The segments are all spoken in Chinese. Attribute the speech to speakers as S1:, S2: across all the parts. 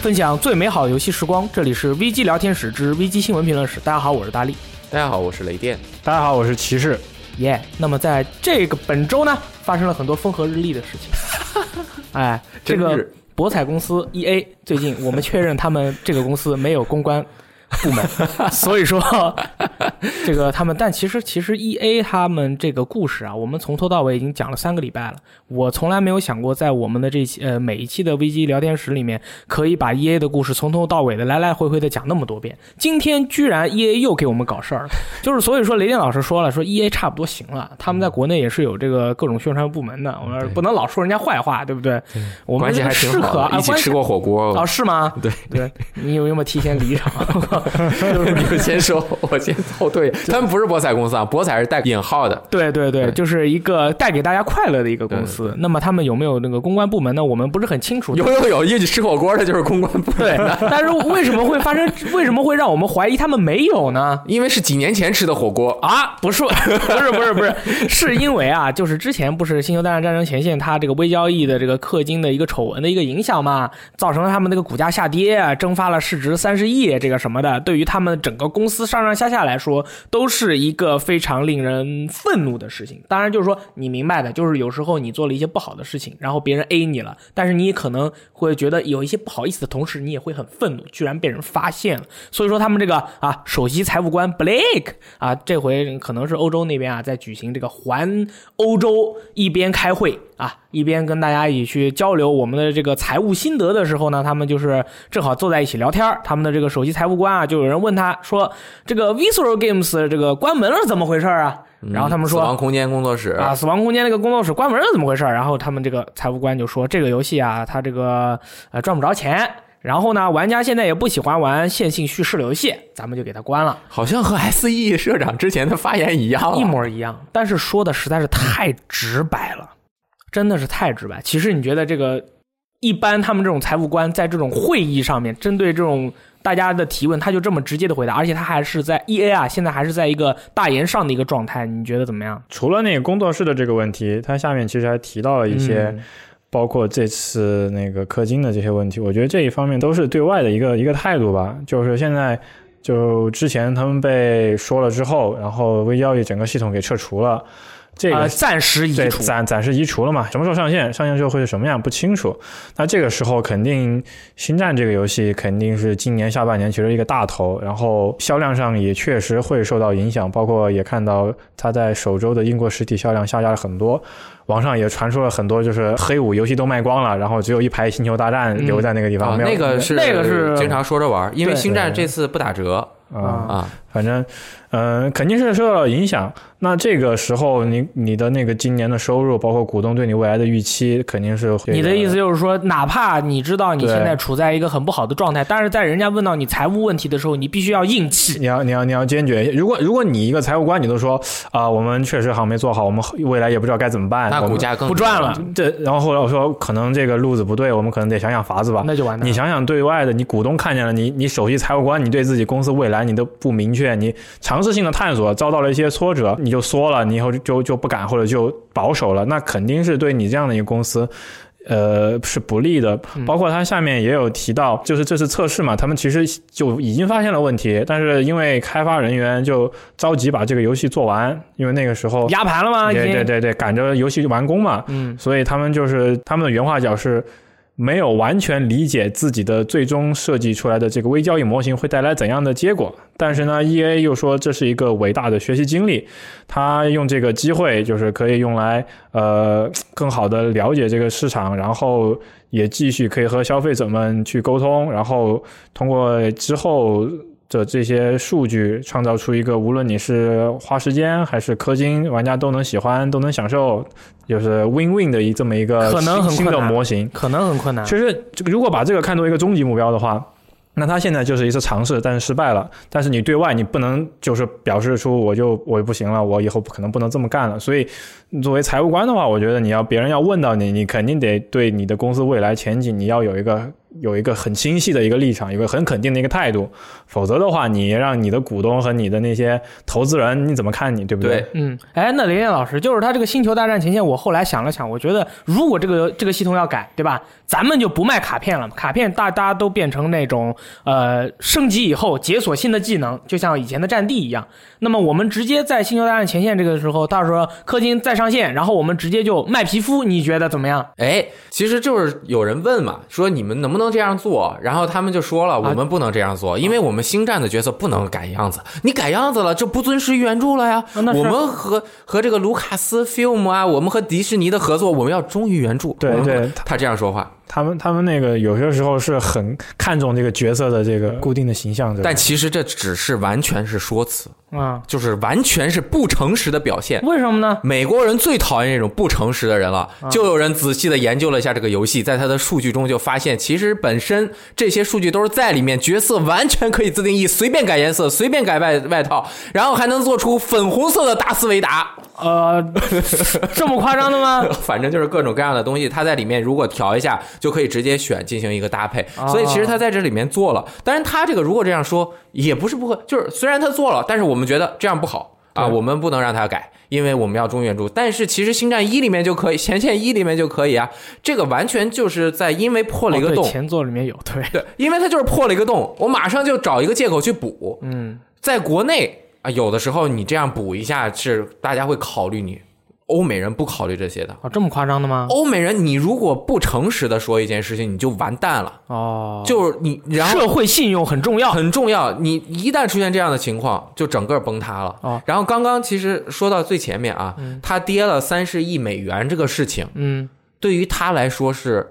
S1: 分享最美好的游戏时光。这里是 VG 聊天室之 VG 新闻评论室。大家好，我是大力，
S2: 大家好，我是雷电。
S3: 大家好，我是骑士。
S1: 耶、那么在这个本周呢，发生了很多风和日丽的事情。 哎，这
S2: 真
S1: 个
S2: 是
S1: 博彩公司 E A 最近我们确认他们这个公司没有公关部 门，所以说 这个他们，但其实其实 E A 他们这个故事啊，我们从头到尾已经讲了三个礼拜了。我从来没有想过，在我们的这期呃每一期的危机聊天室里面，可以把 E A 的故事从头到尾的来来回回的讲那么多遍。今天居然 E A 又给我们搞事 儿了，就是所以说雷电老师说了，说 E A 差不多行了，他们在国内也是有这个各种宣传部门的，我们不能老说人家坏话，对不对？我们
S2: 嗯关系
S1: 这个
S2: 还挺
S1: 适可
S2: 好的，
S1: 啊
S2: 一起
S1: 关系
S2: 吃过火
S1: 哦，
S2: 锅。
S1: 是吗？
S2: 对
S1: 对，你有没有提前离场？
S2: 你们先说，我先后退。他们不是博彩公司啊，博彩是带引号的。
S1: 对对对，
S2: 对
S1: 就是一个带给大家快乐的一个公司。那么他们有没有那个公关部门呢？我们不是很清楚。
S2: 有有有，一起吃火锅的就是公关部门。
S1: 对，但是为什么会发生？为什么会让我们怀疑他们没有呢？
S2: 因为是几年前吃的火锅，
S1: 啊，不是， 不是，不是，不是，是因为啊，就是之前不是《星球大战：战争前线》它这个微交易的这个氪金的一个丑闻的一个影响嘛，造成了他们那个股价下跌啊，蒸发了市值三十亿这个什么的，对于他们整个公司上上下下来说，都是一个非常令人愤怒的事情。当然，就是说你明白的，就是有时候你做了一些不好的事情，然后别人 A 你了，但是你也可能会觉得有一些不好意思的同时，你也会很愤怒，居然被人发现了。所以说他们这个啊，首席财务官 Blake 啊，这回可能是欧洲那边啊，在举行这个环欧洲一边开会啊，一边跟大家一起去交流我们的这个财务心得的时候呢，他们就是正好坐在一起聊天儿。他们的这个首席财务官啊，就有人问他说：“这个 Visceral Games 这个关门了怎么回事儿啊？”然后他们说：“
S2: 嗯死亡空间工作室
S1: 啊，死亡空间那个工作室关门了，怎么回事儿？然后他们这个财务官就说，这个游戏啊，它这个呃赚不着钱。然后呢，玩家现在也不喜欢玩线性叙事类游戏，咱们就给它关了，
S2: 好像和 SE 社长之前的发言一样，
S1: 一模一样。但是说的实在是太直白了，真的是太直白。其实你觉得这个一般他们这种财务官在这种会议上面，针对这种大家的提问，他就这么直接的回答，而且他还是在 E A 啊，现在还是在一个大言上的一个状态，你觉得怎么样？
S3: 除了那个工作室的这个问题，他下面其实还提到了一些，
S1: 嗯
S3: 包括这次那个氪金的这些问题。我觉得这一方面都是对外的一个一个态度吧。就是现在，就之前他们被说了之后，然后微交易整个系统给撤除了，这个
S1: 呃，暂时移
S3: 对，
S1: 除。
S3: 暂暂时移除了嘛，什么时候上线，上线之后会是什么样不清楚。那这个时候肯定《星战》这个游戏肯定是今年下半年其实一个大头，然后销量上也确实会受到影响，包括也看到它在首周的英国实体销量下压了很多，网上也传出了很多就是黑五游戏都卖光了，然后只有一排《星球大战》留在那个地方，
S2: 啊，
S3: 没有
S2: 那个是
S1: 嗯那个是
S2: 经常说着玩儿，因为
S1: 对
S2: 星战
S3: 对
S2: 这次不打折
S3: 啊
S1: 啊
S2: 啊，
S3: 反正，嗯、肯定是受到影响。那这个时候你，你的那个今年的收入，包括股东对你未来的预期，肯定是会
S1: 你的意思就是说，哪怕你知道你现在处在一个很不好的状态，但是在人家问到你财务问题的时候，你必须要硬气。
S3: 你要你要你要坚决。如果如果你一个财务官，你都说啊、我们确实好像没做好，我们未来也不知道该怎么办，
S2: 那
S3: 我们
S2: 股价
S1: 哎
S2: 更
S1: 不赚了
S3: 这。然后后来我说，可能这个路子不对，我们可能得想想法子吧。
S1: 那就完蛋
S3: 你
S1: 了。
S3: 想想，对外的你股东看见了你，你首席财务官，你对自己公司未来你都不明确，你尝试性的探索遭到了一些挫折，你就缩了，你以后就就就不敢或者就保守了，那肯定是对你这样的一个公司。呃，是不利的。包括它下面也有提到，就是这次测试嘛，他们其实就已经发现了问题，但是因为开发人员就着急把这个游戏做完，因为那个时候，
S1: 压盘了吗？已经
S3: 对对，对对，赶着游戏完工嘛，
S1: 嗯，
S3: 所以他们就是他们的原话讲是没有完全理解自己的最终设计出来的这个微交易模型会带来怎样的结果。但是呢，E A 又说这是一个伟大的学习经历，他用这个机会就是可以用来呃更好的了解这个市场，然后也继续可以和消费者们去沟通，然后通过之后。的这些数据创造出一个，无论你是花时间还是氪金，玩家都能喜欢，都能享受，就是 win win 的一这么一个
S1: 可能很
S3: 新新的
S1: 困难
S3: 模型。
S1: 可能很困难。
S3: 其实这个如果把这个看作一个终极目标的话，那他现在就是一次尝试，但是失败了。但是你对外你不能就是表示出我就我不行了，我以后不可能不能这么干了。所以作为财务官的话，我觉得你要别人要问到你，你肯定得对你的公司未来前景你要有一个有一个很清晰的一个立场，有个很肯定的一个态度，否则的话，你让你的股东和你的那些投资人你怎么看你，对不
S2: 对，
S1: 嗯，哎，那雷电老师，就是他这个《星球大战前线》，我后来想了想，我觉得如果这个这个系统要改，对吧？咱们就不卖卡片了，卡片大大家都变成那种呃升级以后解锁新的技能，就像以前的战地一样。那么我们直接在《星球大战前线》这个时候，到时候氪金再上线，然后我们直接就卖皮肤，你觉得怎么样？
S2: 哎，其实就是有人问嘛，说你们能不能这样做？然后他们就说了，我们不能这样做，因为我们星战的角色不能改样子。你改样子了，这不遵循原著了呀。
S1: 那是
S2: 我们和和这个卢卡斯 film 啊，我们和迪士尼的合作，我们要忠于原著。
S3: 对
S2: 我们不
S3: 对
S2: 他这样说话，
S3: 他们他们那个有些时候是很看重这个角色的这个固定的形象的，
S2: 但其实这只是完全是说辞，
S1: 啊、
S2: 就是完全是不诚实的表现。
S1: 为什么呢？
S2: 美国人最讨厌这种不诚实的人了。就有人仔细的研究了一下这个游戏，在它的数据中就发现，其实本身这些数据都是在里面，角色完全可以自定义，随便改颜色，随便改外外套，然后还能做出粉红色的达斯维达，
S1: 呃， 这么夸张的 吗？
S2: 反正就是各种各样的东西，它在里面如果调一下，就可以直接选进行一个搭配。
S1: 啊
S2: 所以其实它在这里面做了，当然它这个如果这样说也不是不合，就是虽然它做了，但是我们觉得这样不好啊，
S3: 对
S2: 我们不能让它改，因为我们要忠原著。但是其实《星战一》里面就可以，《前线一》里面就可以啊，这个完全就是在因为破了一
S1: 哦
S2: 个
S1: 对
S2: 洞。
S1: 前作里面有对，
S2: 对，因为它就是破了一个洞，我马上就找一个借口去补。
S1: 嗯，
S2: 在国内啊，有的时候你这样补一下是大家会考虑你，欧美人不考虑这些的。
S1: 哦，这么夸张的吗？
S2: 欧美人，你如果不诚实的说一件事情，你就完蛋了。
S1: 哦，
S2: 就是你，然后
S1: 社会信用很重要。
S2: 很重要，你一旦出现这样的情况，就整个崩塌了。
S1: 哦
S2: 然后刚刚其实说到最前面啊，
S1: 嗯
S2: 它跌了三十亿美元这个事情，
S1: 嗯，
S2: 对于他来说是。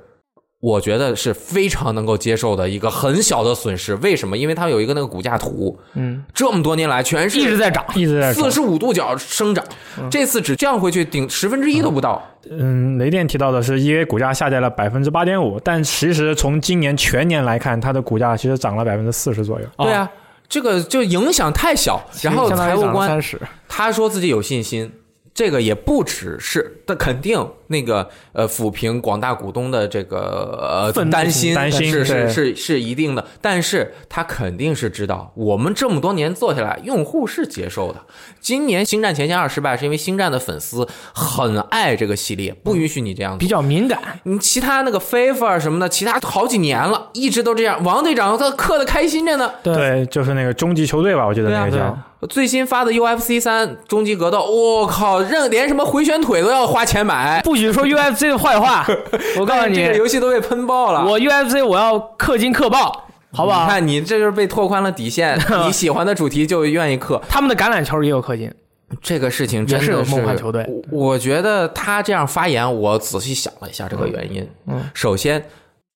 S2: 我觉得是非常能够接受的一个很小的损失，为什么？因为它有一个那个股价图，
S1: 嗯，
S2: 这么多年来全
S1: 一直
S2: 是
S1: 在涨。
S3: 一直在说
S2: 四十五度角生长，这次只降回去顶十分之一都不到，
S3: 嗯，雷电提到的是 EA 股价下跌了百分之八点五，但其实从今年全年来看，它的股价其实涨了百分之四十左右。
S1: 哦
S2: 对啊，这个就影响太小。然后财务官
S1: 三十，
S2: 他说自己有信心，这个也不只是，但肯定那个呃抚平广大股东的这个呃
S1: 愤怒
S2: 担心，
S3: 担心
S2: 是是
S3: 对
S2: 是是一定的，但是他肯定是知道，我们这么多年做下来，用户是接受的。今年《星战前线二》失败，是因为《星战》的粉丝很爱这个系列，不允许你这样做
S1: 比较敏感。
S2: 你其他那个 FIFA 什么的，其他好几年了，一直都这样。王队长他氪的开心着呢，
S3: 对，就是那个终极球队吧，我记得
S2: 对啊
S3: 那个
S1: 对
S3: 叫。
S1: 啊
S2: 最新发的 UFC 三终极格斗，我靠，任连什么回旋腿都要花钱买。
S1: 不许说 UFC 的坏 话，我告诉你
S2: 这个，游戏都被喷爆了。
S1: 我 UFC 我要氪金氪爆，好不
S2: 你
S3: 嗯
S1: 好？
S2: 看你这就是被拓宽了底 线，你喜欢的主题就愿意氪。
S1: 他们的橄榄球也有氪金，
S2: 这个事情真的
S1: 也是有梦幻球队
S2: 我我觉得他这样发言，我仔细想了一下这个原因。
S1: 嗯嗯
S2: 首先，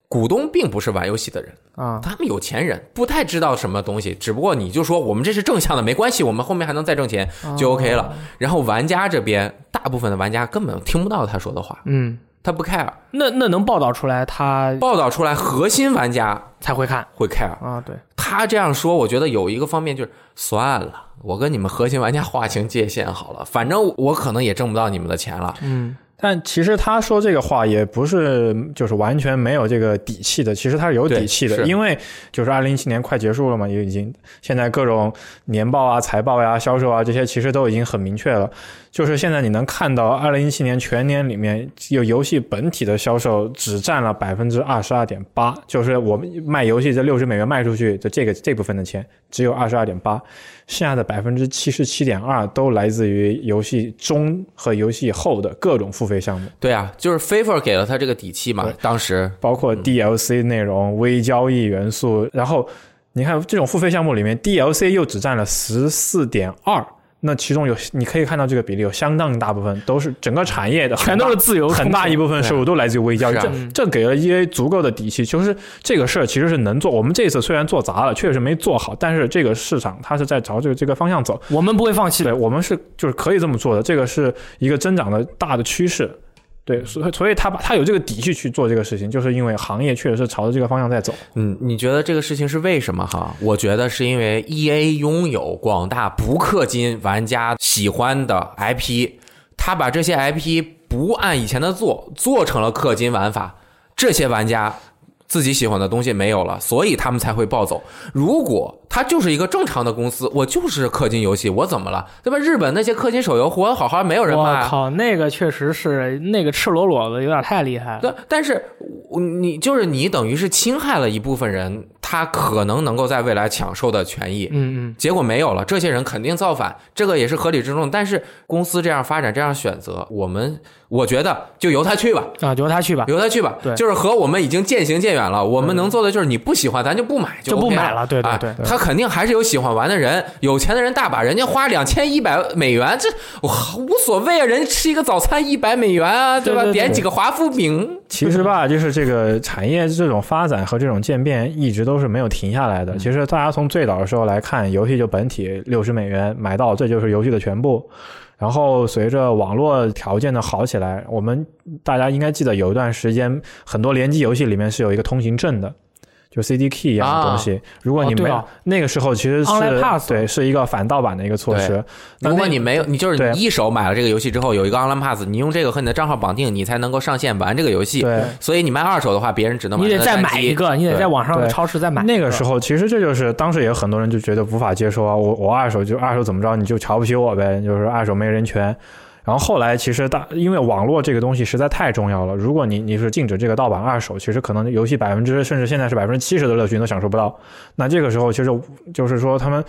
S2: 股东并不是玩游戏的人，
S1: 啊，
S2: 他们有钱人不太知道什么东西，只不过你就说我们这是正向的，没关系，我们后面还能再挣钱就 OK
S1: 哦
S2: 了。然后玩家这边，大部分的玩家根本听不到他说的话，
S1: 嗯，
S2: 他不 care。
S1: 那那能报道出来他
S2: 报道出来，核心玩家
S1: 才会看
S2: 会 care。
S1: 啊，对，
S2: 他这样说，我觉得有一个方面就是算了，我跟你们核心玩家划清界限好了，反正我可能也挣不到你们的钱了。
S1: 嗯，
S3: 但其实他说这个话也不是就是完全没有这个底气的，其实他是有
S2: 对
S3: 底气
S2: 是
S3: 的，因为就是二零一七年快结束了嘛，也已经现在各种年报啊、财报呀、销售啊这些其实都已经很明确了。就是现在你能看到二零一七年全年里面有游戏本体的销售只占了百分之二十二点八，就是我们卖游戏这六十美元卖出去的这个这部分的钱只有二十二点八，剩下的百分之七十七点二都来自于游戏中和游戏后的各种付费项目，
S2: 对啊，就是 favor 给了他这个底气嘛
S3: 对，
S2: 当时
S3: 包括
S1: 嗯
S3: DLC 内容、微交易元素。然后你看这种付费项目里面，DLC 又只占了十四点二。那其中有，你可以看到这个比例有相当一大部分都是整个产业的很
S1: 全
S3: 大
S1: 都是自由，
S3: 很大一部分收入都来自于微交易，
S2: 是啊
S3: 这这给了 EA 足够的底气，就是这个事儿其实是能做。我们这次虽然做砸了，确实没做好，但是这个市场它是在朝这个这个方向走，
S1: 我们不会放弃的。
S3: 对我们是就是可以这么做的，这个是一个增长的大的趋势。对，所以所以他把他有这个底气去做这个事情，就是因为行业确实是朝着这个方向在走。
S2: 嗯，你觉得这个事情是为什么哈？我觉得是因为 E A 拥有广大不氪金玩家喜欢的 I P，他把这些 I P 不按以前的做，做成了氪金玩法，这些玩家自己喜欢的东西没有了，所以他们才会暴走。如果他就是一个正常的公司，我就是氪金游戏，我怎么了？对吧？日本那些氪金手游活得好好，没有人
S1: 我
S2: 骂。啊
S1: 靠，那个确实是那个赤裸裸的，有点太厉害了。
S2: 对，但是我你就是你，等于是侵害了一部分人，他可能能够在未来享受的权益。
S1: 嗯嗯，
S2: 结果没有了，这些人肯定造反，这个也是合理之中。但是公司这样发展，这样选择，我们我觉得就由他去吧，
S1: 啊，由他去吧，
S2: 由他去吧。
S1: 对
S2: 就是和我们已经渐行渐远了。我们能做的就是你不喜欢，咱就不买
S1: 就不
S2: OK
S1: 买了。对对
S2: 啊
S1: 对，
S2: 他肯定还是有喜欢玩的人，有钱的人大把，人家花两千一百美元，这哇无所谓啊，人家吃一个早餐一百美元啊，
S1: 对
S2: 吧？
S1: 对对
S2: 点几个华夫饼，
S3: 其实吧，就是这个产业这种发展和这种渐变，一直都是没有停下来的。其实大家从最早的时候来看，游戏就本体六十美元买到，这就是游戏的全部。然后随着网络条件的好起来，我们大家应该记得有一段时间，很多联机游戏里面是有一个通行证的。就 CD key 一样的东西，如果你
S1: 哦对
S3: 没有、
S1: 啊
S3: 那个时候，其实是
S1: Online Pass
S3: 对是一个反盗版的一个措施
S2: 对。
S3: 那
S2: 如果
S3: 那
S2: 你没有，你就是
S3: 对
S2: 你一手买了这个游戏之后，有一个 online pass，你用这个和你的账号绑定，你才能够上线玩这个游戏。
S3: 对，
S2: 所以你卖二手的话，别人只能
S1: 你
S2: 买
S1: 得
S2: 它的
S1: 再
S2: 单
S1: 买
S2: 机
S1: 一个，你得在
S2: 对
S1: 网上的
S3: 对
S1: 超市再买一。嗯
S3: 那个时候，其实这就是当时也有很多人就觉得无法接受啊，我我二手就二手怎么着，你就瞧不起我呗，就是二手没人权。然后后来其实大，因为网络这个东西实在太重要了，如果你你是禁止这个盗版二手，其实可能游戏百分之甚至现在是百分之七十的乐趣你都享受不到。那这个时候其实就是说他们。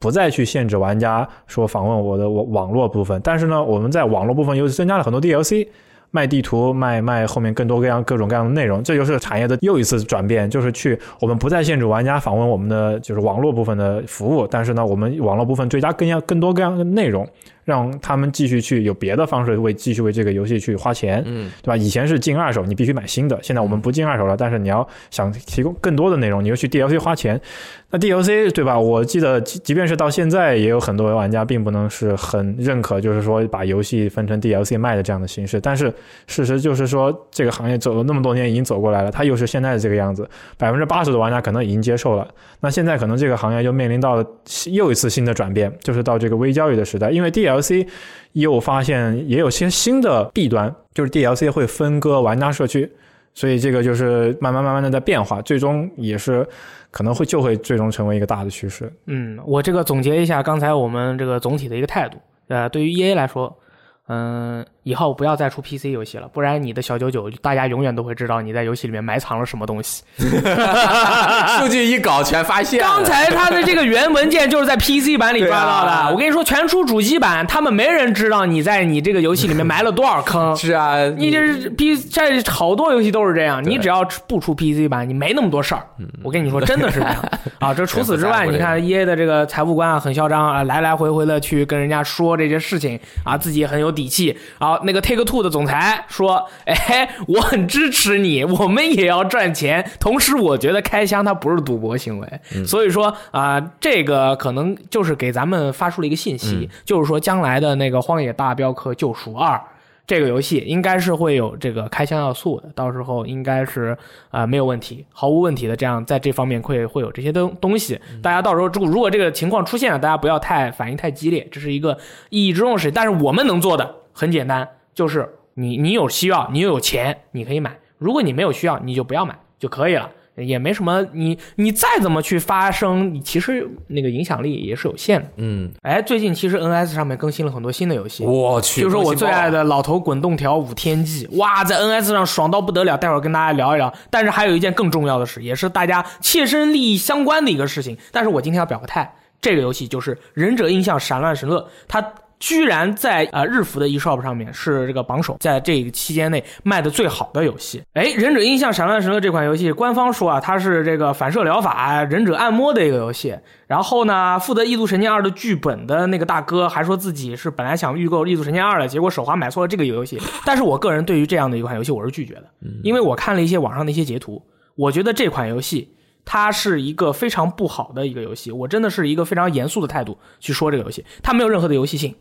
S3: 不再去限制玩家说访问我的网网络部分，但是呢，我们在网络部分又增加了很多 DLC，卖地图、卖卖后面更多各样各种各样的内容，这就是产业的又一次转变，就是去我们不再限制玩家访问我们的就是网络部分的服务，但是呢，我们网络部分追加更加更多各样的内容，让他们继续去有别的方式为继续为这个游戏去花钱，
S2: 嗯，
S3: 对吧？以前是进二手，你必须买新的，现在我们不进二手了，但是你要想提供更多的内容，你就去 DLC 花钱。那 DLC 对吧？我记得，即即便是到现在，也有很多玩家并不能是很认可，就是说把游戏分成 DLC 卖的这样的形式。但是事实就是说，这个行业走了那么多年，已经走过来了，它又是现在这个样子。百分之八十的玩家可能已经接受了。那现在可能这个行业又面临到了又一次新的转变，就是到这个微教育的时代，因为 DLC 又发现也有些新的弊端，就是 DLC 会分割玩家社区，所以这个就是慢慢慢慢的在变化，最终也是可能会就会最终成为一个大的趋势。
S1: 嗯，我这个总结一下刚才我们这个总体的一个态度。呃，对于 E A 来说，嗯、以后不要再出 P C 游戏了，不然你的小九九，大家永远都会知道你在游戏里面埋藏了什么东西。
S2: 数据一搞全发现了。
S1: 刚才他的这个原文件就是在 P C 版里抓到的。
S2: 对啊。
S1: 我跟你说，全出主机版，他们没人知道你在你这个游戏里面埋了多少坑
S2: 是啊，
S1: 你这是 P 这好多游戏都是这样，你只要不出 PC 版，你没那么多事儿。我跟你说，真的是这 样啊！这除此之外，
S2: 全部
S1: 你
S2: 在乎
S1: 看 EA 的这个财务官啊，很嚣张啊，来来回回的去跟人家说这些事情啊，自己也很有底气。然后那个 Take Two 的总裁说：“哎， 我很支持你，我们也要赚钱。同时，我觉得开箱它不是赌博行为，所以说啊、这个可能就是给咱们发出了一个信息，就是说将来的那个《荒野大镖客：救赎二》。”这个游戏应该是会有这个开箱要素的，到时候应该是啊、呃没有问题，毫无问题的。这样在这方面会会有这些东东西，大家到时候如如果这个情况出现了，大家不要太反应太激烈，这是一个意义之中的事情。但是我们能做的很简单，就是你你有需要，你又有钱，你可以买；如果你没有需要，你就不要买就可以了。也没什么，你你再怎么去发声，你其实那个影响力也是有限的。
S2: 嗯，
S1: 哎，最近其实 NS 上面更新了很多新的游戏，
S2: 我去，
S1: 比如说我最爱
S2: 的
S1: 的老头滚动条五天记，哇，在 NS 上爽到不得了，待会儿跟大家聊一聊。但是还有一件更重要的事，也是大家切身利益相关的一个事情。但是我今天要表个态，这个游戏就是《忍者印象闪乱神乐》，它。居然在啊、呃日服的 eShop 上面是这个榜首，在这个期间内卖的最好的游戏。哎，《忍者印象闪乱神乐》这款游戏，官方说啊，它是这个反射疗法、忍者按摩的一个游戏。然后呢，负责《异度神剑二》的剧本的那个大哥还说自己是本来想预购《异度神剑二》的，结果手滑买错了这个游戏。 但是我个人对于这样的一款游戏我是拒绝的，因为我看了一些网上的一些截图，我觉得这款游戏它是一个非常不好的一个游戏。我真的是一个非常严肃的态度去说这个游戏，它没有任何的游戏性。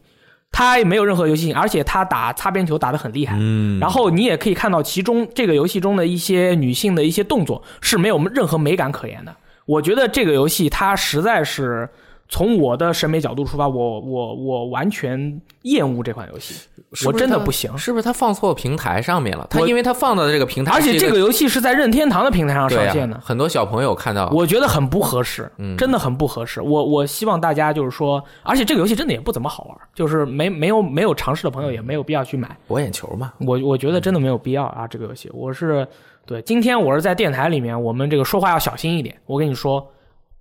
S1: 它也没有任何游戏性，而且它打擦边球打得很厉害。嗯，然后你也可以看到其中这个游戏中的一些女性的一些动作是没有任何美感可言的。我觉得这个游戏它实在是从我的审美角度出发，我我我完全厌恶这款游戏，
S2: 是
S1: 我
S2: 是
S1: 真的
S2: 它
S1: 不行。
S2: 是不是他放错平台上面了？他
S1: 我
S2: 因为他放到的这个平台
S1: 而
S2: 是一，
S1: 且这个游戏是在任天堂的平台上
S2: 对
S1: 上
S2: 呀
S1: 线的，
S2: 很多小朋友看到，
S1: 我觉得很不合适，
S2: 嗯
S1: 真的很不合适。我我希望大家就是说，而且这个游戏真的也不怎么好玩，就是没没有没有尝试的朋友也没有必要去买。
S2: 博眼球嘛，
S1: 我我觉得
S2: 嗯
S1: 真的没有必要啊，这个游戏我是对今天我是在电台里面，我们这个说话要小心一点。我跟你说，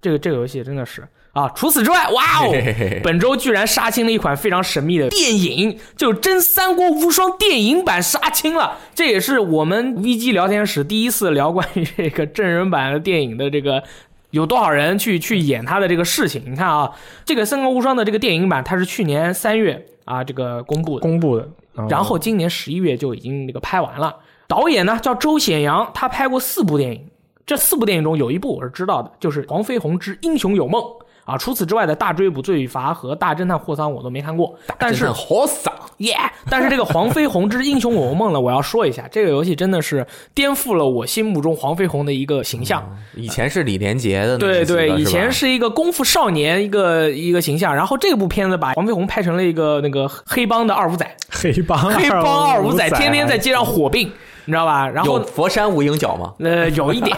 S1: 这个这个游戏真的是啊，除此之外，哇哦！
S2: 嘿嘿嘿
S1: 本周居然杀青了一款非常神秘的电影，就《真三国无双》电影版杀青了。这也是我们 VG 聊天室第一次聊关于这个真人版的电影的这个。有多少人去去演他的这个事情？你看啊，这个《三国无双》的这个电影版，它是去年三月啊这个公布的，
S3: 公布的。啊
S1: 然后今年十一月就已经那个拍完了。导演呢叫周显阳，他拍过四部电影，这四部电影中有一部我是知道的，就是《黄飞鸿之英雄有梦》啊。除此之外的《大追捕罪与罚》和《大侦探霍桑》我都没看过，但是
S2: 真的好傻，
S1: 耶但是这个《黄飞鸿之英雄有梦》呢，我要说一下，这个游戏真的是颠覆了我心目中黄飞鸿的一个形象。
S2: 以前是李连杰的
S1: 嗯
S2: 那个
S1: 对
S2: 意思了，
S1: 对，以前
S2: 是
S1: 是一个功夫少年一个一个形象，然后这部片子把黄飞鸿拍成了一个那个黑帮的二五仔，
S3: 黑帮
S1: 黑 帮二五仔
S3: 仔
S1: 天天在街上火并，你知道吧？然后
S2: 有佛山无影脚吗？
S1: 呃，有一点，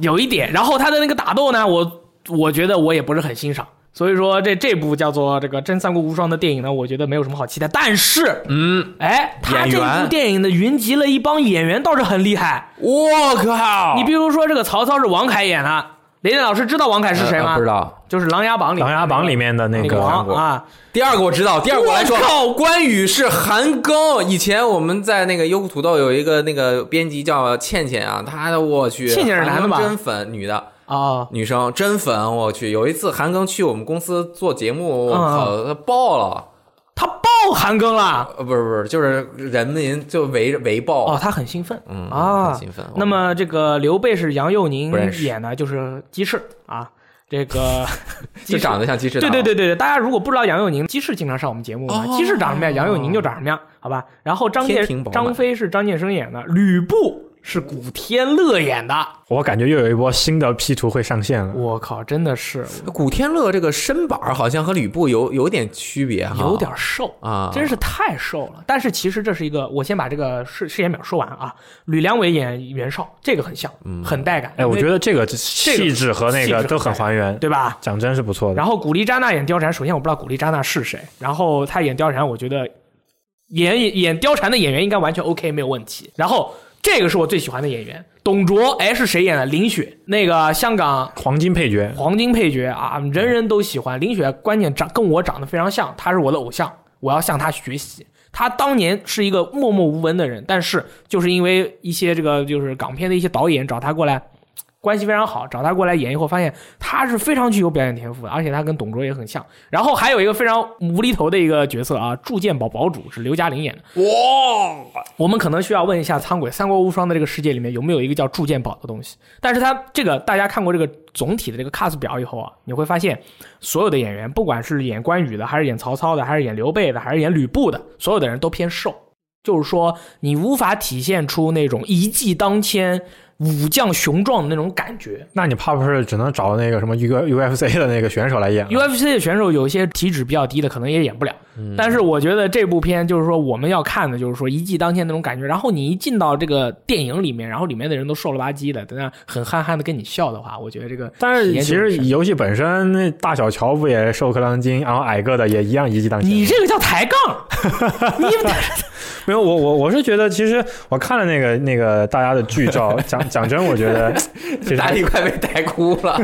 S1: 有一点。然后他的那个打斗呢，我我觉得我也不是很欣赏。所以说这这部叫做这个《真三国无双》的电影呢，我觉得没有什么好期待。但是，
S2: 嗯，
S1: 哎，他这
S2: 演员
S1: 部电影呢，云集了一帮演员，倒是很厉害。
S2: 我靠，
S1: 你比如说这个曹操是王凯演的，雷电老师知道王凯是谁
S2: 呃
S1: 吗？
S2: 不知道。
S1: 就是《琅琊榜》里
S3: 《琅琊哎榜》里面的那
S1: 那个
S3: 个
S1: 王啊，
S2: 第二个我知道，第二个我来说
S1: 我，
S2: 关羽是韩庚。以前我们在那个优酷土豆有一个那个编辑叫倩倩啊，她的我去，
S1: 倩倩是男的吧
S2: 韩庚真粉，女的。
S1: 哦，
S2: 女生真粉，我去！有一次韩庚去我们公司做节目，
S1: 嗯
S2: 我靠，他爆了！
S1: 他爆韩庚了。
S2: 呃，不是不是，就是人民就围围
S1: 哦，
S2: 爆，
S1: 他很兴奋，
S2: 嗯
S1: 啊
S2: 很兴奋。
S1: 那么这个刘备是杨佑宁
S2: 不认识
S1: 演的，就是鸡翅啊。这个
S2: 就长得像鸡翅
S1: 对
S2: 党，
S1: 对对对对，大家如果不知道杨佑宁，鸡翅经常上我们节目嘛，
S2: 哦
S1: 鸡翅长什么样，杨佑宁就长什么样，好吧？然后张
S2: 天
S1: 建
S2: 庭饱满
S1: 张飞是张建生演的，吕布是古天乐演的。
S3: 我感觉又有一波新的 P 图会上线了。
S1: 我靠，真的是
S2: 古天乐这个身板儿好像和吕布有有点区别哈，
S1: 有点瘦。
S2: 啊，
S1: 真是太瘦了，但是其实这是一个，我先把这个饰饰演表说完啊。吕良伟演袁绍，这个很像，很带感，
S3: 哎，我觉得这个气质和那
S1: 气质
S3: 个
S1: 很
S3: 都很还原，
S1: 对吧？
S3: 讲真是不错的。
S1: 然后古力扎娜演貂蝉，首先我不知道古力扎娜是谁，然后她演貂蝉，我觉得演演貂蝉的演员应该完全 OK 没有问题。然后这个是我最喜欢的演员，董卓，哎是谁演的？林雪，那个香港
S3: 黄金配角，
S1: 黄金配角啊，人人都喜欢。林雪关键长跟我长得非常像，她是我的偶像，我要向她学习。她当年是一个默默无闻的人，但是就是因为一些这个就是港片的一些导演找她过来，关系非常好，找她过来演以后，发现她是非常具有表演天赋的，而且她跟董卓也很像。然后还有一个非常无厘头的一个角色啊，铸剑堡堡主是刘嘉玲演的。
S2: 哇，
S1: 我们可能需要问一下苍鬼，《三国无双》的这个世界里面有没有一个叫铸剑堡的东西？但是它这个大家看过这个总体的这个 cast 表以后啊，你会发现所有的演员，不管是演关羽的，还是演曹操的，还是演刘备的，还是演吕布的，所有的人都偏瘦，就是说你无法体现出那种一骑当千、武将雄壮的那种感觉。
S3: 那你怕不是只能找那个什么 U U F C 的那个选手来演了？
S1: UFC 的选手有一些体脂比较低的，可能也演不了。但是我觉得这部片就是说我们要看的，就是说一骑当千那种感觉。然后你一进到这个电影里面，然后里面的人都瘦了吧唧的，在那很憨憨的跟你笑的话，我觉得这个
S3: 但
S1: 体
S3: 是
S1: 验
S3: 其
S1: 就很
S3: 实
S1: 深
S3: 游戏本身，那大小乔不也瘦克朗金，然后矮个的也一样一骑当千。
S1: 你这个叫抬杠，你
S3: 没有我我我是觉得，其实我看了那个那个大家的剧 照，讲讲真，我觉得其实
S2: 大力快被带哭 了。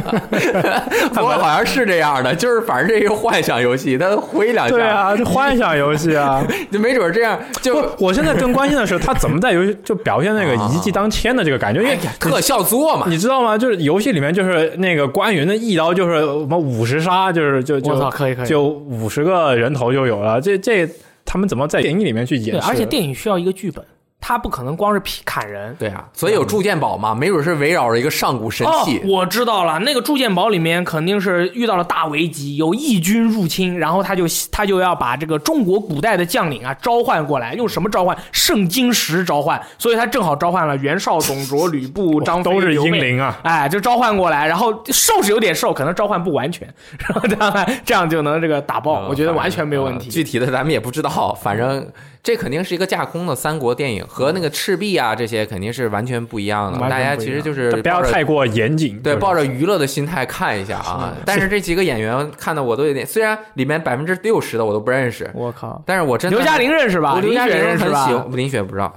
S2: 不过好像是这样的，就是反正这是幻想游戏，他挥两下，
S3: 对，啊，这幻想游戏 啊。
S2: 就没准儿这样就
S3: 不，我现在更关心的是他怎么在游戏就表现那 个
S1: 啊
S3: 一骑当千的这个感觉，因
S2: 哎
S3: 为
S2: 呀特效做嘛。
S3: 你知道吗？就是游戏里面就是那个关云的一刀就是什么五十杀，就是就
S1: 我操，
S3: 就
S1: 可以可以。
S3: 就五十个人头就有了。这这他们怎么在电影里面去
S1: 对，
S3: 演示？
S1: 而且电影需要一个剧本，他不可能光是劈砍人。
S2: 对啊，所以有铸剑宝嘛，没准是围绕着一个上古神
S1: 哦
S2: 器，。
S1: 我知道了，那个铸剑堡里面肯定是遇到了大危机，有义军入侵，然后他就他就要把这个中国古代的将领啊召唤过来，用什么召唤？圣经石召唤，所以他正好召唤了袁绍、董卓、吕布、张飞、
S3: 哦都是
S1: 刘
S3: 英
S1: 备
S3: 灵啊，
S1: 哎，就召唤过来，然后瘦是有点瘦，可能召唤不完全， 然后当然这样就能这个打爆，哦
S2: 嗯
S1: 我觉得完全没有问
S2: 呃
S1: 题。
S2: 具体的咱们也不知道，反正这肯定是一个架空的三国电影，和那个赤壁啊这些肯定是完全不一样的。
S1: 完全
S2: 大家
S1: 不一
S2: 其实
S1: 样
S2: 就是
S3: 但不要
S2: 抱着
S3: 太过严谨。
S2: 对，
S3: 就是
S2: 抱着娱乐的心态看一下 啊。但是这几个演员看的我都有点，虽然里面百分之六十的我都不认识，
S1: 我靠，
S2: 但是我真的
S1: 刘嘉玲认识吧？
S2: 我刘
S1: 林
S2: 嘉
S1: 雪
S2: 玲
S1: 认识
S2: 很喜
S1: 吧？
S2: 欢，林雪不知道，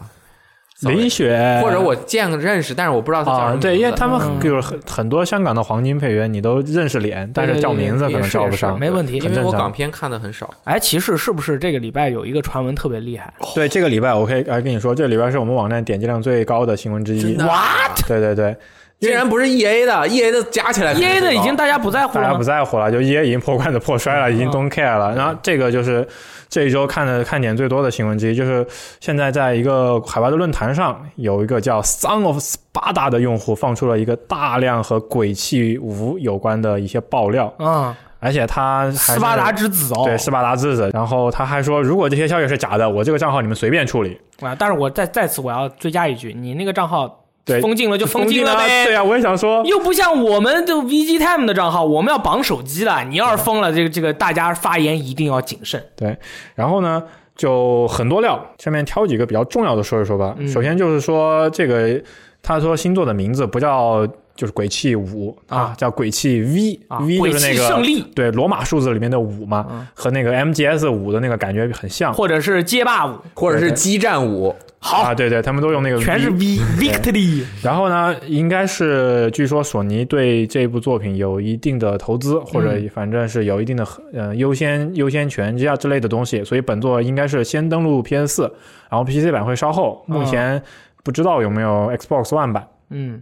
S3: 林雪，
S2: 或者我见过认识，但是我不知道他叫什
S3: 啊
S2: 么，
S3: 对，因为他们
S1: 嗯
S3: 就是很很多香港的黄金配员，你都认识脸，但是叫名字可能叫
S1: 对对对
S3: 不上
S1: 对也是也是。没问题
S2: 因
S3: 很
S2: 为
S3: 正
S2: 我
S3: 常
S2: 港片看的很少。
S1: 哎，骑士是不是这个礼拜有一个传闻特别厉害？
S3: 对，这个礼拜我可以来跟你说，这个礼拜是我们网站点击量最高的新闻之一。
S2: 哇，
S3: 对 对对，
S2: 竟然不是 E A 的，E A 的加起来
S1: ，E A 的已经大家不在乎
S3: 大
S1: 了
S3: 家
S1: 吗
S3: 不？在乎了，就 EA 已经破罐子破摔了，已经
S1: 嗯
S3: don't care 了。然后这个就是这一周看的看点最多的新闻之一，就是现在在一个海外的论坛上，有一个叫 “Son of Sparta” 的用户放出了一个大量和鬼泣五有关的一些爆料，
S1: 嗯，
S3: 而且他还是
S1: 斯巴达之子哦，
S3: 对斯巴达之子，然后他还说，如果这些消息是假的，我这个账号你们随便处理。
S1: 啊！但是我再再次我要追加一句，你那个账号
S3: 对
S1: 封禁了就封禁
S3: 啊
S1: 了
S3: 对
S1: 呗。
S3: 啊，我也想说，
S1: 又不像我们的 VG Time 的账号，我们要绑手机的。你要是封了这个这个，大家发言一定要谨慎。
S3: 对，然后呢，就很多料，下面挑几个比较重要的说一说吧。
S1: 嗯
S3: 首先就是说，这个他说星座的名字不叫就是鬼泣五
S1: 啊
S3: 叫鬼泣 V，V、
S1: 啊，
S3: 就
S1: 鬼
S3: 是
S1: 泣
S3: 那
S1: 胜
S3: 个
S1: 利，
S3: 对罗马数字里面的五嘛，
S1: 嗯
S3: 和那个 MGS 五的那个感觉很像。
S1: 或者是街霸舞，
S2: 或者是激战五，
S1: 好，
S3: 啊，对对，他们都用那个 V，
S1: 全是 V Victory
S3: 然后呢，应该是据说索尼对这部作品有一定的投资，或者反正是有一定的呃优先优先权这样之类的东西，所以本作应该是先登陆 PS 4然后 PC 版会稍后，目前不知道有没有 Xbox One 版。
S1: 嗯。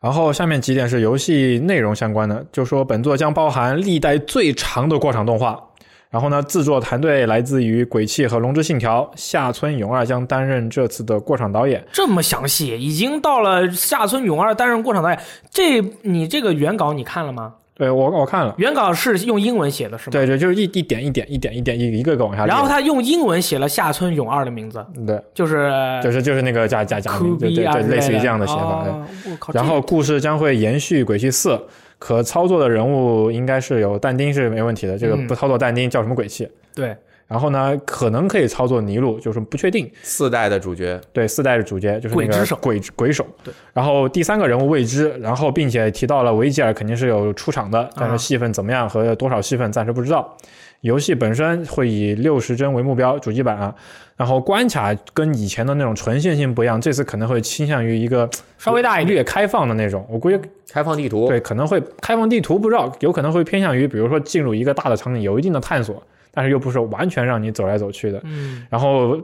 S3: 然后下面几点是游戏内容相关的，就说本作将包含历代最长的过场动画。然后呢，制作团队来自于《鬼泣》和《龙之信条》，下村勇二将担任这次的过场导演。
S1: 这么详细，已经到了下村勇二担任过场导演。这你这个原稿你看了吗？
S3: 对我我看了。
S1: 原稿是用英文写的，是吗？。
S3: 对对，就是一一点一点一点一点一一个一个往下列。
S1: 然后他用英文写了下村勇二的名字，
S3: 对，
S1: 就是
S3: 就是就是那个假假假名，
S1: 酷
S3: 对
S1: 比
S3: 对
S1: 啊
S3: 对，
S1: 之
S3: 类似于
S1: 的
S3: 这样的写法。对
S1: 哦我靠！
S3: 然后故事将会延续《鬼泣四》，可操作的人物应该是有但丁是没问题的，这个
S1: 嗯
S3: 不操作但丁叫什么鬼泣？
S1: 这对
S3: 然后呢，可能可以操作尼禄，就是不确定。
S2: 四代的主角，
S3: 对，四代的主角就是那
S1: 鬼之
S3: 个
S1: 手
S3: 鬼鬼手。
S1: 对，
S3: 然后第三个人物未知，然后并且提到了维吉尔肯定是有出场
S1: 啊
S3: 的，但是戏份怎么样和多少戏份暂时不知道。游戏本身会以六十帧为目标，主机版啊。然后关卡跟以前的那种纯线性不一样，这次可能会倾向于一个
S1: 稍微大一点，
S3: 略开放的那种。我估计
S2: 开放地图，
S3: 对，可能会开放地图，不知道有可能会偏向于，比如说进入一个大的场景，有一定的探索，但是又不是完全让你走来走去的。
S1: 嗯，
S3: 然后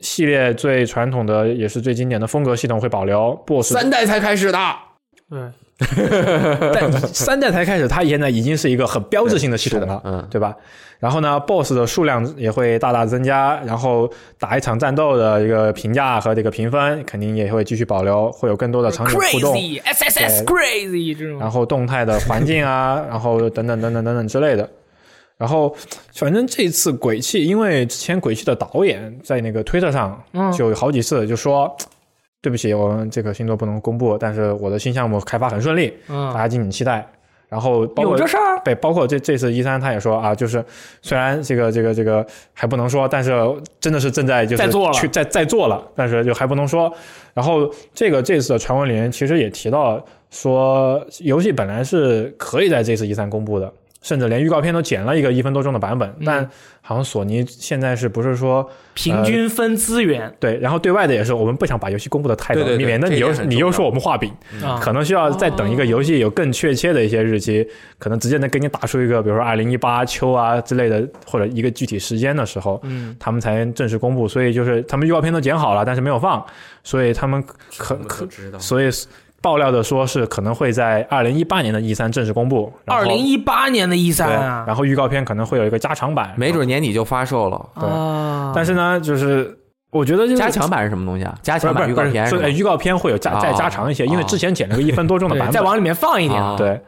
S3: 系列最传统的也是最经典的风格系统会保留，BOSS
S2: 三代才开始的，
S1: 对，
S3: 但 三代才开始，它现在已经是一个很标志性的系统啊了，
S2: 嗯，
S3: 对吧？然后呢，BOSS 的数量也会大大增加，然后打一场战斗的一个评价和这个评分肯定也会继续保留，会有更多的场景互动。
S1: crazy S S S
S3: 对
S1: crazy 这种
S3: 然后动态的环 境啊，然后等等等等等等之类的。然后，反正这次《鬼泣》，因为之前《鬼泣》的导演在那个推特上
S1: 嗯
S3: 就有好几次就说：“对不起，我们这个星座不能公布，但是我的新项目开发很顺利，大
S1: 嗯，
S3: 家敬请期待。”然后包
S1: 有
S3: 括呃
S1: 这事儿
S3: 对，包括这这次一三他也说啊，就是虽然这个这个这个还不能说，但是真的是正在就是
S1: 在做了
S3: 去在在做了，但是就还不能说。然后这个这次的传闻里面其实也提到说，游戏本来是可以在这次一三公布的，甚至连预告片都剪了一个一分多钟的版
S2: 嗯
S3: 本，但好像索尼现在是不是说
S1: 平均分资源
S3: 对，然后对外的也是我们不想把游戏公布的太早，
S2: 对对对
S3: 免得
S2: 这
S3: 你
S2: 一点
S3: 又
S2: 很
S3: 你
S2: 重
S3: 又
S2: 要
S3: 说我们画饼。
S1: 啊，
S3: 嗯可能需要再等一个游戏有更确切的一些日期，可能直接能给你打出一个，比如说二零一八秋啊之类的，或者一个具体时间的时候，
S1: 嗯，
S3: 他们才正式公布。所以就是他们预告片都剪好了，但是没有放，所以他们
S1: 哦
S3: 可
S2: 我
S3: 可
S2: 可知道。
S3: 所以爆料的说是可能会在二零一八年的 E 三正式公布，然后
S1: 二零一八年的 E 三
S3: 对，
S1: 啊
S3: 然后预告片可能会有一个加长版，
S2: 没准年底就发售了，
S3: 对
S1: 啊，
S3: 但是呢，就是我觉得就是
S2: 加强版是什么东西啊？加
S3: 不是
S2: 强
S3: 不
S2: 版
S3: 是
S2: 预告片
S3: 不
S2: 是
S3: 是是呃
S2: 吗
S3: 预告片会有加再
S2: 哦
S3: 加长一些，因为
S2: 哦
S3: 之前剪了个一分多钟的版
S1: 对，
S3: 本，
S1: 再往里面放一点。
S2: 啊
S3: 对，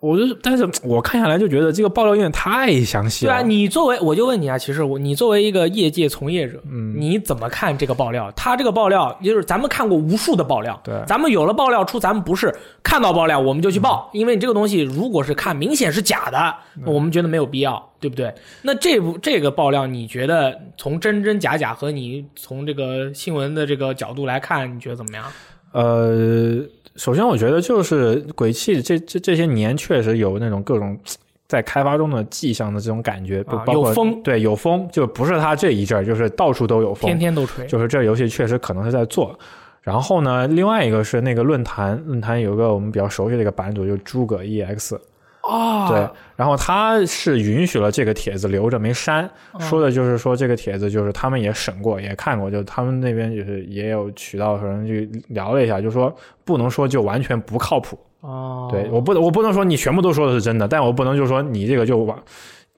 S3: 我就但是我看下来就觉得这个爆料有点太详细
S1: 对
S3: 了。
S1: 啊，你作为我就问你啊，其实我你作为一个业界从业者，
S3: 嗯
S1: 你怎么看这个爆料？他这个爆料就是咱们看过无数的爆料，
S3: 对
S1: 咱们有了爆料出，咱们不是看到爆料我们就去报，
S3: 嗯
S1: 因为你这个东西如果是看明显是假的，我们觉得没有必要，对不对？那这部这个爆料，你觉得从真真假假和你从这个新闻的这个角度来看，你觉得怎么样？
S3: 哦呃，首先我觉得就是鬼泣这这这些年确实有那种各种在开发中的迹象的这种感觉，不
S1: 啊
S3: 包括
S1: 有风
S3: 对有风，就不是它这一阵儿，就是到处都有风，
S1: 天天都吹，
S3: 就是这游戏确实可能是在做。然后呢，另外一个是那个论坛，论坛有一个我们比较熟悉的一个版主，就是诸葛 EX，
S1: 啊
S3: 对，然后他是允许了这个帖子留着没删，
S1: 嗯
S3: 说的就是说这个帖子就是他们也审过，也看过，就他们那边就是也有渠道可能去聊了一下，就说不能说就完全不靠谱。
S1: 哦，
S3: 对我不我不能说你全部都说的是真的，但我不能就说你这个就完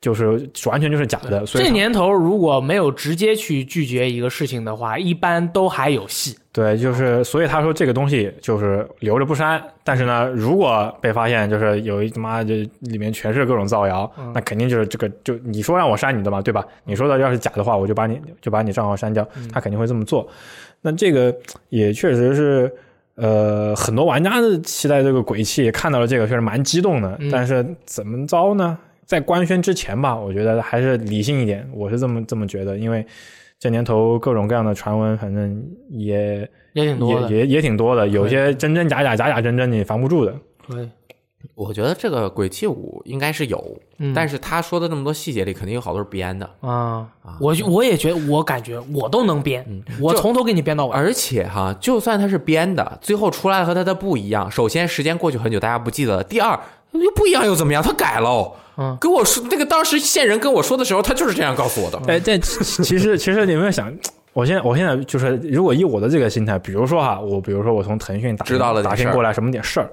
S3: 就是完全就是假的。所以
S1: 这
S3: 他
S1: 年头如果没有直接去拒绝一个事情的话，一般都还有戏。
S3: 对，就是所以他说这个东西就是留着不删，但是呢，如果被发现就是有一他妈就里面全是各种造谣，那肯定就是这个就你说让我删你的嘛，对吧？你说的要是假的话，我就把你就把你账号删掉，他肯定会这么做。那这个也确实是。呃，很多玩家的期待这个鬼泣，看到了这个确实蛮激动的。
S1: 嗯
S3: 但是怎么着呢？在官宣之前吧，我觉得还是理性一点，我是这么这么觉得，因为这年头各种各样的传闻，反正也
S1: 也挺多的
S3: 也，也也挺多的，有些真真假假，假假真真，你防不住 的。
S1: 对，
S2: 我觉得这个《鬼泣五》应该是有，
S1: 嗯
S2: 但是他说的那么多细节里，肯定有好多是编的。
S1: 啊，我就我也觉得，我感觉我都能编，
S3: 嗯
S1: 我
S2: 就
S1: 从头给你编到尾。
S2: 而且哈，就算它是编的，最后出来和它的不一样。首先，时间过去很久，大家不记得了；第二，又不一样又怎么样？他改喽。
S1: 嗯，
S2: 跟我说那个当时线人跟我说的时候，他就是这样告诉我的。
S3: 哎，但其其实其实你有没有想，我现在我现在就是，如果以我的这个心态，比如说哈，我比如说我从腾讯打
S2: 知道了点
S3: 打听
S2: 事儿
S3: 过来什么点事儿，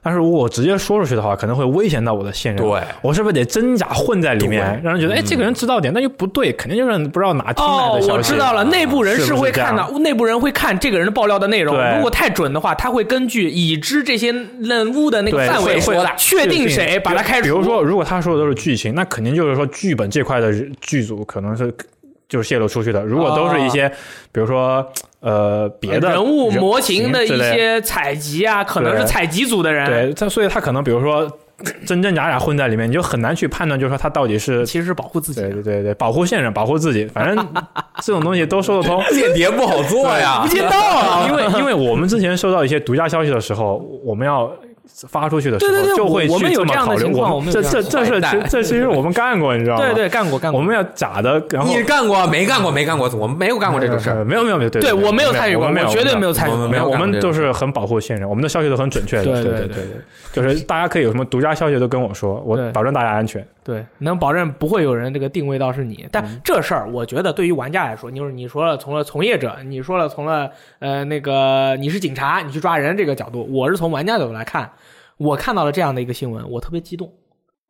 S3: 但是如果我直接说出去的话，可能会危险到我的信任。
S2: 对
S3: 我是不是得真假混在里面，
S2: 对
S3: 让人觉得哎，这个人知道点，那又不对，肯定就是不知道哪听来
S1: 哦
S3: 的，消
S1: 我
S3: 息。
S1: 知道了，内部人
S3: 是不是
S1: 会
S3: 这样
S1: 看的，内部人会看这个人的爆料的内容。
S3: 对
S1: 如果太准的话，他会根据已知这些任务的那个
S3: 对
S1: 范围
S3: 会会
S1: 确定谁把他开除。
S3: 比如说，如果他说的都是剧情，那肯定就是说剧本这块的人剧组可能是就是泄露出去的。如果都是一些，比如说呃别
S1: 哦
S3: 的
S1: 人物模型的一
S3: 之类
S1: 些采集啊，可能是
S3: 对
S1: 采集组的人。
S3: 对，他所以他可能比如说真真假假混在里面，你就很难去判断，就是说他到底是。
S1: 其实是保护自己啊
S3: 对
S1: 的。
S3: 对对对，保护线人，保护自己，反正这种东西都说得通。
S2: 间谍不好做呀，
S1: 不见到啊！
S3: 因为因为我们之前收到一些独家消息的时候，我们要发出去的时候，
S1: 对对对
S3: 就会
S1: 我我们
S3: 去
S1: 有
S3: 这么
S1: 这样的
S3: 考虑。
S1: 情况我们有这
S3: 这
S1: 样的
S3: 这这
S2: 坏
S3: 是
S2: 蛋
S3: 这其实我们干过，你知道吗？
S1: 对对，干过干过。
S3: 我们要假的，然后
S2: 你干过没干过？没干过，我们没有干过这 种事儿。
S3: 呃没有没有没有，对
S1: 对我没有参与过
S3: 我们没有
S1: 我绝对没有参与过
S3: 我们没有，
S2: 我
S3: 我
S2: 们没有干过这
S3: 们都
S2: 种
S3: 是很保护线人，我们的消息都很准确的。
S1: 对
S3: 对
S1: 对
S3: 对对，就是大家可以有什么独家消息都跟我说，我
S1: 对
S3: 保证大家安全。
S1: 对，能保证不会有人这个定位到是你。但这事儿，我觉得对于玩家来说，就是你说了从了从业者，你说了从了呃那个你是警察，你去抓人这个角度，我是从玩家角度来看，我看到了这样的一个新闻，我特别激动。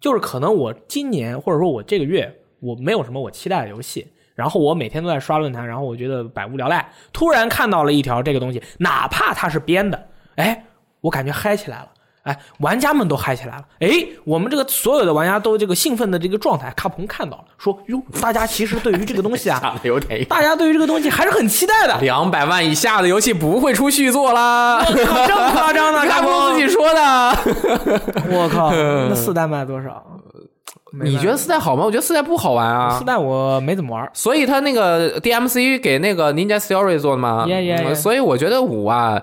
S1: 就是可能我今年或者说我这个月我没有什么我期待的游戏，然后我每天都在刷论坛，然后我觉得百无聊赖，突然看到了一条这个东西，哪怕它是编的，哎，我感觉嗨起来了。哎，玩家们都嗨起来了！哎，我们这个所有的玩家都这个兴奋的这个状态，卡普空看到了，说哟，大家其实对于这个东西啊，
S2: 打的有点
S1: 大家对于这个东西还是很期待的。
S2: 两百万以下的游戏不会出续作啦。
S1: 靠 这么夸张呢？
S2: 看
S1: 卡普
S2: 我
S1: 空
S2: 自己说的。
S1: 我靠，那四代卖多少？
S2: 嗯呃你觉得四代好吗？我觉得四代不好玩啊
S1: 四。代我没怎么玩儿，
S2: 所以他那个 DMC 给那个 Ninja Theory 做的嘛
S1: Yeah, yeah, yeah
S2: 嗯所以我觉得五啊，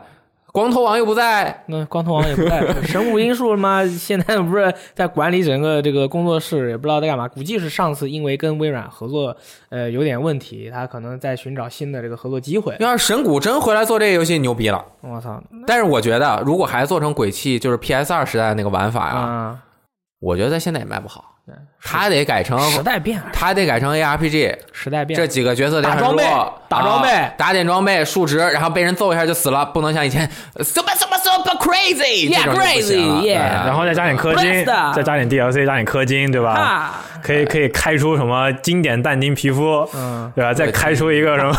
S2: 光头王又不在，
S1: 那光头王也不在 了，神武英树他妈现在不是在管理整个这个工作室，也不知道在干嘛。估计是上次因为跟微软合作，呃，有点问题，他可能在寻找新的这个合作机会。
S2: 要是神谷真回来做这个游戏，牛逼了。
S1: 我操
S2: 但是我觉得，如果还做成鬼泣，就是 PS 二时代那个玩法哎呀、
S1: 啊！
S2: 我觉得在现在也卖不好。他得改成，
S1: 时代变了，
S2: 他得改成 ARPG，
S1: 时代变
S2: 这
S1: 了，
S2: 几个角色都很
S1: 打装备
S2: 弱
S1: 打装备
S2: 啊打点装备数值，然后被人揍一下就死了，不能像以前呃 super super super crazy
S1: Yeah,
S2: 这种就不行了
S1: crazy, yeah
S2: 哎
S3: 然后再加点氪金，
S1: Blast
S3: 再加点 DLC，加点氪金，对吧？
S1: 啊，
S3: 可以可以开出什么经典淡金皮肤，
S1: 嗯，
S3: 对吧？再开出一个什么？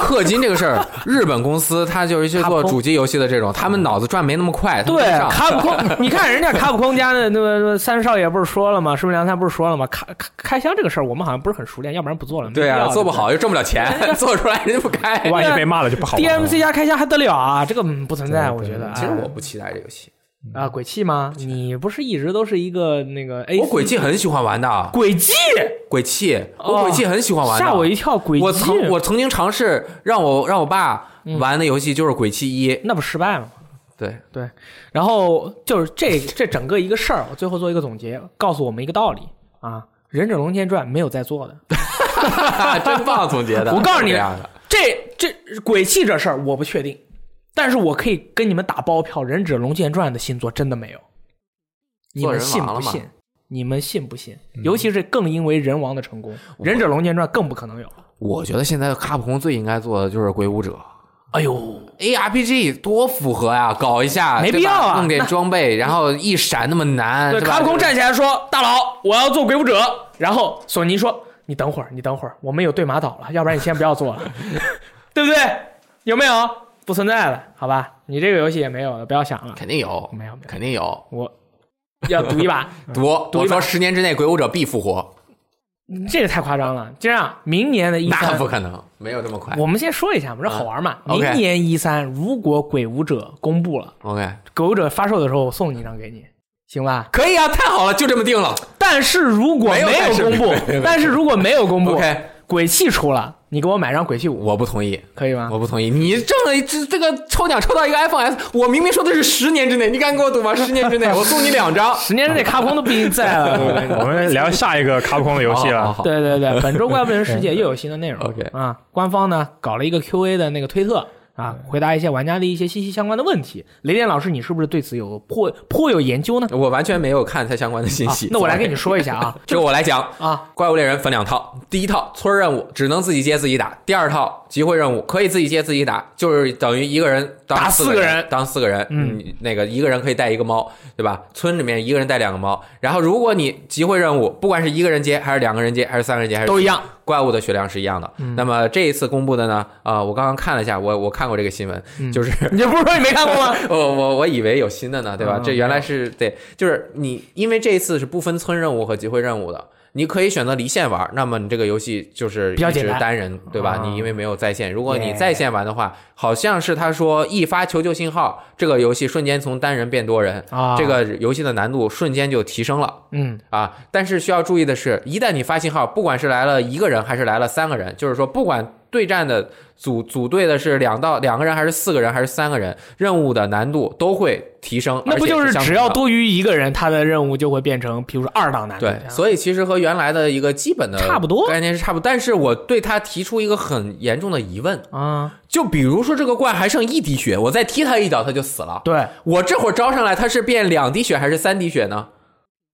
S2: 氪金这个事儿，日本公司它就是去做主机游戏的这种，他们脑子转没那么快，他
S1: 嗯
S2: 们
S1: 对
S2: 跟，不上
S1: 卡普空，你看人家卡普空家的那个三少爷不是说了吗？是不是梁三不是说了吗？开开开箱这个事儿我们好像不是很熟练，要不然不做了。
S2: 对
S1: 啊，
S2: 啊，做不好又挣不了 钱，做出来人家不开。
S1: 哎
S3: 万一被骂了就不好玩了。
S2: 嗯
S1: DMC 加开箱还得了啊？这个嗯不存在，
S3: 对
S1: 我觉得。
S2: 其实我嗯不期待这游戏，
S1: 哎啊，鬼泣吗？你不是一直都是一个那个哎 A？
S2: 我鬼泣很喜欢玩的，啊
S1: 鬼泣
S2: 鬼泣，
S1: 哦
S2: 我鬼泣很喜欢玩的。啊
S1: 吓我一跳，鬼
S2: 我
S1: 泣嗯
S2: 曾我曾经尝试让我让我爸玩的游戏就是鬼泣一，
S1: 那不失败吗？
S2: 对，
S1: 对，然后就是这这整个一个事儿，我最后做一个总结，告诉我们一个道理啊，《忍者龙剑传》没有在做的，
S2: 真棒总结的。
S1: 我告诉你
S2: 是这样的，
S1: 这这鬼泣这事儿我不确定，但是我可以跟你们打包票，《忍者龙剑传》的新作真的没有，你们信不
S2: 做人王
S1: 信
S2: 了？
S1: 你们信不信？尤其是更因为人王的成功，忍者龙剑传》更不可能有。
S2: 我觉得现在卡普空最应该做的就是鬼武者。
S1: 哎呦，
S2: ARPG 多符合呀、搞一下
S1: 没
S2: 对吧
S1: 必要啊
S2: 弄点
S1: 那
S2: 装备，然后一闪那么难，
S1: 对，
S2: 是吧
S1: 卡普空站起来说：“大佬，我要做鬼舞者。”然后索尼说：“你等会儿，你等会儿，我们有对马岛了，要不然你先不要做了， 对不对？有没有？不存在了，好吧？你这个游戏也没有了，不要想了。
S2: 肯定有，
S1: 没有没有
S2: 肯定有。
S1: 我要赌一把，
S2: 我
S1: 赌一
S2: 我
S1: 把
S2: 说十年之内鬼武者必复活，
S1: 嗯这个太夸张了。这样，明年的一
S2: 那
S1: 三
S2: 不，可能，没有这么快。
S1: 我们先说一下嘛，这好玩嘛。明
S2: 嗯，OK
S1: 年一三，如果鬼舞者公布了，
S2: OK，
S1: 鬼舞者发售的时候，我送你一张给你，行吧？
S2: 可以啊，太好了，就这么定了。
S1: 但是如果
S2: 没有但
S1: 有
S2: 是
S1: 公布
S2: 没有没有没有，
S1: 但是如果没有公布
S2: OK，
S1: 鬼泣出了，你给我买张鬼泣五，
S2: 我不同意，
S1: 可以吗？
S2: 我不同意。你挣了这这个抽奖抽到一个 iPhone S，我明明说的是十年之内，你敢给我赌吗？十年 之内，我送你两张。
S1: 十年之内卡普空都不一定在 了。我 跟你
S3: 嗯我
S1: 说
S3: 们聊下一个卡普空的游戏
S2: 好好
S3: 了。
S2: 好
S1: 对对对，本周怪物猎人世 界又有新的内容。
S2: OK
S1: 啊，官方呢搞了一个 Q&A 的那个推特啊，回答一些玩家的一些息息相关的问题。雷电老师，你是不是对此有颇颇有研究呢？
S2: 我完全没有看它相关的信
S1: 啊
S2: 息。
S1: 那我来
S2: 给
S1: 跟你说一下 啊
S2: 这个我来讲。
S1: 啊，
S2: 怪物猎人分两套，第一套村儿任务只能自己接自己打，第二套集会任务可以自己接自己打，就是等于一个人
S1: 打
S2: 当
S1: 四
S2: 四
S1: 个
S2: 个
S1: 人
S2: 当四个人，
S1: 嗯，
S2: 那个一个人可以带一个猫，对吧？村里面一个人带两个猫，然后如果你集会任务，不管是一个人接还是两个人接还是三个人接还是
S1: 都一样，嗯
S2: 怪物的血量是一样的。那么这一次公布的呢，啊、我刚刚看了一下，我我看过这个新闻，
S1: 嗯
S2: 就是
S1: 你这不是说你没看过吗？
S2: 我我我以为有新的呢，对吧
S1: 嗯？
S2: 这原来是对，就是你因为这一次是不分村任务和集会任务的，你可以选择离线玩，那么你这个游戏就是
S1: 比较
S2: 一
S1: 简
S2: 直
S1: 单
S2: 单人，对吧
S1: 啊？
S2: 你因为没有在线，如果你
S1: Yeah
S2: 在线玩的话，好像是他说一发求救信号，这个游戏瞬间从单人变多人，
S1: 啊，
S2: 这，个游戏的难度瞬间就提升了。
S1: 嗯，
S2: 啊，但是需要注意的是，一旦你发信号，不管是来了一个人还是来了三个人，就是说，不管对战的组组队的是两到两个人还是四个人还是三个人，任务的难度都会提升。
S1: 那不
S2: 而且
S1: 就是
S2: 是相
S1: 只
S2: 同
S1: 要
S2: 的
S1: 多余一个人，他的任务就会变成，比如说二档难度这
S2: 对
S1: 样，，
S2: 所以其实和原来的一个基本的
S1: 差不多
S2: 概念是差不多，但是我对他提出一个很严重的疑问，
S1: 啊，
S2: 就比如说这个怪还剩一滴血，我再踢他一脚他就死了，
S1: 对，
S2: 我这会儿招上来他是变两滴血还是三滴血呢？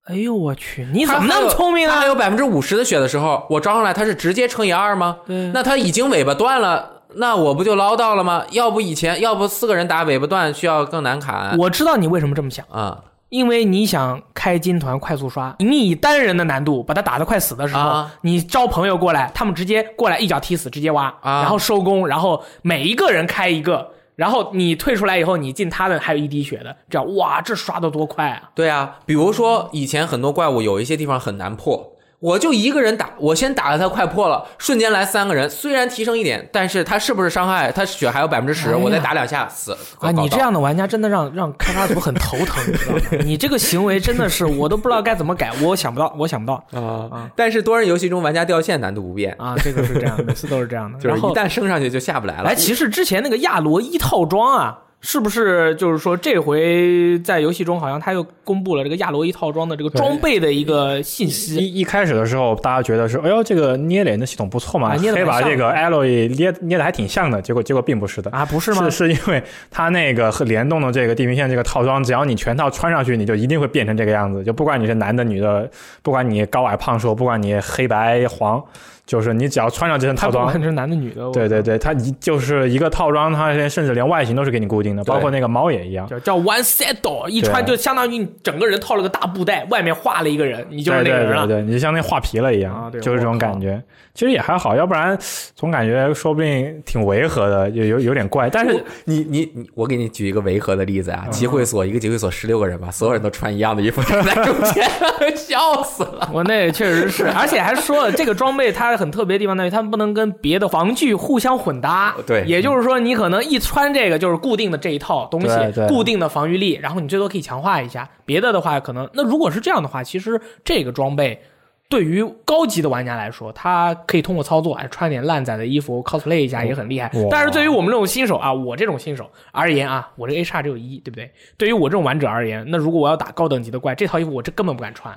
S1: 哎呦我去，你
S2: 你
S1: 怎么那么聪明
S2: 他还
S1: 啊？
S2: 有百分之五十的血的时候，我招上来他是直接乘以二吗？
S1: 对
S2: 那他已经尾巴断了，那我不就捞到了吗？要不以前，要不四个人打尾巴断需要更难砍。
S1: 我知道你为什么这么想。
S2: 啊
S1: 因为你想开金团快速刷，你以单人的难度把他打得快死的时候，
S2: 啊
S1: 你招朋友过来，他们直接过来一脚踢死，直接挖，
S2: 啊
S1: 然后收工，然后每一个人开一个，然后你退出来以后，你进他的还有一滴血的，这样哇，这刷的多快啊！
S2: 对啊，比如说以前很多怪物有一些地方很难破。我就一个人打，我先打的他快破了，瞬间来三个人，虽然提升一点，但是他是不是伤害他血还有百分之
S1: 哎
S2: 十，
S1: 呀
S2: 我再打两下死
S1: 啊，你这，
S2: 搞到
S1: 样的玩家真的让让开发组很头疼，你知道 吗？你这个行为真的是我都不知道该怎么改，我想不到，我想不到
S2: 啊！但是多人游戏中玩家掉线难度不变，
S1: 啊，这个是这样，每次都是这样的。
S2: 就是
S1: 然
S2: 一
S1: 后
S2: 旦升上去就下不来了
S1: 哎，。其实之前那个亚罗伊套装啊，是不是就是说这回在游戏中好像他又公布了这个亚罗伊套装的这个装备的一个信息？
S3: 一一开始的时候，大家觉得是，哎呦，这个捏脸的系统不错嘛，
S1: 啊捏得
S3: 可以
S1: 蛮
S3: 把
S1: 像
S3: 这个 Aloy 捏捏的还挺像的。结果结果并不是的，
S1: 啊，不是吗？
S3: 是是因为它那个和联动的这个地平线这个套装，只要你全套穿上去，你就一定会变成这个样子。就不管你是男的女的，不管你高矮胖瘦，不管你黑白黄，就是你只要穿上这身
S1: 他
S3: 套
S1: 不
S3: 装，
S1: 管是男的女的，我
S3: 对对对，它一就是一个套装，它甚至连外形都是给你固定的，
S2: 对
S3: 包括那个猫也一样。
S1: 叫叫 one saddle，一穿就相当于你整个人套了个大布袋，外面画了一个人，你就是那个人啊
S3: 对对
S1: 了。
S3: 对对，你就像那画皮了一样，
S1: 啊对
S3: 就是这种感觉。其实也还好，要不然总感觉说不定挺违和的，有有有点怪。但是
S2: 你你你，我给你举一个违和的例子
S1: 嗯
S2: 啊，集会所一个集会所十六个人吧，所有人都穿一样的衣服站在中间， 笑死了。
S1: 我那也确实是，而且还说了，这个装备它很特别的地方在于，它们不能跟别的防具互相混搭。
S3: 哦
S2: 对
S1: 也就是说，你可能一穿这个就是固定的这一套东西
S3: 对，对
S1: 固定的防御力，然后你最多可以强化一下。别的的话，可能那如果是这样的话，其实这个装备。对于高级的玩家来说，他可以通过操作，哎，穿点烂仔的衣服 cosplay 一下也很厉害
S3: 哇。
S1: 但是对于我们这种新手啊，我这种新手而言啊，我这 A 叉只有一，对不对？对于我这种玩者而言，那如果我要打高等级的怪，这套衣服我这根本不敢穿，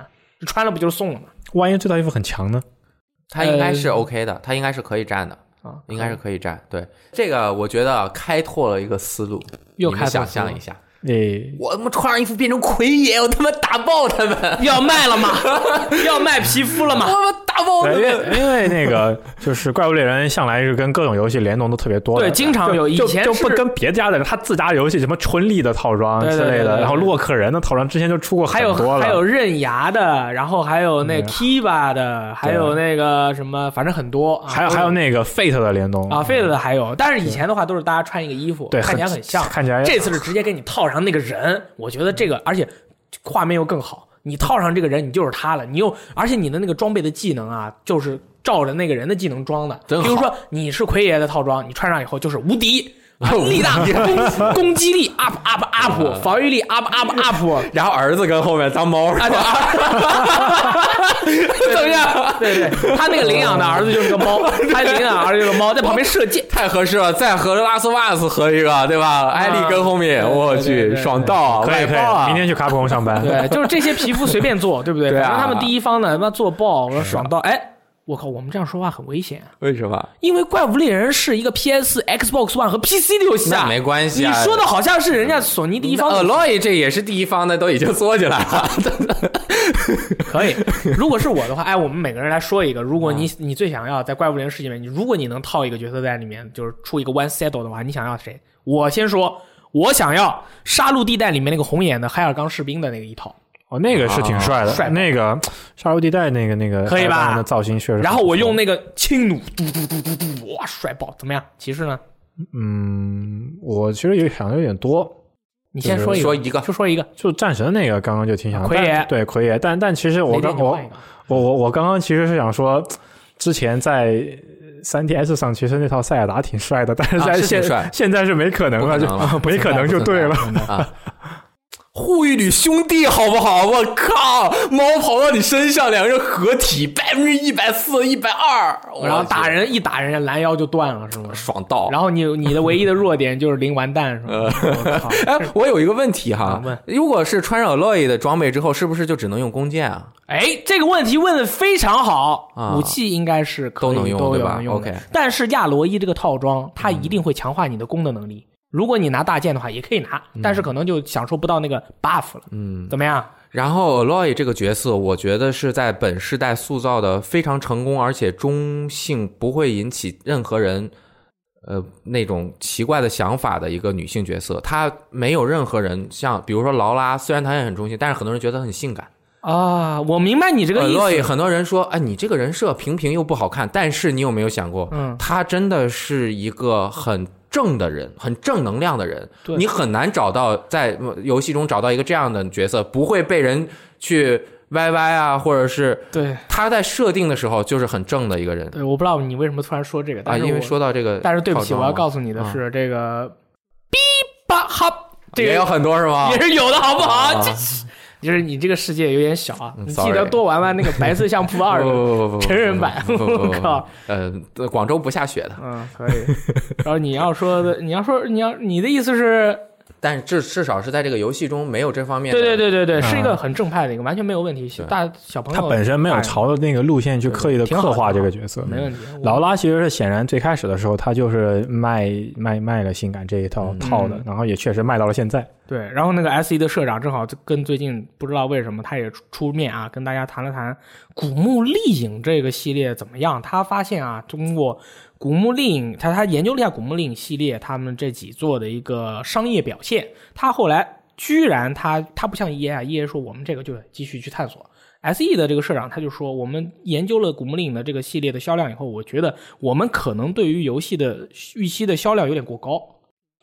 S1: 穿了不就是送了吗？
S3: 万一这套衣服很强呢？
S2: 他应该
S1: 呃
S2: 是 OK 的，他应该是可以站的
S1: 啊，
S2: 应该是可以站。对这个，我觉得开拓了一个思路，
S1: 又
S2: 你
S1: 开拓
S2: 们想
S1: 思路
S2: 象一下，
S3: 你
S2: 我他妈穿上衣服变成奎爷，我他妈打爆他们，
S1: 要卖了吗？要卖皮肤了
S2: 我
S1: 吗？
S2: 他妈打爆他
S1: 哎
S3: 对因
S2: 们。
S3: 为因为那个就是怪物猎人向来是跟各种游戏联动都特别多的，
S1: 对，经常有，以
S3: 就
S1: 前
S3: 就不
S1: 是
S3: 跟别家的，他自家游戏什么春丽的套装
S1: 对
S3: 之
S1: 对
S3: 类
S1: 对对
S3: 的，
S1: 对
S3: 然后洛克人的套装之前就出过
S1: 还
S3: 很
S1: 有
S3: 多了，
S1: 还有刃牙的，然后还有那
S3: 嗯
S1: Kiba 的，还有那个什么，反正很多啊。
S3: 还有还有那个 Fate 的联动
S1: 啊，Fate 的还有，但是以前的话都是大家穿一个衣服，
S3: 哦对，
S1: 看起来很像。
S3: 看起来
S1: 这次是直接给你套上那个人，我觉得这个，而且画面又更好。你套上这个人，你就是他了。你又而且你的那个装备的技能啊，就是照着那个人的技能装的。
S2: 真好
S1: 比如说你是奎爷的套装，你穿上以后就是无敌，啊
S2: 无敌
S1: 力大，攻攻击力 up up up，防御力 up up up。
S2: 然后儿子跟后面当猫，
S1: 啊，对啊怎么样？对对，他那个领养的儿子就是个猫，他领养儿子就是个猫，在旁边射箭。
S2: 太合适了，再和拉斯瓦斯合一个，对吧？艾丽跟后面，
S1: 啊对对
S2: 我
S1: 对
S2: 去，
S1: 对对
S2: 爽到，
S3: 可以
S2: 外
S3: 可
S2: 爆
S3: 以，
S2: 啊！
S3: 明天去卡普空上班。
S1: 对，就是这些皮肤随便做，对不对？
S2: 对
S1: 反
S2: 啊
S1: 正他们第一方呢，他妈做爆，我说爽到，哎，我靠，我们这样说话很危险啊，
S2: 为什么？
S1: 因为《怪物猎人》是一个 PS、Xbox One 和 PC 的游戏
S2: 那
S1: 啊，
S2: 没关系
S1: 你
S2: 啊。嗯
S1: 说的好像是人家索尼第一方
S2: 那
S1: 的
S2: Aloy 这也是第一方的，都已经缩起来 了。
S1: 可以。如果是我 的话，哎，我们每个人来说一个。如果
S2: 嗯
S1: 你你最想要在怪物猎人世界里面，你如果你能套一个角色在里面，就是出一个 one saddle 的话，你想要谁？我先说，我想要杀戮地带里面那个红眼的海尔钢士兵的那个一套，
S3: 哦，那个是挺帅的，
S1: 啊帅
S3: 那个杀戮地带那个那个
S1: 可以吧
S3: 海盗的造型确实。
S1: 然后我用那个轻弩，嘟嘟嘟嘟嘟，哇，帅爆！怎么样？骑士呢？
S3: 嗯，我其实有想的有点多，
S1: 你先
S3: 就是
S1: 说一个，
S2: 说一个
S1: 就说一个，
S3: 就战神那个刚刚就挺想
S1: 奎爷
S3: 但对奎爷，但但其实我
S1: 雷电
S3: 刚
S1: 你
S3: 我
S1: 换一个。
S3: 我我我刚刚其实是想说，之前在 3DS 上其实那套塞尔达挺帅的，但是
S2: 啊
S3: 在
S2: 是挺
S3: 现、
S2: 帅
S3: 现在是没可能
S2: 不
S3: 了，
S2: 可能了
S3: 就 没可能就对了。
S2: 啊！ 护一缕兄弟好不好？我靠，猫跑到你身上，两个人合体，百分之一百四、一百二，
S1: 然后
S2: 我去
S1: 打人一打人家拦腰就断了，是吗？
S2: 爽到。
S1: 然后你你的唯一的弱点就是零完蛋，是吗？我靠！
S2: 哎，我有一个问题哈
S1: 啊问，
S2: 如果是穿上 Aloy 的装备之后，是不是就只能用弓箭啊？
S1: 哎，这个问题问的非常好，
S2: 啊
S1: 武器应该是可以
S2: 都能用
S1: 都有
S2: 对吧
S1: 能用的
S2: OK 嗯
S1: 但是亚罗伊这个套装，它一定会强化你的攻的能力。如果你拿大剑的话，也可以拿，
S2: 嗯
S1: 但是可能就享受不到那个 buff 了。嗯，怎么样？
S2: 然后 Aloy 这个角色，我觉得是在本世代塑造的非常成功，而且中性，不会引起任何人呃那种奇怪的想法的一个女性角色。她没有任何人像，比如说劳拉，虽然她也很中性，但是很多人觉得她很性感。
S1: 啊，我明白你这个意
S2: Aloy
S1: 思。
S2: 很多人说，哎，你这个人设平平又不好看，但是你有没有想过，
S1: 嗯
S2: 她真的是一个很。正的人，很正能量的人，
S1: 对
S2: 你很难找到在游戏中找到一个这样的角色，不会被人去歪歪啊，或者是
S1: 对
S2: 他在设定的时候就是很正的一个人
S1: 对，呃我不知道你为什么突然说这个，
S2: 啊。
S1: 但是
S2: 因为
S1: 我
S2: 说到这个套装嘛，
S1: 但是对不起，我要告
S2: 诉
S1: 诉你的
S2: 啊
S1: 是，这个 B 吧哈，这
S2: 也有
S1: 个
S2: 很多 是吗
S1: 也？是有的，好不好？
S2: 啊
S1: 这是就是你这个世界有点小啊，
S2: 嗯
S1: 你记
S2: ，sorry 哦
S1: 得多玩玩那个《白色相扑
S2: 不
S1: 二》
S2: 不不不不不，
S1: 成人版
S2: 不不不不
S1: 我靠！
S2: 呃，广州不下雪的，
S1: 嗯，可以。然后你要说的，你要说你要你的意思是，
S2: 但是至至少是在这个游戏中没有这方面。
S1: 对对，对对对，是一个
S3: 嗯
S1: 很正派的一个，完全没有问题。大小朋
S3: 他
S1: 友
S3: 本身没有
S1: 大人
S3: 朝着那个路线去刻意的
S1: 挺好
S3: 刻画
S1: 挺
S3: 这
S1: 好
S3: 个角色，
S1: 没问题。我
S3: 劳拉其实是显然最开始的时候，他就是卖卖卖了性感这一套
S2: 嗯
S3: 套的，然后也确实卖到了现在。
S1: 对，然后那个 S E 的社长正好跟最近不知道为什么他也出出面啊，跟大家谈了谈古墓丽影这个系列怎么样。他发现啊，通过古墓丽影，他他研究了一下古墓丽影系列他们这几座的一个商业表现。他后来居然他他不像 E A 啊，E A 说我们这个就继续去探索。S E 的这个社长他就说，我们研究了古墓丽影的这个系列的销量以后，我觉得我们可能对于游戏的预期的销量有点过高。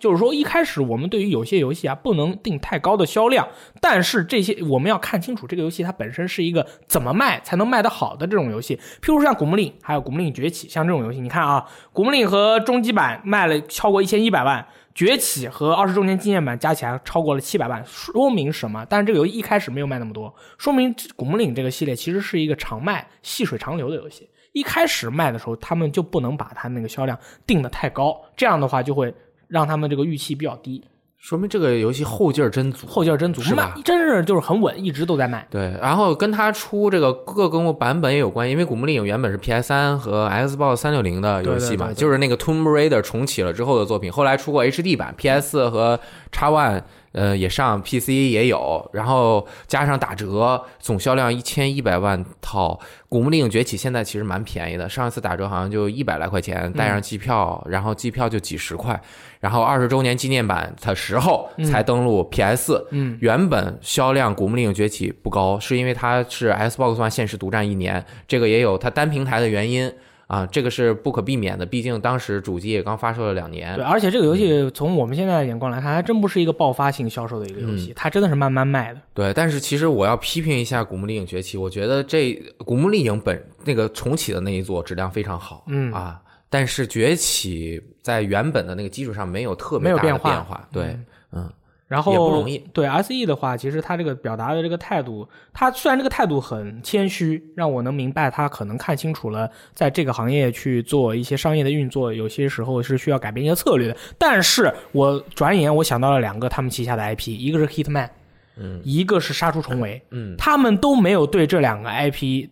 S1: 就是说，一开始我们对于有些游戏啊，不能定太高的销量，但是这些我们要看清楚这个游戏它本身是一个怎么卖才能卖得好的这种游戏。譬如像《古墓丽影》，还有《古墓丽影崛起》，像这种游戏，你看啊，《古墓丽影》和终极版卖了超过一千一百万，《崛起》和二十周年纪念版加起来超过了七百万，说明什么？但是这个游戏一开始没有卖那么多，说明《古墓丽影》这个系列其实是一个长卖、细水长流的游戏。一开始卖的时候，他们就不能把它那个销量定得太高，这样的话就会。让他们这个预期比较低，
S2: 说明这个游戏后劲儿真足。啊
S1: 后劲儿真足，
S2: 是吧
S1: 卖真是就是很稳，一直都在卖。
S2: 对，然后跟它出这个各个版本也有关系，因为《古墓丽影》原本是 PS 三和 Xbox 三六零的游戏嘛，
S1: 对对对对
S2: 就是那个 Tomb Raider 重启了之后的作品，后来出过 HD 版，PS 四和 X One 呃也上，PC 也有，然后加上打折，总销量一千一百万套。《古墓丽影崛起》现在其实蛮便宜的，上一次打折好像就一百来块钱，带
S1: 嗯
S2: 上机票，然后机票就几十块，然后二十周年纪念版的时候才登陆 PS 四、
S1: 嗯，
S2: 原本销量《古墓丽影崛起》不高，是因为它是 Xbox One 限时独占一年，这个也有它单平台的原因啊，这个是不可避免的，毕竟当时主机也刚发售了两年
S1: 对，。而且这个游戏
S2: 嗯
S1: 从我们现在的眼光来看，还真不是一个爆发性销售的一个游
S2: 嗯
S1: 戏，它真的是慢慢卖的。
S2: 对，但是其实我要批评一下《古墓丽影崛起》，我觉得这《古墓丽影本》那个重启的那一座质量非常好，
S1: 嗯
S2: 啊，但是崛起在原本的那个基础上没有特
S1: 没
S2: 别
S1: 有
S2: 大的
S1: 变化
S2: 变化对，嗯，
S1: 然后
S2: 也不容易
S1: 对 S E 的话，其实他这个表达的这个态度，他虽然这个态度很谦虚，让我能明白他可能看清楚了，在这个行业去做一些商业的运作，有些时候是需要改变一些策略的。但是我转眼我想到了两个他们旗下的 IP，一个是 Hitman，
S2: 嗯，
S1: 一个是杀出重围，
S2: 嗯，
S1: 他们都没有对这两个 IP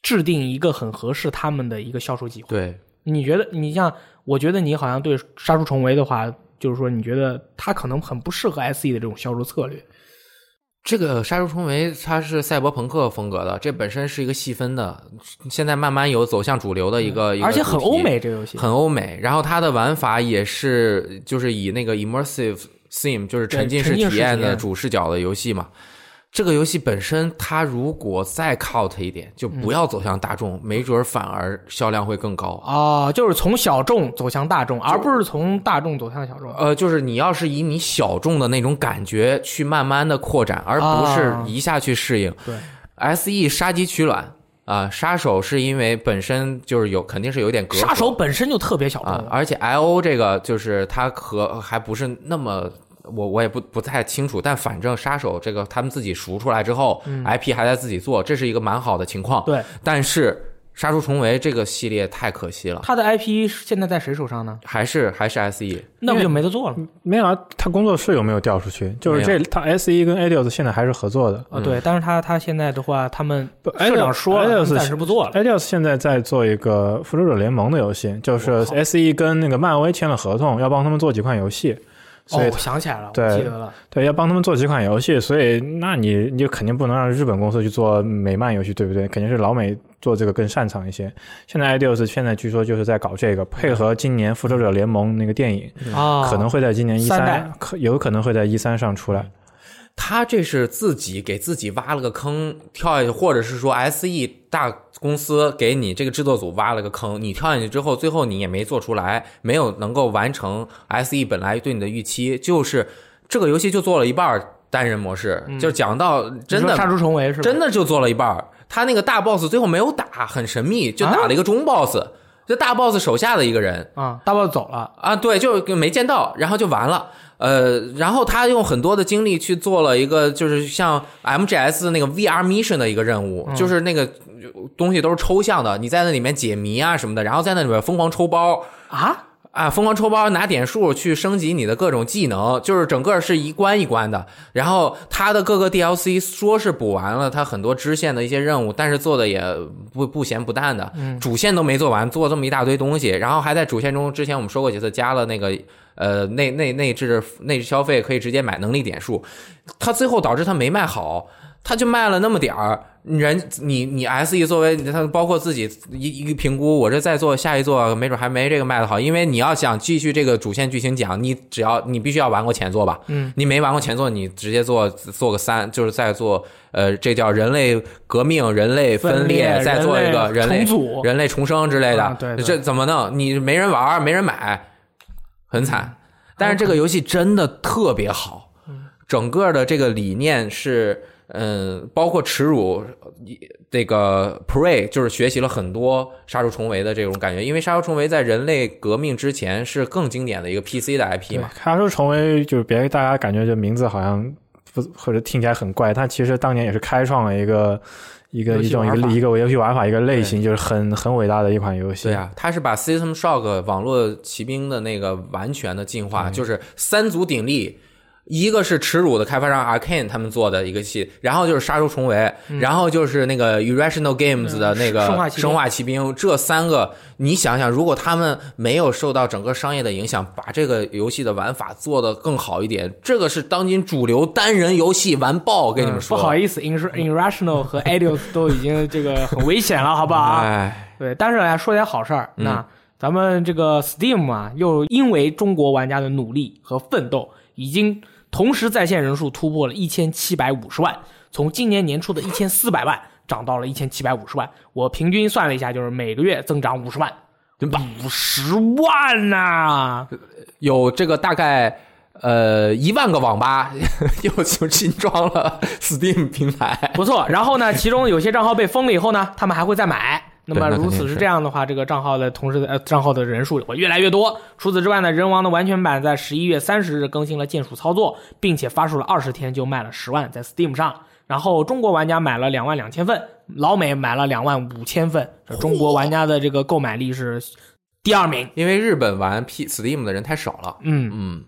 S1: 制定一个很合适他们的一个销售计划。
S2: 对，
S1: 你觉得，你像，我觉得你好像对《杀出重围》的话，就是说，你觉得它可能很不适合 SE 的这种销售策略。
S2: 这个《杀出重围》它是赛博朋克风格的，这本身是一个细分的，现在慢慢有走向主流的一个，一个
S1: 嗯而且很
S2: 主题
S1: 欧，美这个游戏，
S2: 很欧美。然后它的玩法也是就是以那个 immersive sim 就是
S1: 对
S2: 沉浸式
S1: 沉浸式
S2: 体验
S1: 体
S2: 的
S1: 验
S2: 主视角的游戏嘛。这个游戏本身，它如果再 cult 一点，就
S1: 嗯
S2: 不要走向大众，没准儿反而销量会更高。
S1: 啊、就是从小众走向大众，而不是从大众走向小众。
S2: 呃，就是你要是以你小众的那种感觉去慢慢的扩展，而不是
S1: 啊
S2: 一下去适应。
S1: 对
S2: S E 杀鸡取卵啊、杀手是因为本身就是有肯定是有点隔阂
S1: 杀手本身就特别小众
S2: 啊、
S1: 了，
S2: 而且 I O 这个就是它和还不是那么。我我也不不太清楚，但反正杀手这个他们自己赎出来之后、i p 还在自己做，这是一个蛮好的情况。
S1: 嗯对，
S2: 但是杀出重围这个系列太可惜了，
S1: 它的 IP 现在在谁手上呢？
S2: 还是还是 S E
S1: 那不就没得做了
S3: 没有啊，他工作室有没有调出去？就是这，他 S E 跟 Adios 现在还是合作的。
S1: 啊？对，但是他他现在的话，他们
S3: 不
S1: 社长
S3: Adios-
S1: 说了，他
S3: Adios
S1: 们暂时不做了。
S3: Adios 现在在做一个《复仇者联盟》的游戏，就是
S1: 我靠
S3: S E 跟那个漫威签了合同，要帮他们做几款游戏，所
S1: 哦，
S3: 以、
S1: 我想起来了，我
S3: 对
S1: 记得了。
S3: 对要帮他们做几款游戏，所以那你你就肯定不能让日本公司去做美漫游戏，对不对？肯定是老美做这个更擅长一些。现在 Adios 现在据说就是在搞这个，配合今年《复仇者联盟》那个电影，
S1: 啊，
S3: 可能会在今年一
S1: 三代嗯
S3: 三，可有可能会在一三上出来。
S2: 他这是自己给自己挖了个坑跳下去，或者是说 S E 大公司给你这个制作组挖了个坑，你跳下去之后，最后你也没做出来，没有能够完成 S E 本来对你的预期，就是这个游戏就做了一半儿单人模式，就是讲到
S1: 嗯你
S2: 真
S1: 说
S2: 的
S1: 杀出重围是吧？
S2: 真的就做了一半儿。他那个大 boss 最后没有打，很神秘，就打了一个中 boss，、就大 boss 手下的一个人。
S1: 啊，大 boss 走了，
S2: 啊，对，就没见到，然后就完了。呃，然后他用很多的精力去做了一个，就是像 MGS 的那个 VR mission 的一个任务，就是那个呃东西都是抽象的，你在那里面解谜啊什么的，然后在那里面疯狂抽包
S1: 啊，
S2: 啊，疯狂抽包拿点数去升级你的各种技能，就是整个是一关一关的。然后它的各个 DLC 说是补完了它很多支线的一些任务，但是做的也不不咸不淡的，主线都没做完，做这么一大堆东西，然后还在主线中，之前我们说过几次，加了那个呃内内内置内置消费可以直接买能力点数，它最后导致它没卖好，它就卖了那么点儿。人，你你 S E 作为它包括自己一一个评估，我这再做下一座，没准还没这个卖的好，因为你要想继续这个主线剧情讲，你只要你必须要玩过前作吧，
S1: 嗯，
S2: 你没玩过前作，你直接做做个三，就是再做呃，这叫人类革命、人类分裂，
S1: 分裂
S2: 再做一个人
S1: 人类
S2: 类
S1: 重组
S2: 人类重生之类的，
S1: 啊对对
S2: 这怎么弄？你没人玩儿，没人买，很
S1: 嗯
S2: 惨。但是这个游戏真的特别好，整个的这个理念是，嗯，包括耻辱，这个 Prey 就是学习了很多杀出重围的这种感觉，因为杀出重围在人类革命之前是更经典的一个 PC 的 IP
S3: 对
S2: 嘛，，
S3: 杀出重围就别大家感觉这名字好像不或者听起来很怪，但其实当年也是开创了一个一个
S1: 游戏
S3: 一种
S1: 玩
S3: 一
S1: 法
S3: 个一个游戏玩法一个类型，就是很很伟大的一款游戏。
S2: 对啊，它是把 System Shock 网络骑兵的那个完全的进
S1: 嗯
S2: 化，就是三足鼎立。一个是耻辱的开发商 Arcane 他们做的一个戏，然后就是杀出重围，然后就是那个 Irrational Games 的那个
S1: 嗯生化骑兵
S2: 生化骑兵，这三个你想想，如果他们没有受到整个商业的影响，把这个游戏的玩法做得更好一点，这个是当今主流单人游戏完爆，我跟你们
S1: 嗯不
S2: 说，
S1: 好意思，Ir- Irrational 和 Adios 都已经这个很危险了，好不好？
S2: 哎，
S1: 对，但是来说点好事儿，那咱们这个 Steam 啊，又因为中国玩家的努力和奋斗，已经同时在线人数突破了一千七百五十万，从今年年初的一千四百万涨到了一千七百五十万。我平均算了一下，就是每个月增长五十万，
S2: 真棒！
S1: 五十万呐、
S2: 有这个大概呃一万个网吧 又就新装了 Steam 平台，
S1: 不错。然后呢，其中有些账号被封了以后呢，他们还会再买。那
S2: 对
S1: 么
S2: 那肯
S1: 如
S2: 定
S1: 此
S2: 是
S1: 是这样的话，这个账号的同时的呃账号的人数也会越来越多。除此之外呢，人王的完全版在十一月三十日更新了键鼠操作，并且发售了二十天就卖了十万在 Steam 上。然后中国玩家买了两万两千份，老美买了两万五千份，这中国玩家的这个购买力是第二名。
S2: 因为日本玩 P Steam 的人太少了，
S1: 嗯，
S2: 嗯，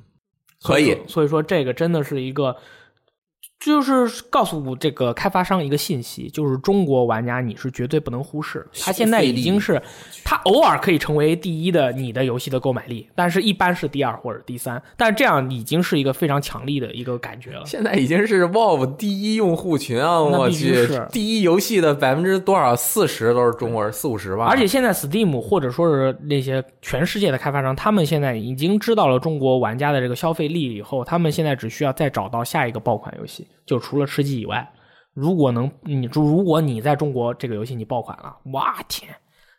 S2: 可以，
S1: 所以说这个真的是一个，就是告诉这个开发商一个信息，就是中国玩家你是绝对不能忽视的。他现在已经是，他偶尔可以成为第一的你的游戏的购买力，但是一般是第二或者第三，但这样已经是一个非常强力的一个感觉了。
S2: 现在已经是 WoW 第一用户群啊！
S1: 那
S2: 我
S1: 必须
S2: 去
S1: 是，
S2: 第一游戏的百分之多少？四十都是中国人，四五十吧。
S1: 而且现在 Steam 或者说是那些全世界的开发商，他们现在已经知道了中国玩家的这个消费力以后，他们现在只需要再找到下一个爆款游戏，就除了吃鸡以外，如果能你如果你在中国这个游戏你爆款了，哇天！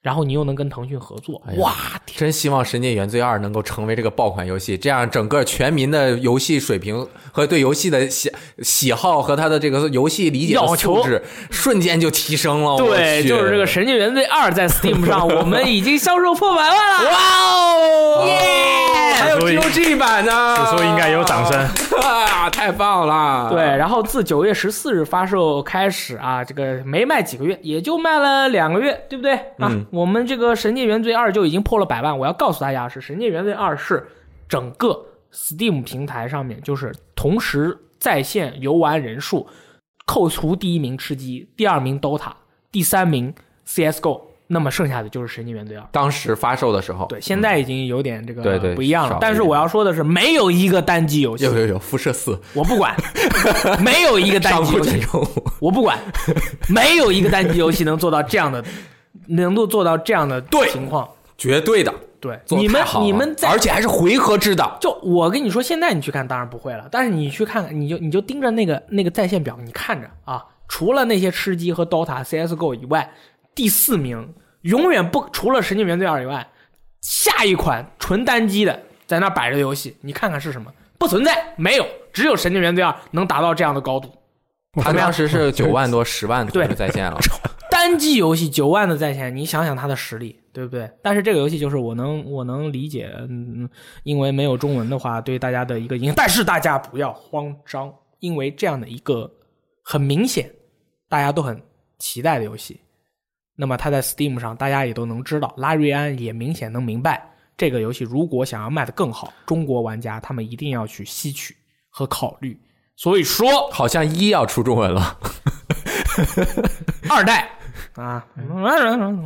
S1: 然后你又能跟腾讯合作，
S2: 哎呀
S1: 哇天！
S2: 真希望《神界原罪二》能够成为这个爆款游戏，这样整个全民的游戏水平和对游戏的喜喜好和他的这个游戏理解的
S1: 要求
S2: 素质瞬间就提升了。我
S1: 对，
S2: 去
S1: 就是这个《神界原罪二》在 Steam 上，我们已经销售破百万了。
S2: 哇哦！耶！还有
S3: 此处应
S2: GOG 版呢，
S3: 此处应该有掌声。
S2: 啊，太棒了！
S1: 对，，然后自九月十四日发售开始啊，这个没卖几个月，也就卖了两个月，对不对啊？
S2: 嗯
S1: 我们这个《神界原罪二》就已经破了百万。我要告诉大家是，《神界原罪二》是整个 Steam 平台上面就是同时在线游玩人数，扣除第一名吃鸡，第二名 DOTA，第三名 CSGO，那么剩下的就是《神界原罪二》。
S2: 当时发售的时候，
S1: 对，现在已经有点这个
S2: 对对
S1: 不一样
S2: 少
S1: 了
S2: 了。
S1: 但是
S2: 一点
S1: 我要说的是，没有一个单机游戏
S2: 有，有有辐射四
S1: 我不 管，没有一个单
S2: 上
S1: 机
S2: 古
S1: 游戏
S2: 卷轴，
S1: 我不管，没有一个单机游戏能做到这样的，能够做到这样的
S2: 对
S1: 情况。
S2: 绝对的。
S1: 对，
S2: 做得
S1: 你们
S2: 太好了
S1: 你们在
S2: 而且还是回合制的，
S1: 就我跟你说，现在你去看当然不会了，但是你去看看，你就你就盯着那个那个在线表，你看着啊，除了那些吃鸡和 DOTA、CS:GO 以外，第四名永远不除了《神经元罪二》以外，下一款纯单机的在那摆着游戏，你看看是什么？不存在，没有，只有《神经元罪二》能达到这样的高度。
S2: 他当时是九万多、十万多
S1: 对
S2: 就在线了。
S1: 单机游戏九万的在线，你想想它的实力，对不对？但是这个游戏就是我能我能理解，嗯，因为没有中文的话，对大家的一个影响。但是大家不要慌张，因为这样的一个很明显大家都很期待的游戏，那么它在 Steam 上大家也都能知道，拉瑞安也明显能明白。这个游戏如果想要卖得更好，中国玩家他们一定要去吸取和考虑。所以说，
S2: 好像一要出中文了，
S1: 二代啊，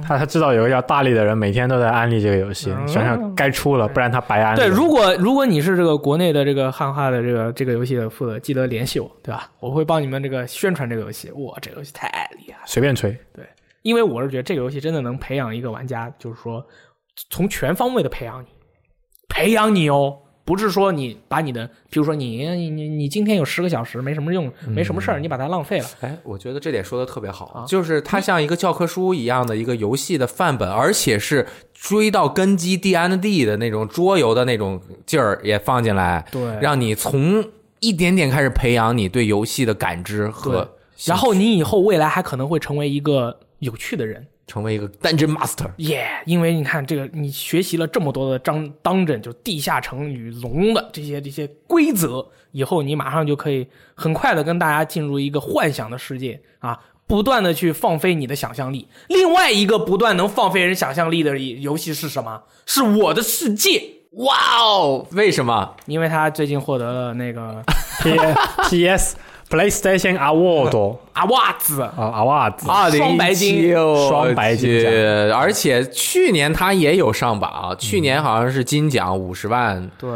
S3: 他他知道有个叫大力的人每天都在安利这个游戏，
S1: 嗯
S3: 想想该出了，不然他白安利
S1: 对，
S3: 了。
S1: 如果如果你是这个国内的这个汉化的这个这个游戏的负责，记得联系我，对吧？我会帮你们这个宣传这个游戏。哇，这个游戏太厉害了！
S3: 随便吹，
S1: 因为我是觉得这个游戏真的能培养一个玩家，就是说从全方位的培养你，培养你哦，不是说你把你的，比如说你你你你今天有十个小时没什么用，没什么
S3: 嗯
S1: 事儿，你把它浪费了。
S2: 哎，我觉得这点说的特别
S1: 啊
S2: 好，就是它像一个教科书一样的一个游戏的范本，而且是追到根基 D N D 的那种桌游的那种劲儿也放进来，
S1: 对
S2: 让你从一点点开始培养你对游戏的感知和
S1: 对，然后你以后未来还可能会成为一个有趣的人，
S2: 成为一个 Dungeon Master。
S1: 耶、因为你看这个，你学习了这么多的当当真，就地下城与龙的这些这些规则，以后你马上就可以很快的跟大家进入一个幻想的世界啊，不断的去放飞你的想象力。另外一个不断能放飞人想象力的游戏是什么？是我的世界。
S2: 哇哦，为什么？
S1: 因为他最近获得了那个
S3: P P S PlayStation Award
S1: 阿袜子，
S3: 啊 Award
S2: 二零哦
S1: 双白金
S3: 双白金奖
S2: 而且去年他也有上榜，去年好像是金奖五十万，
S1: 对，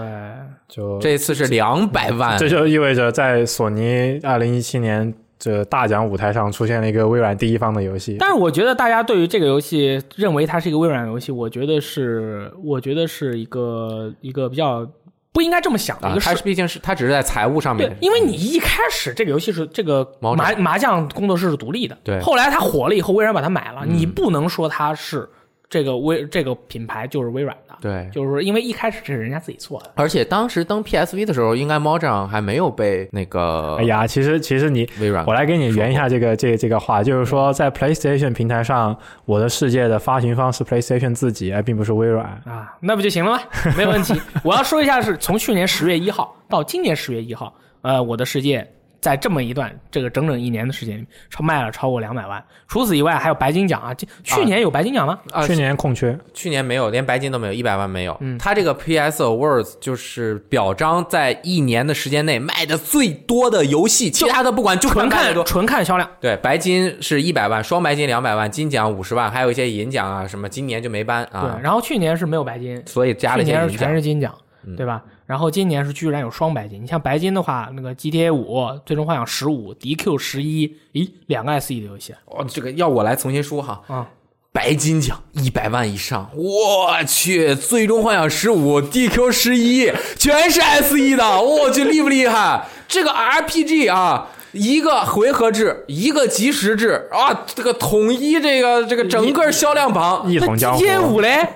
S3: 就
S2: 这次是两百万，
S3: 这就意味着在索尼二零一七年这大奖舞台上出现了一个微软第一方的游戏，
S1: 但是我觉得大家对于这个游戏认为它是一个微软游戏，我觉得是，我觉得是一个一个比较不应该这么想的一
S2: 啊
S1: 个，事。
S2: 他是毕竟是他只是在财务上
S1: 对
S2: 面，，
S1: 因为你一开始这个游戏是这个
S2: 毛
S1: 麻麻将工作室是独立的，
S2: 对嗯
S1: 后来它火了以后，微软把它买了，你不能说它是这个微这个品牌就是微软的，
S2: 对
S1: 就是说因为一开始这是人家自己做的，
S2: 而且当时登 PSV 的时候，应该猫掌还没有被那个
S3: 哎呀，其实其实你
S2: 微
S1: 啊
S2: 软
S3: 我来给你圆一下这个这这个话，就是
S1: 嗯
S3: 说在 PlayStation 平台上，《我的世界》的发行方是 PlayStation 自己，而并不是微软。
S1: 啊，那不就行了吗？ 没问题。我要说一下，是从去年十月一号到今年十月一号，呃，我的世界在这么一段这个整整一年的时间里，超卖了超过两百万。除此以外，还有白金奖啊，这去年有白金奖吗？
S2: 啊
S3: 去年空缺，
S2: 去年没有，连白金都没有，一百万没有。
S1: 嗯
S2: 他这个 PS Awards 就是表彰在一年的时间内卖的最多的游戏，其他的不管就
S1: 纯
S2: 卖得
S1: 看
S2: 多。
S1: 纯看销量，
S2: 对，白金是一百万，双白金两百万，金奖五十万，还有一些银奖啊什么，今年就没颁啊
S1: 对。，然后去年是没有白金，
S2: 所以加了
S1: 去
S2: 一些
S1: 年是
S2: 银
S1: 全
S2: 奖。
S1: 是金奖，对吧？然后今年是居然有双白金，你像白金的话，那个 GTA 五、最终幻想十五、DQ 十一，咦，两个 SE 的游戏
S2: 哦，这个要我来重新说哈。
S1: 啊，
S2: 白金奖一百万以上，我去！最终幻想十五、DQ 十一，全是 SE 的，我去厉不厉害？这个 RPG 啊，一个回合制，一个即时制啊，这个统一这个这个整个销量榜。
S3: 一
S1: 那
S3: 统江湖。
S1: GTA 五嘞，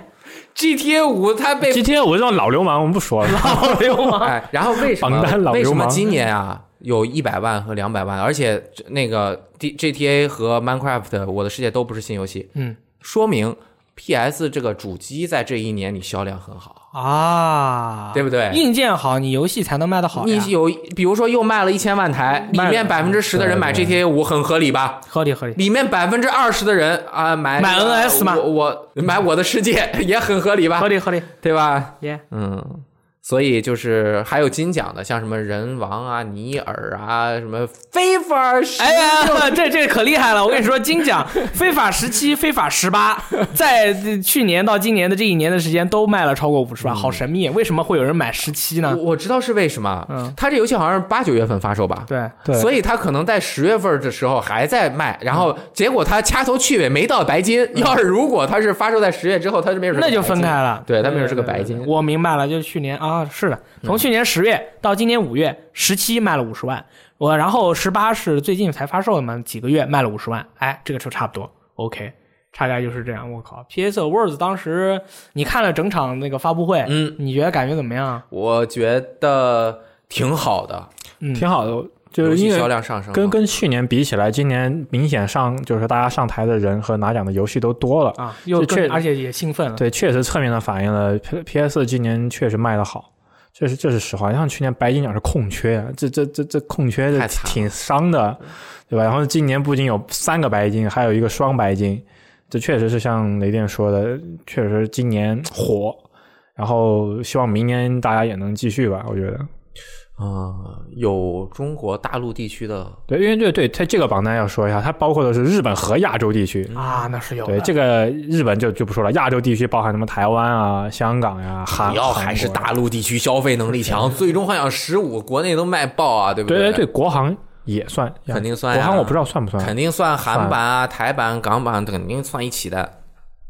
S2: GTA 五它 被
S3: GTA 我这种老流氓，我们不说了。
S1: 老流氓。
S2: 哎，然后为什么
S3: 榜单老
S2: 为
S3: 流
S2: 什么
S3: 氓
S2: 今年啊有一百万和两百万，而且这那个 D GTA 和 Minecraft 我的世界都不是新游戏，
S1: 嗯，
S2: 说明 PS 这个主机在这一年你销量很好。
S1: 啊，
S2: 对不对
S1: 硬件好，你游戏才能卖得好呀。
S2: 你有，比如说又卖了一千万台，里
S3: 卖了
S2: 面百分之十的人买
S3: 对
S2: GTA 五很合理吧？
S1: 合理合理。
S2: 里面百分之二十的人啊、买
S1: 买 NS 吗
S2: 我我买我的世界也很合理吧
S1: 合？理合理，
S2: 对吧？
S1: 耶、
S2: 嗯，所以就是还有金奖的，像什么人王啊、尼尔啊、什么啊非法十
S1: 哎呀， 这这可厉害了！我跟你说，金奖 非法十七、非法十八，在呃去年到今年的这一年的时间都卖了超过五十万，好神秘！为什么会有人买十七
S2: 我
S1: 呢？
S2: 我知道是为什么，
S1: 嗯
S2: 他这游戏好像是八九月份发售吧？
S1: 对，
S3: 对，
S2: 所
S3: 以
S2: 以他可能在十月份的时候还在卖，然后结果他掐头去尾没到白金。要是如果他是发售在十月之后，他就没准是个
S1: 那就分
S2: 白金
S1: 开了。
S2: 对他们也是个白金嗯
S1: 对对对我明白了，就是去年啊，是的，从去年十月到今年五月，十七卖了五十万，我然后十八是最近才发售的嘛，几个月卖了五十万，哎，这个车差不多，OK。差价就是这样，我靠！PS Awards 当时你看了整场那个发布会，
S2: 嗯，
S1: 你觉得感觉怎么样？
S2: 我觉得挺好的，
S1: 嗯
S3: 挺好的，就
S2: 游
S3: 是
S2: 戏
S3: 因
S2: 销
S3: 为
S2: 量上升了，
S3: 跟跟去年比起来，今年明显上就是大家上台的人和拿奖的游戏都多了。
S1: 啊，又
S3: 这确
S1: 更而且也兴奋了，
S3: 对，确实侧面的反映了 P P S 今年确实卖的好，这是这是实话。像去年白金奖是空缺啊，这这这这空缺
S2: 太
S3: 这
S2: 惨了
S3: 挺伤的，对吧？然后今年不仅有三个白金，还有一个双白金，这确实是像雷电说的，确实今年火。然后希望明年大家也能继续吧，我觉得。
S2: 啊、有中国大陆地区的
S3: 对，因为对对，它这个榜单要说一下，它包括的是日本和亚洲地区。
S1: 啊，那是有
S3: 对，
S1: 的。
S3: 这个日本就就不说了，亚洲地区包含什么台湾啊、香港呀、韩，
S2: 主要还是
S3: 韩国呀
S2: 大陆地区消费能力强，最终幻想十五国内都卖爆啊，对不
S3: 对对
S2: 对
S3: 对，国行也算，
S2: 肯定算呀啊
S3: 国行我不知道算不算。
S2: 肯定算韩版啊、台版、港版，肯定算一起的。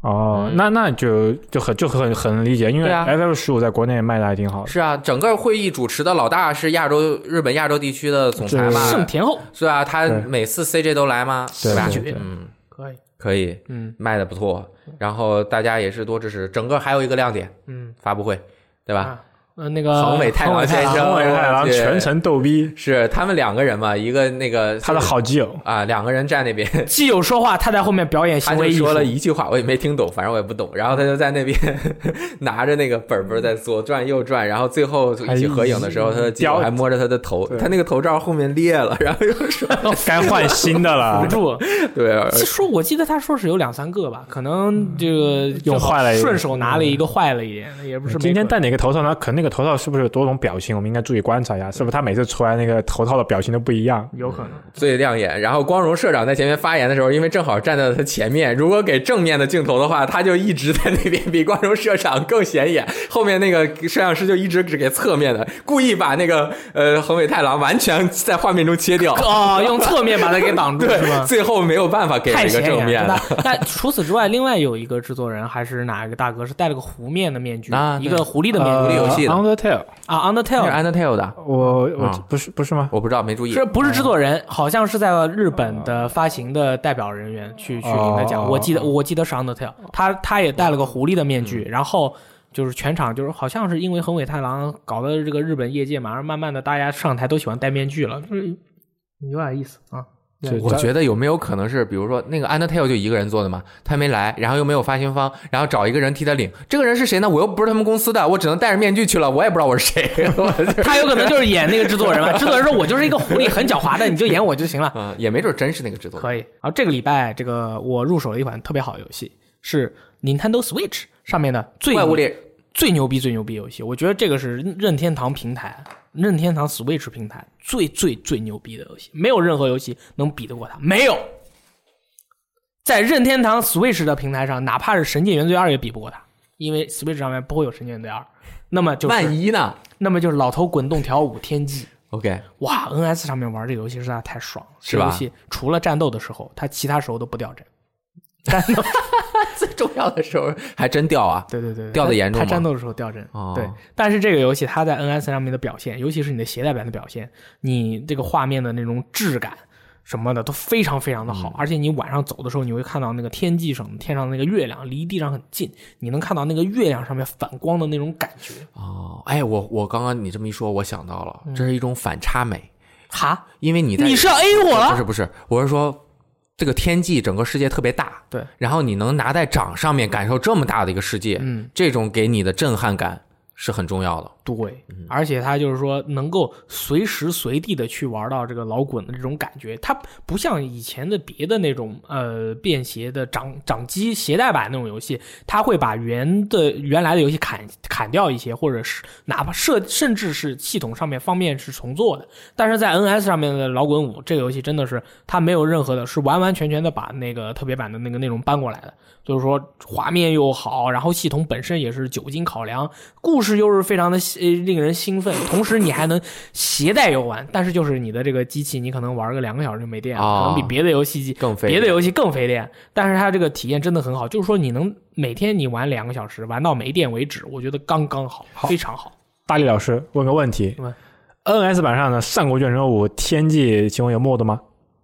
S3: 哦，那那就就很就很很能理解，因为
S2: 嗯对啊
S3: FF 十五在国内卖的还挺好的。
S2: 是啊，整个会议主持的老大是亚洲日本亚洲地区的总裁
S3: 这
S1: 盛
S2: 嘛，
S1: 田后
S2: 是啊，他
S3: 对
S2: 每次 CJ 都来吗？
S3: 对
S2: 吧？
S3: 对对
S2: 嗯，
S1: 可以，
S2: 可以，
S1: 嗯
S2: 卖的不错，然后大家也是多支持。整个还有一个亮点，
S1: 嗯
S2: 发布会，对吧？
S1: 啊，呃那个
S2: 横尾太郎先生
S3: 横尾太郎全程逗逼，
S2: 是他们两个人嘛，一个那个
S3: 他的好基友。
S2: 啊，两个人站那边，
S1: 基友说话，他在后面表演
S2: 他
S1: 行
S2: 就
S1: 为艺术
S2: 说，了一句话，我也没听懂，反正我也不懂。然后他就在那边 拿着那个本本在左转右转，然后最后一起合影的时候，
S3: 哎
S2: 他的基友
S3: 叼
S2: 还摸着他的头，
S3: 对
S2: 他那个头罩后面裂了，然后又 说
S3: 该换新的了
S1: 扶。住。
S2: 对，啊
S1: 其实我记得他说是有两三个吧，可能这个
S3: 用坏了一个
S1: 顺手拿了一个坏了一点，也不是没
S3: 今
S1: 准
S3: 天戴哪个头套呢？可能那个头套是不是有多种表情？我们应该注意观察一下，是不是他每次出来那个头套的表情都不一样？
S1: 有可能
S2: 最亮眼。然后光荣社长在前面发言的时候，因为正好站在他前面，如果给正面的镜头的话，他就一直在那边比光荣社长更显眼。后面那个摄像师就一直只给侧面的，故意把那个呃横尾太郎完全在画面中切掉。
S1: 哦，用侧面把他给挡住是吗？
S2: 最后没有办法给了
S1: 太
S2: 一个
S1: 显
S2: 正
S1: 眼
S2: 面
S1: 了
S2: 的。。
S1: 那那除此之外，另外有一个制作人还是哪一个大哥是戴了个狐面的面具
S2: 啊，
S1: 一
S2: 对
S1: 个狐狸的面
S2: 狐
S1: 具
S2: 狸游戏的
S3: 呃 Undertale，
S1: 啊
S2: 那
S1: ，Undertale。
S2: Undertale 的，
S3: 我我
S2: 啊
S3: 不是不是吗？
S2: 我不知道，没注意。
S1: 是不是制
S2: 哦
S1: 作人？好像是在日本的发行的代表人员去去领的奖。
S3: 哦
S1: 我记得我记得是 Undertale，他他也戴了个狐狸的面
S2: 嗯
S1: 具，然后就是全场就是好像是因为横尾太郎搞的这个日本业界嘛，然后慢慢的大家上台都喜欢戴面具了，就是有点意思啊。
S3: 这
S2: 我觉得有没有可能是，比如说那个 Undertale 就一个人做的嘛，他没来，然后又没有发行方，然后找一个人替他领。这个人是谁呢？我又不是他们公司的，我只能戴着面具去了，我也不知道我是谁。我是
S1: 他有可能就是演那个制作人嘛，制作人说我就是一个狐狸，很狡猾的，你就演我就行了。
S2: 嗯，也没准真是那个制作人。
S1: 可以。然后这个礼拜，这个我入手了一款特别好的游戏，是 Nintendo Switch 上面的最
S2: 怪物猎
S1: 最牛逼最牛逼游戏。我觉得这个是任天堂平台、任天堂 Switch 平台最最最牛逼的游戏，没有任何游戏能比得过它，没有。在任天堂 Switch 的平台上，哪怕是《神界原罪二》也比不过它，因为 Switch 上面不会有《神界原罪二》。那么就是，
S2: 万一呢
S1: 那么就是老头滚动条舞天际，
S2: ？OK，
S1: 哇，NS 上面玩这个游戏实在太爽了，
S2: 是吧
S1: 这游戏除了战斗的时候，它其他时候都不掉帧。战斗，！
S2: 最重要的时候还真掉啊
S1: 对对对，对
S2: 掉得严重吗
S1: 它它战斗的时候掉帧。
S2: 哦
S1: 对，但是这个游戏它在 NS 上面的表现，尤其是你的携带版的表现，你这个画面的那种质感什么的都非常非常的
S2: 嗯
S1: 好，而且你晚上走的时候，你会看到那个天际上天上那个月亮离地上很近，你能看到那个月亮上面反光的那种感觉。
S2: 哦，哎，我我刚刚你这么一说，我想到了，这是一种反差美，
S1: 哈，
S2: 因为你在
S1: 你是要 A 我
S2: 不
S1: 了？
S2: 是不是，我是说这个天际整个世界特别大，
S1: 对，
S2: 然后你能拿在掌上面感受这么大的一个世界，
S1: 嗯，
S2: 这种给你的震撼感是很重要的。
S1: 对，而且它就是说能够随时随地的去玩到这个老滚的这种感觉，它不像以前的别的那种呃便携的掌掌机携带版那种游戏，它会把原的原来的游戏砍砍掉一些，或者是哪怕设甚至是系统上面方面是重做的，但是在 NS 上面的老滚五这个游戏真的是它没有任何的，是完完全全的把那个特别版的那个内容搬过来的，就是说画面又好，然后系统本身也是久经考量，故事又是非常的呃令人兴奋，同时你还能携带游玩，但是就是你的这个机器你可能玩个两个小时就没电了，
S2: 哦
S1: 可能比别的游戏机
S2: 更费
S1: 别的
S2: 电
S1: 游戏更费电，但是它这个体验真的很好，就是说你能每天你玩两个小时，玩到没电为止，我觉得刚刚好，
S3: 好
S1: 非常好。
S3: 大力老师问个问题
S1: 问
S3: ：NS 版上的《上古卷轴五》天际，请问有 mod 吗？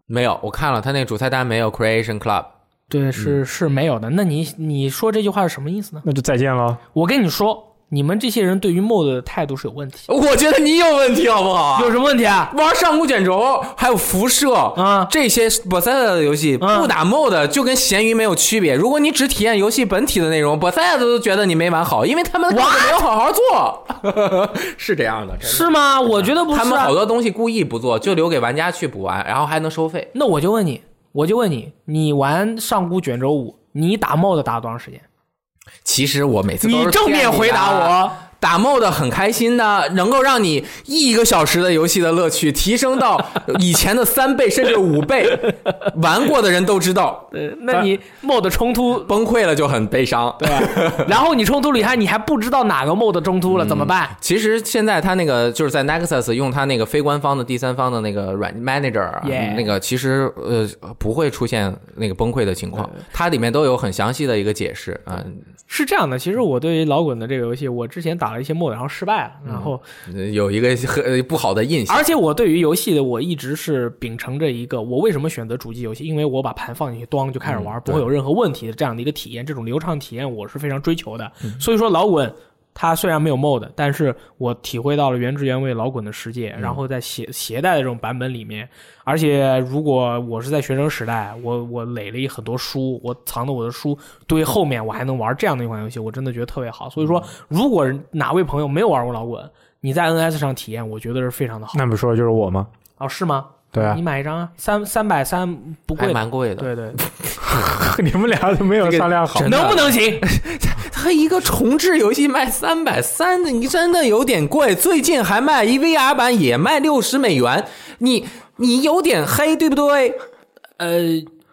S2: 没有，我看了他那个主菜单没有 Creation Club，
S1: 对，是是没有的。那你你说这句话是什么意思呢？
S3: 那就再见喽。
S1: 我跟你说，你们这些人对于 MOD 的态度是有问题，
S2: 我觉得你有问题好不好啊？
S1: 有什么问题啊？
S2: 玩上古卷轴，还有辐射
S1: 啊
S2: 这些 Bethesda 的游戏
S1: 啊
S2: 不打 mod 就跟咸鱼没有区别。如果你只体验游戏本体的内容，Bethesda 都觉得你没玩好，因为他们根本没有好好做， 是这样的。真的
S1: 是吗？我觉得不是、啊。
S2: 嗯他们好多东西故意不做，就留给玩家去补完，然后还能收费。
S1: 那我就问你，我就问你，你玩上古卷轴五，你打 MOD 打了多长时间？
S2: 其实我每次都
S1: 你
S2: 是
S1: 正面回答
S2: 骗你的啊。
S1: 我，
S2: 打 mod 很开心的，能够让你一个小时的游戏的乐趣提升到以前的三倍甚至五倍。玩过的人都知道，
S1: 呃，那你 mod 冲 突，
S2: 崩溃了就很悲伤。
S1: 对吧？然后你冲突了以后，你还不知道哪个 mod 冲
S2: 嗯
S1: 突了，怎么办？
S2: 其实现在它那个就是在 Nexus 用它那个非官方的第三方的那个软 manager，、啊
S1: Yeah
S2: 那个其实呃不会出现那个崩溃的情况，它里面都有很详细的一个解释啊。
S1: 是这样的，其实我对于老滚的这个游戏，我之前打了一些 mod，然后失败了，然后
S2: 有一个 很不好的印象，
S1: 而且我对于游戏的，我一直是秉承着一个，我为什么选择主机游戏？因为我把盘放进去，咣就开始玩，不会有任何问题的这样的一个体验，这种流畅体验我是非常追求的。所以说老滚。它虽然没有 mod，但是我体会到了原汁原味老滚的世界，然后在携携带的这种版本里面，而且如果我是在学生时代，我我垒了一很多书，我藏的我的书堆后面，我还能玩这样的一款游戏，我真的觉得特别好。所以说，如果哪位朋友没有玩过老滚，你在 NS 上体验，我觉得是非常的好。
S3: 那不说的就是我吗？
S1: 哦，是吗？
S3: 对啊
S1: 你，买一张啊，三三百三不
S2: 还
S1: 贵吧？
S2: 蛮贵的。
S1: 对 对，
S3: 你们俩都没有商量好
S2: 这。真个的
S1: 能不能 行？
S2: 它一个重置游戏卖三百三，你真的有点贵。最近还卖一 VR 版也卖六十美元，你你有点黑，对不对？
S1: 呃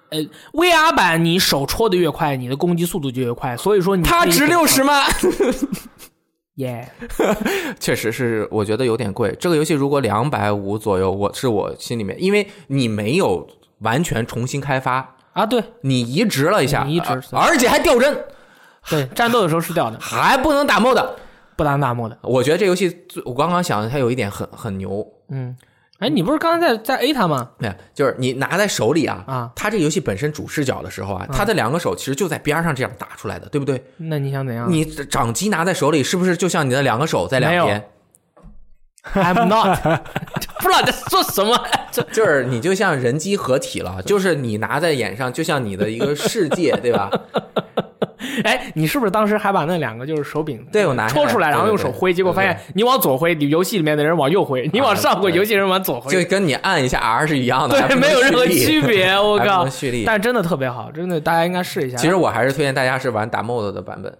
S1: 呃，VR 版你手戳的越快，你的攻击速度就越快，所以说你
S2: 它值六十吗？
S1: 耶。
S2: 确实是，我觉得有点贵。这个游戏如果两百五左右，我是我心里面，因为你没有完全重新开发，
S1: 啊，对
S2: 你移植了一下，
S1: 你移植
S2: 而而且还掉帧，
S1: 对，战斗的时候是掉的，
S2: 还不能打 mod。
S1: 不打大漠的。
S2: 我觉得这游戏最，我刚刚想它有一点很很牛，
S1: 嗯，哎，你不是刚才在在 A 他吗？
S2: 对，就是你拿在手里啊，
S1: 啊，
S2: 它这游戏本身主视角的时候啊，它的两个手其实就在边上这样打出来的，对不对？
S1: 那你想怎样
S2: 你掌机拿在手里，是不是就像你的两个手在两
S1: 啊没
S2: 边？
S1: ？I'm not，不 知道在说什么。这
S2: 就是你就像人机合体了，就是你拿在眼上，就像你的一个世界，对吧？
S1: 哎，你是不是当时还把那两个就是手柄
S2: 对我拿下来
S1: 嗯戳出来，
S2: 对
S1: 然后用
S2: 对
S1: 手
S2: 对啊
S1: 挥，结果发现你往左挥，你游戏里面的人往右挥；你往上挥，
S2: 对
S1: 游戏人往左挥。
S2: 就跟你按一下 R 是一样的，还不
S1: 对，
S2: 能
S1: 没有任何
S2: 蓄力
S1: 区 别，我
S2: 还不
S1: 靠
S2: 能！蓄力。
S1: 但真的特别好，真的大家应该试一下。
S2: 其实我还是推荐大家是玩打 mod 的版本，嗯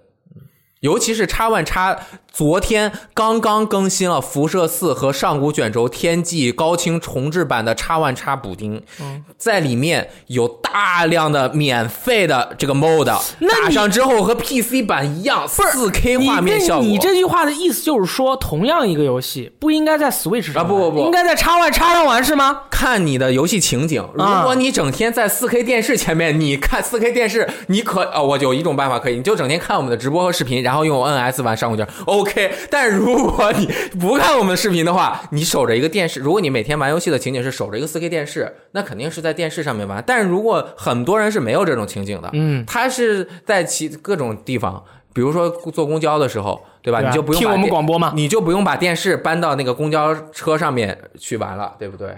S2: 尤其是叉 One 叉，昨天刚刚更新了《辐射四》和《上古卷轴天际》高清重制版的叉 One 叉补丁，
S1: 嗯
S2: 在里面有大量的免费的这个 mod，
S1: 那你
S2: 打上之后和 PC 版一样，四 K
S1: 你
S2: 画面
S1: 这
S2: 效果。
S1: 你这句话的意思就是说，同样一个游戏不应该在 Switch 上
S2: 啊不不
S1: 玩
S2: 不
S1: 应该在叉 Y 叉上玩是吗？
S2: 看你的游戏情景。如
S1: 啊
S2: 果你整天在4 K 电视前面，你看4 K 电视，你可啊、我有一种办法可以，你就整天看我们的直播和视频，然后用 NS 玩上古卷 OK。但如果你不看我们的视频的话，你守着一个电视，如果你每天玩游戏的情景是守着一个4 K 电视，那肯定是在电视上面玩。但是如果很多人是没有这种情景的，
S1: 嗯，
S2: 他是在其各种地方。比如说坐公交的时候，对吧？
S1: 对吧啊
S2: 你就不用
S1: 听
S2: 把
S1: 我们
S2: 电
S1: 广播嘛
S2: 你就不用把电视搬到那个公交车上面去玩了，对不对？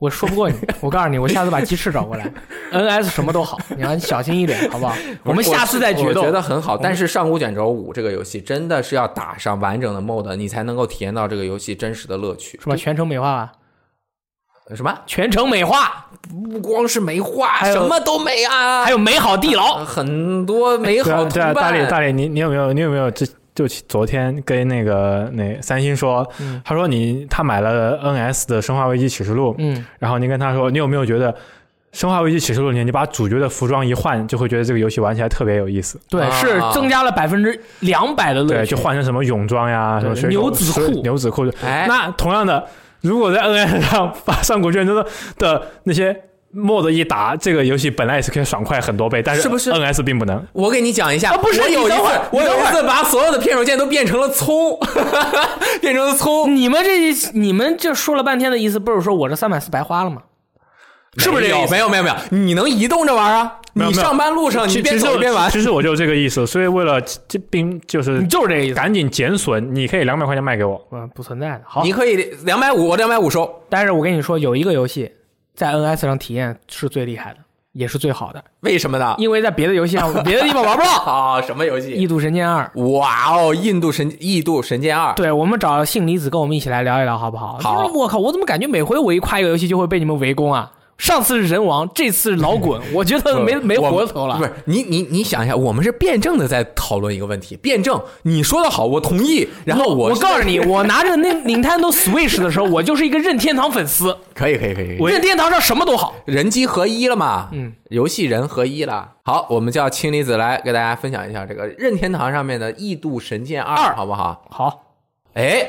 S1: 我说不过你，我告诉你，我下次把鸡翅找 过来。NS 什么都好，你要小心一点，好不好？我们下次再决
S2: 我
S1: 斗
S2: 觉。得很好。但是《上古卷轴五》这个游戏真的是要打上完整的 mod，你才能够体验到这个游戏真实的乐趣。
S1: 是吧？全程美化吧，
S2: 什么？
S1: 全程美化，
S2: 不光是美化，
S1: 还有
S2: 什么都美啊，
S1: 还有美好地牢
S2: 有很多美
S3: 对
S2: 好
S3: 啊，
S2: 同
S3: 对啊，
S2: 伴。
S3: 大理，大理，你你有没有，你有没有这就昨天跟那个那三星说，
S2: 嗯
S3: 他说你他买了 NS 的《生化危机启示录》，
S1: 嗯，
S3: 然后你跟他说，你有没有觉得《生化危机启示录》里面你把主角的服装一换，就会觉得这个游戏玩起来特别有意思？
S1: 对，
S2: 啊
S1: 是增加了百分之两百的乐
S3: 对，
S1: 趣
S3: 就。换成什么泳装呀，什么
S1: 对
S3: 水手
S1: 牛仔裤
S3: 水牛仔裤。
S2: 哎
S3: 那同样的，如果在 NS 上把上古卷轴的的那些 mod 一打，这个游戏本来也是可以爽快很多倍，但
S2: 是不是
S3: NS 并不能？
S2: 我给你讲一下，
S1: 啊不是
S2: 我有一
S1: 你
S2: 次
S1: 等会儿，
S2: 我有
S1: 你
S2: 一
S1: 等会
S2: 次把所有的片手键都变成了葱， 变成了葱，
S1: 你们这你们这说了半天的意思，不是说我这三百四白花了吗？是不是这个意思
S2: 没有没有没有，你能移动着玩啊？
S3: 没有
S2: 你
S3: 没有
S2: 上班路上你
S3: 其
S2: 一边
S3: 其实
S2: 走一边玩
S3: 我，其实我就这个意思，所以为了这并就是
S1: 你就是这个意思。
S3: 赶紧减损，你可以两百块钱卖给我。
S1: 嗯，不存在的。好，
S2: 你可以两百五，两百五收。
S1: 但是我跟你说，有一个游戏在 NS 上体验是最厉害的，也是最好的，
S2: 为什么呢？
S1: 因为在别的游戏上，别的地方玩不到。
S2: 啊，什么游戏
S1: 《异度神剑二》，
S2: 哇哦，印度神异度神剑二，
S1: 对我们找杏离子跟我们一起来聊一聊，好不好？
S2: 好
S1: 就是我靠，我怎么感觉每回我一夸一个游戏就会被你们围攻啊？上次是人王，这次是老 滚，我觉得没没
S2: 我
S1: 活头了
S2: 不。是你你你想一下，我们是辩证的在讨论一个问题，辩证你说的好，我同意，然后
S1: 我
S2: 我
S1: 告诉你，我拿着那 Nintendo Switch 的时候，我就是一个任天堂粉丝，
S2: 可以可以可以，可以
S1: 任天堂上什么都好。
S2: 人机合一了嘛，
S1: 嗯，
S2: 游戏人合一了。好，我们叫氢离子来给大家分享一下这个任天堂上面的《异度神剑二》，
S1: 二
S2: 好不好？
S1: 好，
S2: 哎，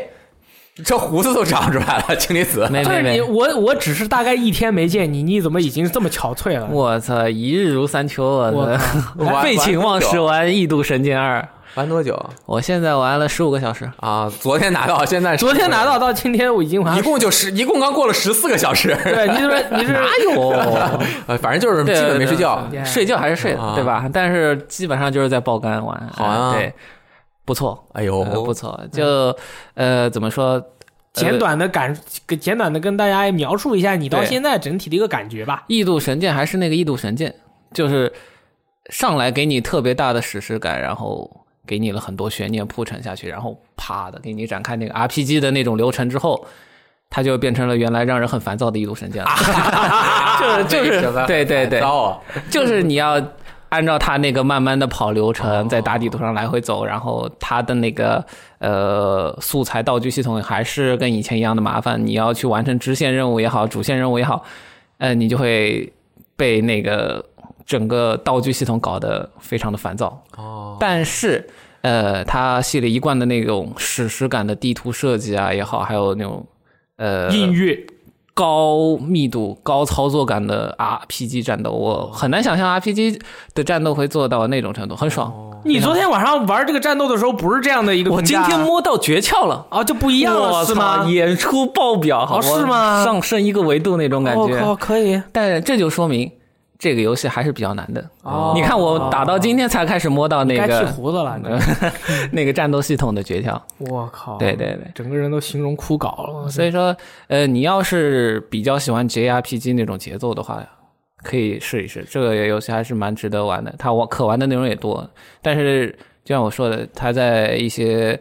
S2: 这胡子都长出来了，氢 离子。
S4: 没
S1: 就
S4: 没
S1: 是你
S4: 没，
S1: 我我只是大概一天没见你，你怎么已经这么憔悴了？
S4: 我操，一日如三秋，
S1: 我
S4: 我
S1: 靠
S4: 操，废寝忘食玩《异度神剑二》，
S2: 玩多久
S4: 我现在玩了十五个小时。
S2: 啊？昨天拿到，现在
S1: 昨天拿到，，到今天我已经玩
S2: 一。共就十，一共刚过了十四个小时。
S1: 对，你是你是
S4: 哪有？
S2: 呃，反正就是基
S4: 对
S2: 本没睡觉。
S4: 对睡觉还是睡
S2: 啊
S4: 的，对吧？但是基本上就是在爆肝玩，
S2: 好啊
S4: 呃对，不错，
S2: 哎呦，
S4: 呃不错，就呃怎么说，
S1: 简
S4: 呃
S1: 短的感，简短的跟大家描述一下你到
S4: 对
S1: 现在整体的一个感觉吧。
S4: 异度神剑还是那个异度神剑，就是上来给你特别大的史诗感，然后给你了很多悬念铺陈下去，然后啪的给你展开那个 RPG 的那种流程之后，它就变成了原来让人很烦躁的异度神剑了。
S2: 啊
S4: 就是 就是
S2: 为什么
S4: 对对对
S2: 烦躁啊
S4: 就是你要按照他那个慢慢的跑流程，在大地图上来回走，然后他的那个呃素材道具系统还是跟以前一样的麻烦，你要去完成支线任务也好，主线任务也好，呃，你就会被那个整个道具系统搞得非常的烦躁。
S2: 哦，
S4: 但是呃，它系列一贯的那种史诗感的地图设计啊也好，还有那种呃
S1: 音乐，
S4: 高密度、高操作感的 RPG 战斗，我很难想象 RPG 的战斗会做到那种程度，很爽。
S1: 你昨天晚上玩这个战斗的时候不是这样的一个
S4: 我
S1: 评
S4: 今
S1: 价啊，
S4: 天摸到诀窍了，
S1: 啊就不一
S4: 一
S1: 样了是吗？
S4: 演出爆表，好
S1: 哦
S4: 我
S1: 是吗
S4: 上升一个维度那种感
S1: 我
S4: 觉。
S1: 靠，哦可以
S4: 但这就说明这个游戏还是比较难的。
S1: 哦
S4: 你看，我打到今天才开始摸到那
S1: 该哦剃
S4: 个
S1: 胡子了。你
S4: 那个战斗系统的诀窍。
S1: 我靠，
S4: 对，对对。
S1: 整个人都形容枯槁了。
S4: 所以说，呃，你要是比较喜欢 JRPG 那种节奏的话，可以试一试这个游戏，还是蛮值得玩的。它玩可玩的内容也多，但是就像我说的，它在一些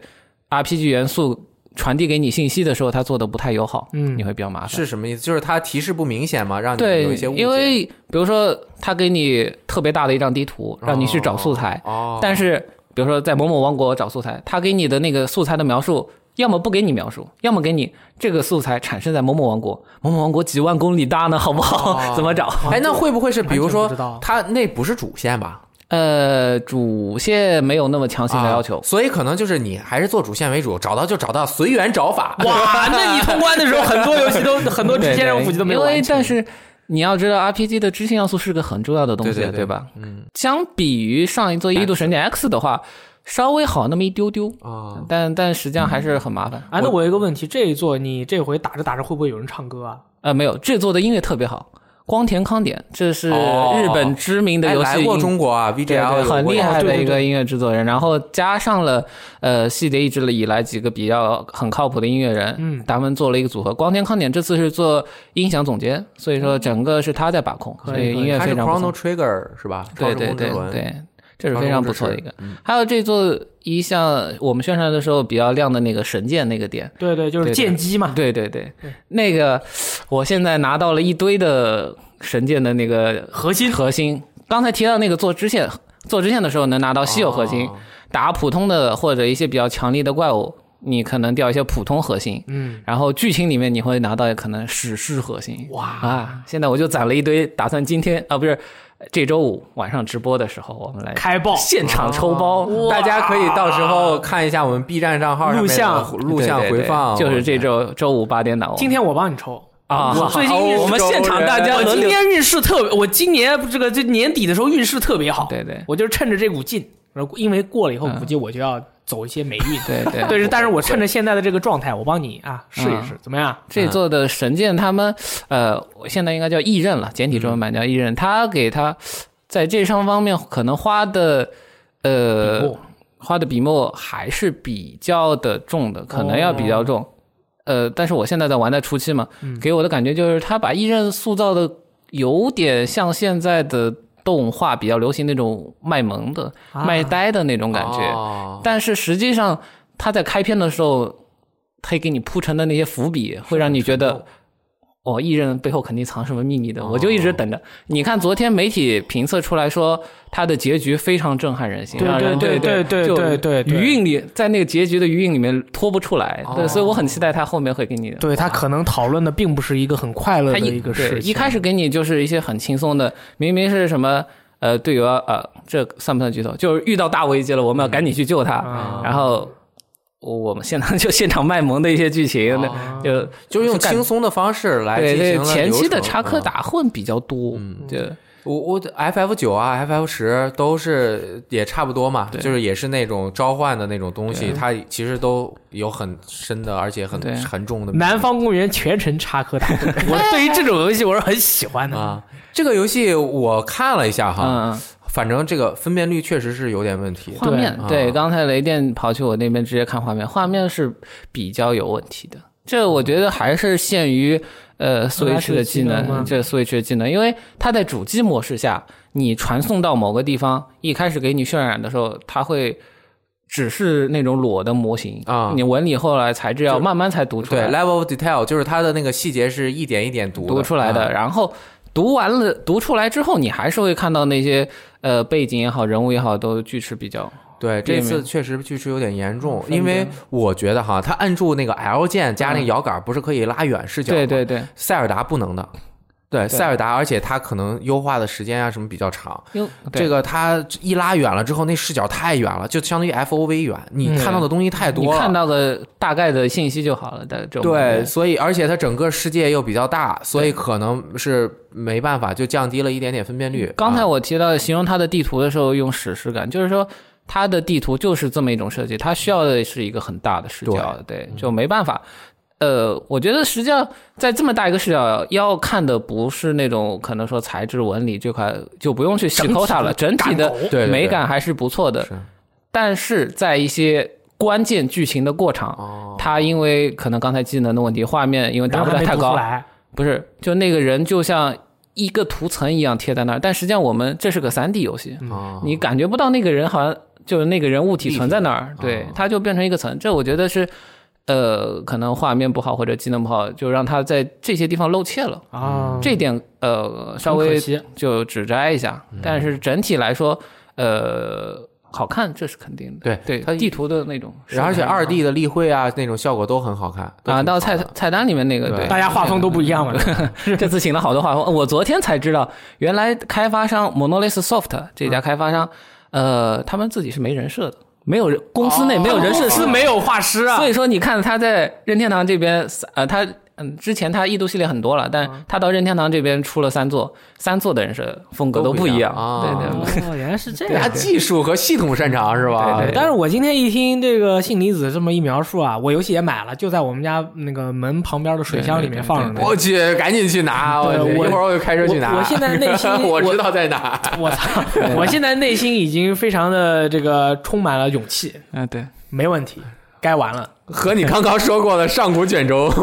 S4: RPG 元素传递给你信息的时候，它做的不太友好，
S1: 嗯
S4: 你会比较麻烦。
S2: 是什么意思？就是它提示不明显嘛，让你
S4: 对
S2: 有一些误，解。
S4: 因为比如说，它给你特别大的一张地图，让你去找素材，
S2: 哦，
S4: 但是比如说在某某王国找素材，他给你的那个素材的描述，要么不给你描述，要么给你这个素材产生在某某王国，某某王国几万公里大呢，好不好？
S2: 哦
S4: 怎 么找？
S2: 哎，那会不会是比如
S1: 完全不知道
S2: 说，它那不是主线吧？
S4: 呃，主线没有那么强行的要求
S2: 啊，所以可能就是你还是做主线为主，找到就找到，随缘找法。
S1: 哇，那你通关的时候，很多游戏都很多
S4: 对
S1: 支线任务
S4: 对
S1: 估计都没有
S4: 因为
S1: 完成
S4: 但是你要知道，RPG 的支线要素是个很重要的东西，啊
S2: 对对对
S4: 吧？
S2: 嗯
S4: 相比于上一座《异度神剑 X》的话，稍微好那么一丢丢，
S1: 哦
S2: 啊，
S4: 但但实际上还是很麻烦。
S1: 哎，那我有一个问题，这一座你这回打着打着会不会有人唱歌啊？
S4: 呃，没有，这做的音乐特别好，光田康典，这是
S2: 哦
S4: 日本知名的
S2: 哎
S4: 游戏
S2: 来
S4: 音、
S2: 过中国啊
S4: 对对
S2: ，VGL 有
S4: 很
S2: 过
S4: 厉
S2: 呀
S4: 害
S1: 对
S4: 的
S1: 对
S4: 一个
S1: 对
S4: 音乐制作人，然后加上了呃系列一直以来几个比较很靠谱的音乐人，
S1: 嗯
S4: 他们做了一个组合。光田康典这次是做音响总监，所以
S2: 哦
S4: 说整个是他在把控，
S1: 可以
S4: 所以
S1: 可以
S4: 音乐
S2: 它
S4: 非
S2: 是
S4: 常不
S2: Chrono
S4: 错。
S2: Trigger 是吧？
S4: 对
S2: 超时
S4: 对
S2: 空之
S4: 对
S2: 轮，
S4: 对，这是
S2: 超时
S4: 非常
S2: 空
S4: 不
S2: 之嗯
S4: 错的
S2: 石
S4: 一个。还有这座一项我们宣传的时候比较亮的那个神剑那个点，
S1: 对对，就是
S4: 对对
S1: 剑姬嘛。
S4: 对对对
S1: 啊对，
S4: 那个我现在拿到了一堆的神剑的那个
S1: 核心
S4: 核心。刚才提到那个做支线，做支线的时候能拿到稀有核心，
S2: 哦
S4: 打普通的或者一些比较强力的怪物，你可能掉一些普通核心。
S1: 嗯，
S4: 然后剧情里面你会拿到可能史诗核心。
S1: 哇
S4: 啊！现在我就攒了一堆，打算今天啊不是这周五晚上直播的时候我们来
S1: 开哦爆
S4: 现场抽包。
S2: 大家可以到时候看一下我们 B 站账号上面的
S1: 录像
S2: 录像
S4: 对对
S2: 回
S4: 对
S2: 放，
S4: 就是这周周五八点档。
S1: 今天我帮你抽。
S4: 啊，
S1: 我
S4: 好
S1: 最近
S4: 好
S1: 运势
S4: 我们
S2: 周
S4: 现场
S2: 人
S4: 大家
S1: 我
S4: 轮
S1: 今
S4: 流
S1: 天运势特别，我今年这个这年底的时候运势特别好，
S4: 对对
S1: 我就是趁着这股劲，然后因为过了以后，估计我就要走一些霉运。
S4: 对对 嗯
S1: 对，但是我趁着现在的这个状态，我帮你啊试一试，怎么样？
S4: 这座的神剑，他们呃，我现在应该叫异刃了，简体中文版叫异刃。他给他在这上方面可能花的
S1: 笔
S4: 呃
S1: 墨
S4: 花的笔墨还是比较的重的，可能要比较重。呃，但是我现在在玩在初期嘛，给我的感觉就是他把异刃塑造的有点像现在的动画比较流行那种卖萌的、
S1: 啊
S4: 卖呆的那种感觉。
S1: 哦
S2: 觉哦
S4: 但是实际上他在开篇的时候，他给你铺陈的那些伏笔，会让你觉得哦，艺人背后肯定藏什么秘密
S1: 哦
S4: 的，我就一直等着。你看昨天媒体评测出来说，他的结局非常震撼人心，让人
S1: 对
S4: 对
S1: 对
S4: 就
S1: 对对对
S4: 余韵里在那个结局的余韵里面脱不出来。
S2: 哦
S4: 对，所以我很期待他后面会给你的。
S1: 对他可能讨论的并不是一个很快乐
S4: 他
S1: 的
S4: 一
S1: 个
S4: 对
S1: 事情。嗯
S4: 一开始给你就是一些很轻松的，明明是什么呃队友啊呃，这算不算剧透？就是遇到大危机了，我
S1: 嗯
S4: 们要赶紧去救他，
S1: 啊
S4: 然后。我我们现场 就现场卖萌的一些剧情，那
S1: 啊
S4: 就
S2: 就是用
S4: 干
S2: 轻松的方式来
S4: 对
S2: 进行
S4: 对，
S2: 了啊嗯
S4: 前期的插科
S2: 科。
S4: 打诨比较多，
S1: 嗯
S4: 对
S2: 我我 F F 九啊，F F 十都是也差不多嘛，
S4: 对
S2: 就是也是那种召唤的那种东西，它其实都有很深的，而且很
S4: 对
S2: 很重的。
S1: 南方公园全程插科打诨，我对于这种游戏我是很喜欢的。
S2: 啊，这个游戏我看了一下哈，
S4: 嗯，
S2: 反正这个分辨率确实是有点问题。
S4: 画面
S2: 对啊
S4: 对，刚才雷电跑去我那边直接看画面，画面是比较有问题的。这我觉得还是限于呃 Switch 的
S1: 技
S4: 技
S1: 能吗
S4: 能，这 Switch 的技能，因为它在主机模式下，你传送到某个地方，一开始给你渲染的时候，它会只是那种裸的模型
S2: 啊
S4: 你纹理后来材质要慢慢才读出
S2: 对
S4: 来，
S2: level of detail 就是它的那个细节是一点一点读
S4: 读出来的。
S2: 啊
S4: 然后读完了，读出来之后，你还是会看到那些呃背景也好，人物也好，都锯齿比较
S2: 对，这
S4: 页
S2: 次
S4: 面嗯
S2: 确实锯齿有点严重，
S4: 分
S2: 因为
S4: 辨嗯
S2: 我觉得哈，它按住那个 L 键加那个摇杆，不是可以拉远视角吗？
S4: 对对对，
S2: 塞尔达不能的。对塞尔达，而且它可能优化的时间啊什么比较长。
S4: 因为
S2: 这个它一拉远了之后，那视角太远了，就相当于 FOV 远，你
S4: 嗯
S2: 看到的东西太
S4: 你
S2: 多了。
S4: 看到个大概的信息就好了的这种
S2: 对，所以而且它整个世界又比较大，所以可能是没办法，就降低了一点点分辨率。
S4: 刚才
S2: 啊
S4: 我提到形容它的地图的时候，用史诗感，就是说它的地图就是这么一种设计，它需要的是一个很大的视角，对，
S2: 嗯
S4: 就没办法。呃，我觉得实际上在这么大一个视角，要看的不是那种可能说材质、纹理这块，就不用去洗 抠它了，整体的
S2: 对对对
S4: 美感还是不错的。
S2: 啊是
S4: 但是在一些关键剧情的过场，
S2: 哦，
S4: 它因为可能刚才技能的问题，画面因为达
S1: 然后
S4: 不
S1: 还
S4: 到
S1: 没
S4: 太
S1: 读出
S4: 高，
S1: 来，
S4: 不是，就那个人就像一个涂层一样贴在那儿，但实际上我们这是个3 D 游戏，
S2: 哦
S4: 嗯你感觉不到那个人好像就是那个人物体存在那儿，对
S2: 哦，
S4: 它就变成一个层。这我觉得是，呃，可能画面不好或者技能不好，就让他在这些地方露怯了。
S2: 哦
S1: 啊，
S4: 嗯这点呃，稍
S1: 很可
S4: 微
S1: 惜
S4: 就指摘一下，
S2: 嗯
S4: 但是整体来说，呃，好看这是肯定的。
S2: 对它
S4: 对，地图的那种，
S2: 然后而且
S4: 是的
S2: 二 D 的例会啊，那种效果都很好看
S4: 啊，到菜
S2: 菜
S4: 菜单里面那个，
S2: 对
S4: 对，
S1: 大家画风都不一样 了。
S4: 这次请了好多画风， 我昨天才知道，原来开发商 Monolith Soft 这家开发商，呃，他们自己是没人设的，没有人，公司
S1: 哦
S4: 内没有人设，
S1: 公司没有画师啊
S4: 所，以说你看他在任天堂这边，呃，他嗯之前他异度系列很多了，但他到任天堂这边出了三座，三座的人设风格都不一样，
S2: 都不一样
S4: 对对对。
S1: 哦，原来是这
S2: 它啊技术和系统擅长是吧？
S4: 对对对
S1: 但是我今天一听这个杏离子这么一描述啊，我游戏也买了，就在我们家那个门旁边的水箱里面放着呢。
S2: 我去，赶紧去拿！我去
S1: 对
S2: 一
S1: 我
S2: 会儿我就开车去拿。
S1: 我我现在内 心
S2: 我知道在哪。
S1: 我操！我现在内心已经非常的这个充满了勇气，
S4: 嗯，对，
S1: 没问题，该玩了。
S2: 和你刚刚说过的上古卷轴，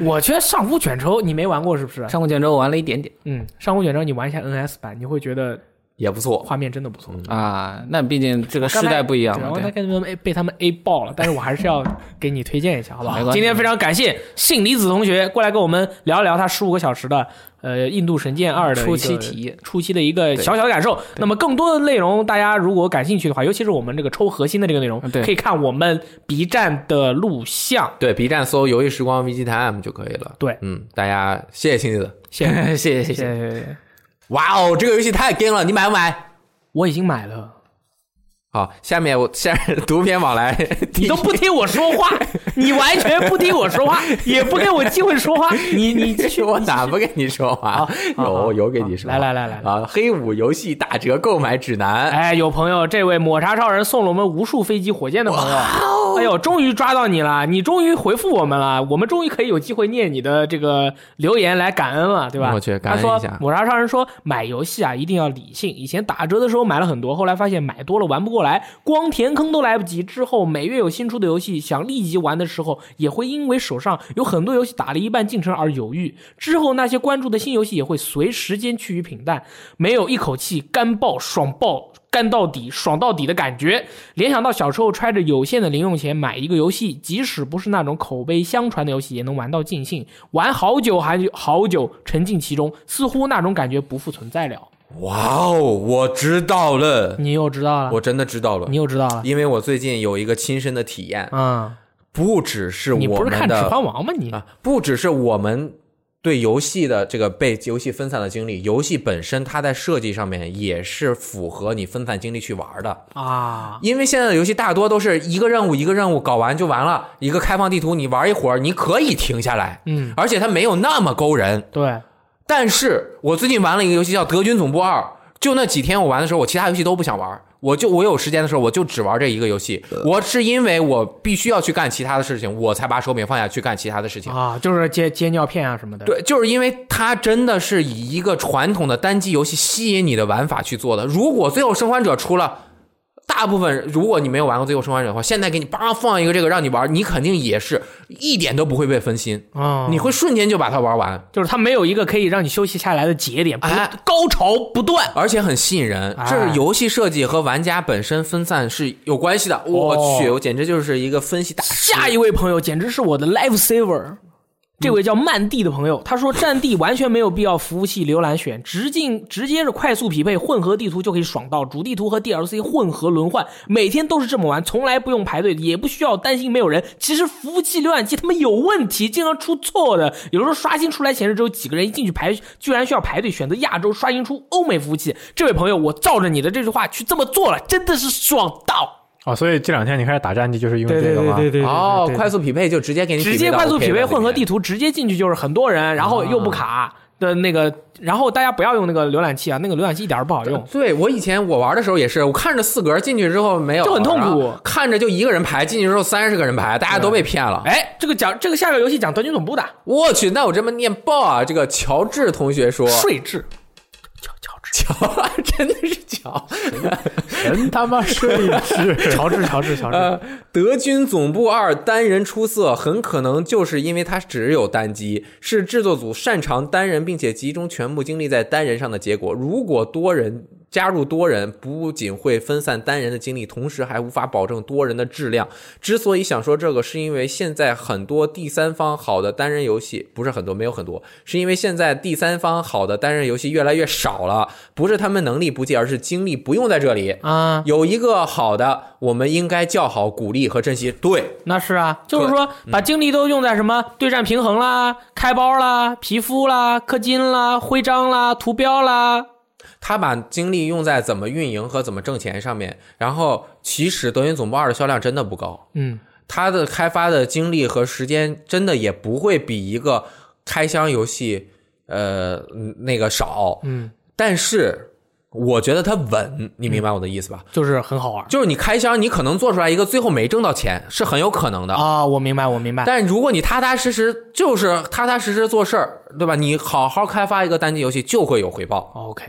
S1: 我觉得上古卷轴你没玩过是不是？
S4: 上古卷轴我玩了一点点
S1: 嗯，上古卷轴你玩一下 NS 版，你会觉得
S2: 也不错。
S1: 画面真的不错。
S4: 啊，那毕竟这个时
S1: 刚才
S4: 代不一样
S1: 对
S4: 嘛，
S1: 我
S4: 对
S1: 那。跟他们 A 被他们 A 爆了，但是我还是 要给你推荐一下，好不
S4: 没
S1: 好？
S4: 关系
S1: 今天非常感谢信离子同学过来跟我们聊一聊他十五个小时的呃《印度神剑二》的一个
S4: 初期体验
S1: 初期的一个小小的感受。那么更多的内容，大家如果感兴趣的话，尤其是我们这个抽核心的这个内容，
S4: 对
S1: 可以看我们 B 站的录像。
S2: 对，B 站搜“游戏时光 VG Time” 就可以了。
S1: 对
S2: 嗯，大家谢谢亲子。
S1: 谢谢
S4: 谢
S1: 谢谢
S4: 谢谢谢，
S1: 谢谢谢，
S2: 哇哦，这个游戏太 g a 了，你买不买？
S1: 我已经买了，
S2: 好，下面我下面 读篇往 来，
S1: 你都不听我说 话，你完全不听我说话，也不给我机会说话，你你继续
S2: 我哪不跟你说话？有有给你说话。
S1: 来来来来来。
S2: 啊！黑五游戏打折购买指南，
S1: 哎，有朋友，这位抹茶超人送了我们无数飞机、火箭的朋友，
S2: 哦
S1: 哎呦，终于抓到你了，你终于回复我们了，我们终于可以有机会念你的这个留言来感恩了，对吧？
S2: 我去感恩
S1: 他
S2: 一下
S1: 说，抹茶超人说，买游戏啊一定要理性，以前打折的时候买了很多，后来发现买多了玩不过来，光填坑都来不及。之后每月有新出的游戏，想立即玩的时候，也会因为手上有很多游戏打了一半进程而犹豫。之后那些关注的新游戏也会随时间趋于平淡，没有一口气干爆、爽爆、干到底、爽到底的感觉。联想到小时候揣着有限的零用钱买一个游戏，即使不是那种口碑相传的游戏，也能玩到尽兴，玩好久还好久，沉浸其中，似乎那种感觉不复存在了。
S2: 哇哦，我知道了，
S1: 你又知道了，
S2: 我真的知道了
S1: 你，又知道了，
S2: 因为我最近有一个亲身的体验，
S1: 嗯，
S2: 不只是
S1: 你
S2: 我
S1: 不是
S2: 们
S1: 看《指
S2: 的
S1: 环王》吗？你
S2: 啊，不只是我们对游戏的这个被游戏分散的精力，游戏本身它在设计上面也是符合你分散精力去玩的。
S1: 啊，
S2: 因为现在的游戏大多都是一个任务一个任务搞完就完了，一个开放地图你玩一会儿，你可以停下来，
S1: 嗯，
S2: 而且它没有那么勾人。
S1: 对，
S2: 但是我最近玩了一个游戏叫《德军总部二》，就那几天我玩的时候，我其他游戏都不想玩。我就我有时间的时候，我就只玩这一个游戏。我是因为我必须要去干其他的事情，我才把手柄放下去干其他的事情。
S1: 啊，就是接接尿片啊什么的。
S2: 对，就是因为它真的是以一个传统的单机游戏吸引你的玩法去做的。如果《最后生还者》出了，大部分人如果你没有玩过《最后生还者》的话，现在给你叭放一个这个让你玩，你肯定也是一点都不会被分心，
S1: 啊，
S2: 你会瞬间就把它玩完，
S1: 就是它没有一个可以让你休息下来的节点，不
S2: 哎
S1: 高潮不断。
S2: 而且很吸引人。这
S1: 哎
S2: 是游戏设计和玩家本身分散是有关系的。我去，我简直就是一个分析大师。
S1: 哦下一位朋友简直是我的 life saver。这位叫曼蒂的朋友，他说：“战地完全没有必要服务器浏览选，直进直接是快速匹配混合地图就可以爽到，主地图和 DLC 混合轮换，每天都是这么玩，从来不用排队，也不需要担心没有人。其实服务器浏览器他妈有问题，经常出错的，有的时候刷新出来显示只有几个人，一进去排居然需要排队，选择亚洲刷新出欧美服务器。这位朋友，我照着你的这句话去这么做了，真的是爽到！
S3: 哦，所以这两天你开始打战地就是因为这个吗？
S1: 对
S2: 哦，快速匹配就直接给你
S1: 直接
S2: 到
S1: 快速
S2: OK
S1: 匹
S2: 的
S1: 配
S2: 啊里
S1: 混合
S2: 面
S1: 地图，直接进去就是很多人，然后又不卡的那个，然后大家不要用那个浏览器啊，那个浏览器一点儿不好用。
S2: 对我以前我玩的时候也是，我看着四格进去之后没有，
S1: 就很痛苦
S2: 然后看着就一个人排进去之后三十个人排，大家都被骗了。
S1: 哎，这个讲这个下个游戏讲德军总部的
S2: 我去，那我这么念爆啊！这个乔治同学说，
S1: 税制，
S2: 乔 真的是 乔，
S3: 人他妈睡一只
S1: 乔治乔治 乔治，
S2: 呃，德军总部二单人出色，很可能就是因为它只有单机，是制作组擅长单人并且集中全部精力在单人上的结果。如果多人加入多人，不仅会分散单人的精力，同时还无法保证多人的质量。之所以想说这个，是因为现在很多第三方好的单人游戏不是很多，没有很多，是因为现在第三方好的单人游戏越来越少了，不是他们能力不济，而是精力不用在这里
S1: 啊。
S2: 有一个好的，我们应该叫好、鼓励和珍惜。对，嗯
S1: 那是啊，就是说把精力都用在什么对战平衡啦、开包啦、皮肤啦、氪金啦、徽章啦、图标啦，
S2: 他把精力用在怎么运营和怎么挣钱上面。然后，其实《德云总部二》的销量真的不高，
S1: 嗯，
S2: 它的开发的精力和时间真的也不会比一个开箱游戏，呃，嗯那个少。
S1: 嗯，
S2: 但是我觉得它稳，你明白我的意思吧？
S1: 就是很好玩
S2: 就是你开箱，你可能做出来一个最后没挣到钱，是很有可能的。
S1: 啊。我明白，我明白。
S2: 但如果你踏踏实实，就是踏踏实实做事儿，对吧？你好好开发一个单机游戏，就会有回报。
S1: OK，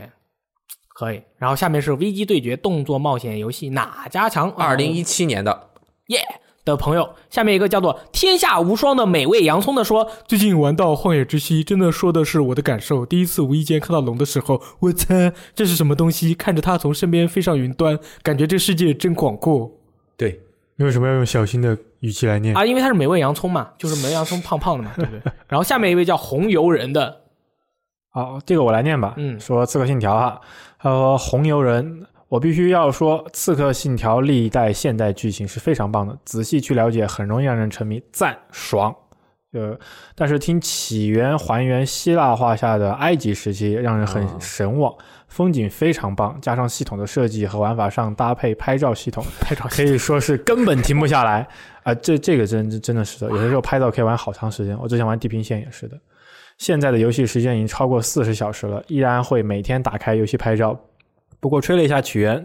S1: 可以。然后下面是危机对决动作冒险游戏哪家强？
S2: 二零
S1: 一
S2: 一七年的，
S1: 耶的朋友，下面一个叫做“天下无双”的美味洋葱的说，最近玩到《荒野之息》，真的说的是我的感受。第一次无意间看到龙的时候，我猜这是什么东西，看着它从身边飞上云端，感觉这世界真广阔
S2: 对，
S3: 你为什么要用小新的语气来念？
S1: 啊！因为它是美味洋葱嘛，就是美味洋葱胖胖的嘛，对不对？然后下面一位叫红油人的，
S3: 好，这个我来念吧。
S1: 嗯
S3: 说《刺客信条》哈，他说红油人，我必须要说，《刺客信条》历代现代剧情是非常棒的，仔细去了解很容易让人沉迷，赞爽。呃，但是听起源还原希腊化下的埃及时期，让人很
S2: 啊
S3: 神往，风景非常棒，加上系统的设计和玩法上搭配拍照系统，
S1: 拍照
S3: 可以说是根本停不下来啊、这这个真真的是的，有些时候拍照可以玩好长时间。我之前玩《地平线》也是的，现在的游戏时间已经超过四十小时了，依然会每天打开游戏拍照。不过吹了一下起源，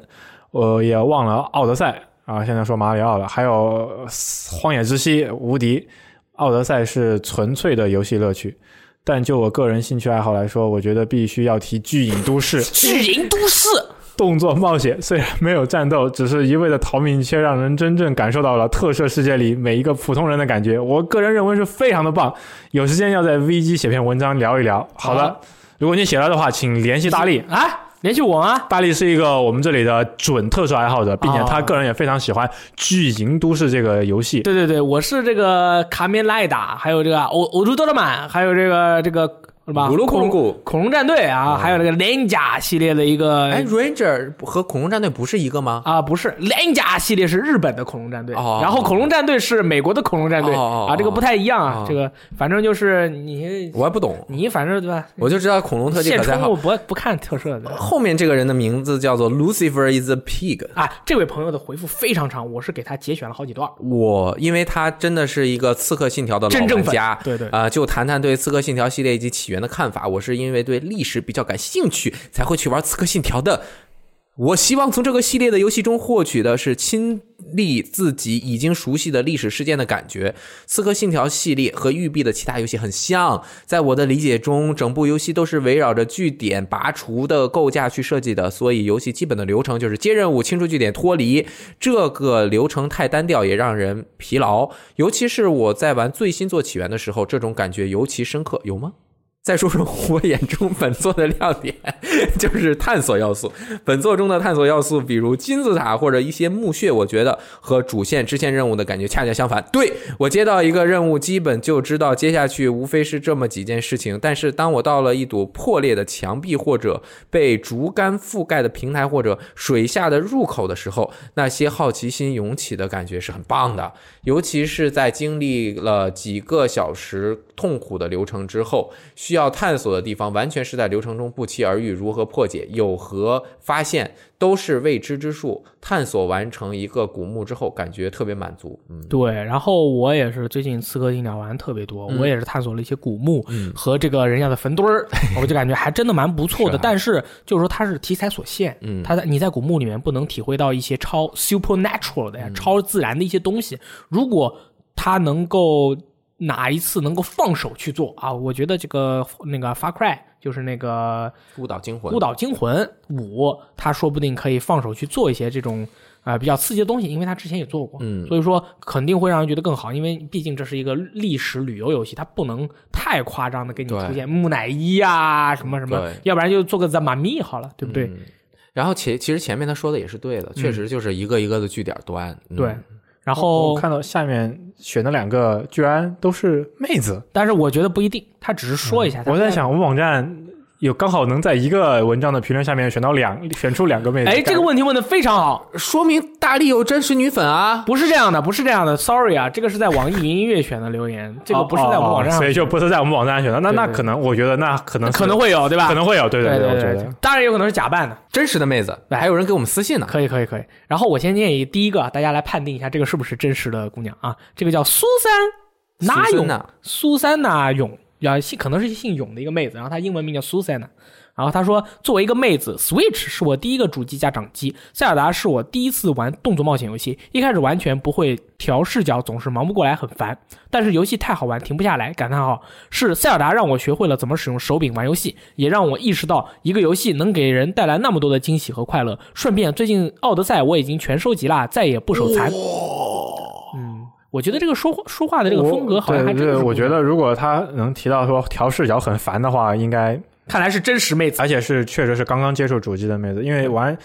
S3: 我也忘了《奥德赛》啊，现在说马里奥了，还有呃《荒野之息》《无敌》，《奥德赛》是纯粹的游戏乐趣。但就我个人兴趣爱好来说，我觉得必须要提《巨影都市》。
S1: 巨人都市，
S3: 动作冒险，虽然没有战斗，只是一味的逃命，却让人真正感受到了特摄世界里每一个普通人的感觉。我个人认为是非常的棒，有时间要在 V G 写篇文章聊一聊。好的，
S1: 好
S3: 如果你写了的话，请联系大力。
S1: 啊，连续我吗？
S3: 大力是一个我们这里的准特殊爱好者，并且
S1: 哦
S3: 他个人也非常喜欢《巨型都市》这个游戏。
S1: 对对对，我是这个卡面赖达，还有这个欧欧洲多勒曼，还有这个这个什么
S2: 咕噜咕噜咕
S1: 恐龙战队啊，还有那个 Ninja 系列的一个
S2: 哦哎，Ranger 和恐龙战队不是一个吗？
S1: 啊，不是 Ninja 系列是日本的恐龙战队，
S2: 哦
S1: 然后恐龙战队是美国的恐龙战队、
S2: 哦哦哦
S1: 啊，这个不太一样啊，
S2: 哦
S1: 这个反正就是你
S2: 我还不懂，
S1: 你反正对吧？
S2: 我就知道恐龙特技
S1: 现
S2: 可赛
S1: 充
S2: 号
S1: 我。不不看特摄的。
S2: 后面这个人的名字叫做 Lucifer is a pig。
S1: 啊，这位朋友的回复非常长，我是给他节选了好几段。
S2: 我因为他真的是一个《刺客信条》的
S1: 真
S2: 老
S1: 正
S2: 玩
S1: 粉
S2: 家，
S1: 对对
S2: 啊、就谈谈对《刺客信条》系列以及起源的看法。我是因为对历史比较感兴趣，才会去玩《刺客信条》的。我希望从这个系列的游戏中获取的是亲历自己已经熟悉的历史事件的感觉。《刺客信条》系列和育碧的其他游戏很像，在我的理解中，整部游戏都是围绕着据点拔除的构架去设计的，所以游戏基本的流程就是接任务、清除据点、脱离。这个流程太单调，也让人疲劳。尤其是我在玩最新作起源的时候，这种感觉尤其深刻。有吗？再说说我眼中本作的亮点，就是探索要素。本作中的探索要素，比如金字塔或者一些墓穴，我觉得和主线支线任务的感觉恰恰相反。对我接到一个任务，基本就知道接下去无非是这么几件事情。但是当我到了一堵破裂的墙壁，或者被竹竿覆盖的平台，或者水下的入口的时候，那些好奇心涌起的感觉是很棒的。尤其是在经历了几个小时痛苦的流程之后，需要探索的地方完全是在流程中不期而遇，如何破解、有何发现，都是未知之数。探索完成一个古墓之后，感觉特别满足。嗯，
S1: 对，然后我也是最近《刺客信条》玩得特别多，
S2: 嗯
S1: 我也是探索了一些古墓
S2: 嗯
S1: 和这个人家的坟堆 儿，我就感觉还真的蛮不错的。
S2: 是啊
S1: 但是就是说它是题材所限，
S2: 嗯
S1: 它在你在古墓里面不能体会到一些超 supernatural
S2: 嗯
S1: 的呀、超自然的一些东西。如果它能够哪一次能够放手去做啊，我觉得这个那个 Far Cry 就是那个
S2: 孤岛惊魂，
S1: 《孤岛惊魂五》，他说不定可以放手去做一些这种啊、呃比较刺激的东西，因为他之前也做过，
S2: 嗯
S1: 所以说肯定会让人觉得更好，因为毕竟这是一个历史旅游游戏，它不能太夸张的给你
S2: 对
S1: 出现木乃伊啊什么什么
S2: 对，
S1: 要不然就做个 The Mummy 好了，对不对？
S2: 嗯然后前其实前面他说的也是对的，确实就是一个一个的据点端。嗯
S1: 对，，然
S3: 我
S1: 后
S3: 看到下面选的两个居然都是妹子，
S1: 但是我觉得不一定，他只是说一下，他
S3: 嗯我在。想我们网站有刚好能在一个文章的评论下面选到两选出两个妹子，
S1: 哎，这个问题问的非常好，
S2: 说明大力有真实女粉啊。
S1: 不是这样的，不是这样的，sorry 啊，这个是在网易云音乐选的留言，这个不是在我们网站
S3: 哦哦
S1: 上
S3: 哦所以就不是在我们网站上选的。那
S1: 对
S3: 那
S1: 对
S3: 可能，我觉得那可能是
S1: 可能会有，对吧？
S3: 可能会有，对
S1: 对
S3: 对，我
S1: 对
S3: 觉得，
S1: 当然有可能是假扮的，
S2: 真实的妹子，
S1: 来
S2: 还有人给我们私信呢。
S1: 可以，可以，可以。然后我先建议第一个，啊大家来判定一下这个是不是真实的姑娘啊？这个叫苏珊
S2: 苏
S1: 哪
S2: 珊
S1: 勇
S2: 娜，
S1: 苏珊娜勇，啊，姓可能是姓勇的一个妹子，然后她英文名叫苏珊娜。然后她说，作为一个妹子，Switch 是我第一个主机加掌机，塞尔达是我第一次玩动作冒险游戏，一开始完全不会调视角，总是忙不过来，很烦。但是游戏太好玩，停不下来。感叹号是塞尔达让我学会了怎么使用手柄玩游戏，也让我意识到一个游戏能给人带来那么多的惊喜和快乐。顺便，最近《奥德赛》我已经全收集啦，再也不手残。嗯，我觉得这个说话说话的这个风格好像还
S3: 对
S1: 真
S3: 对，
S1: 的是不
S3: 我
S1: 一样
S3: 觉得如果他能提到说调视角很烦的话，应该
S1: 看来是真实妹子。
S3: 而且是确实是刚刚接触主机的妹子，因为玩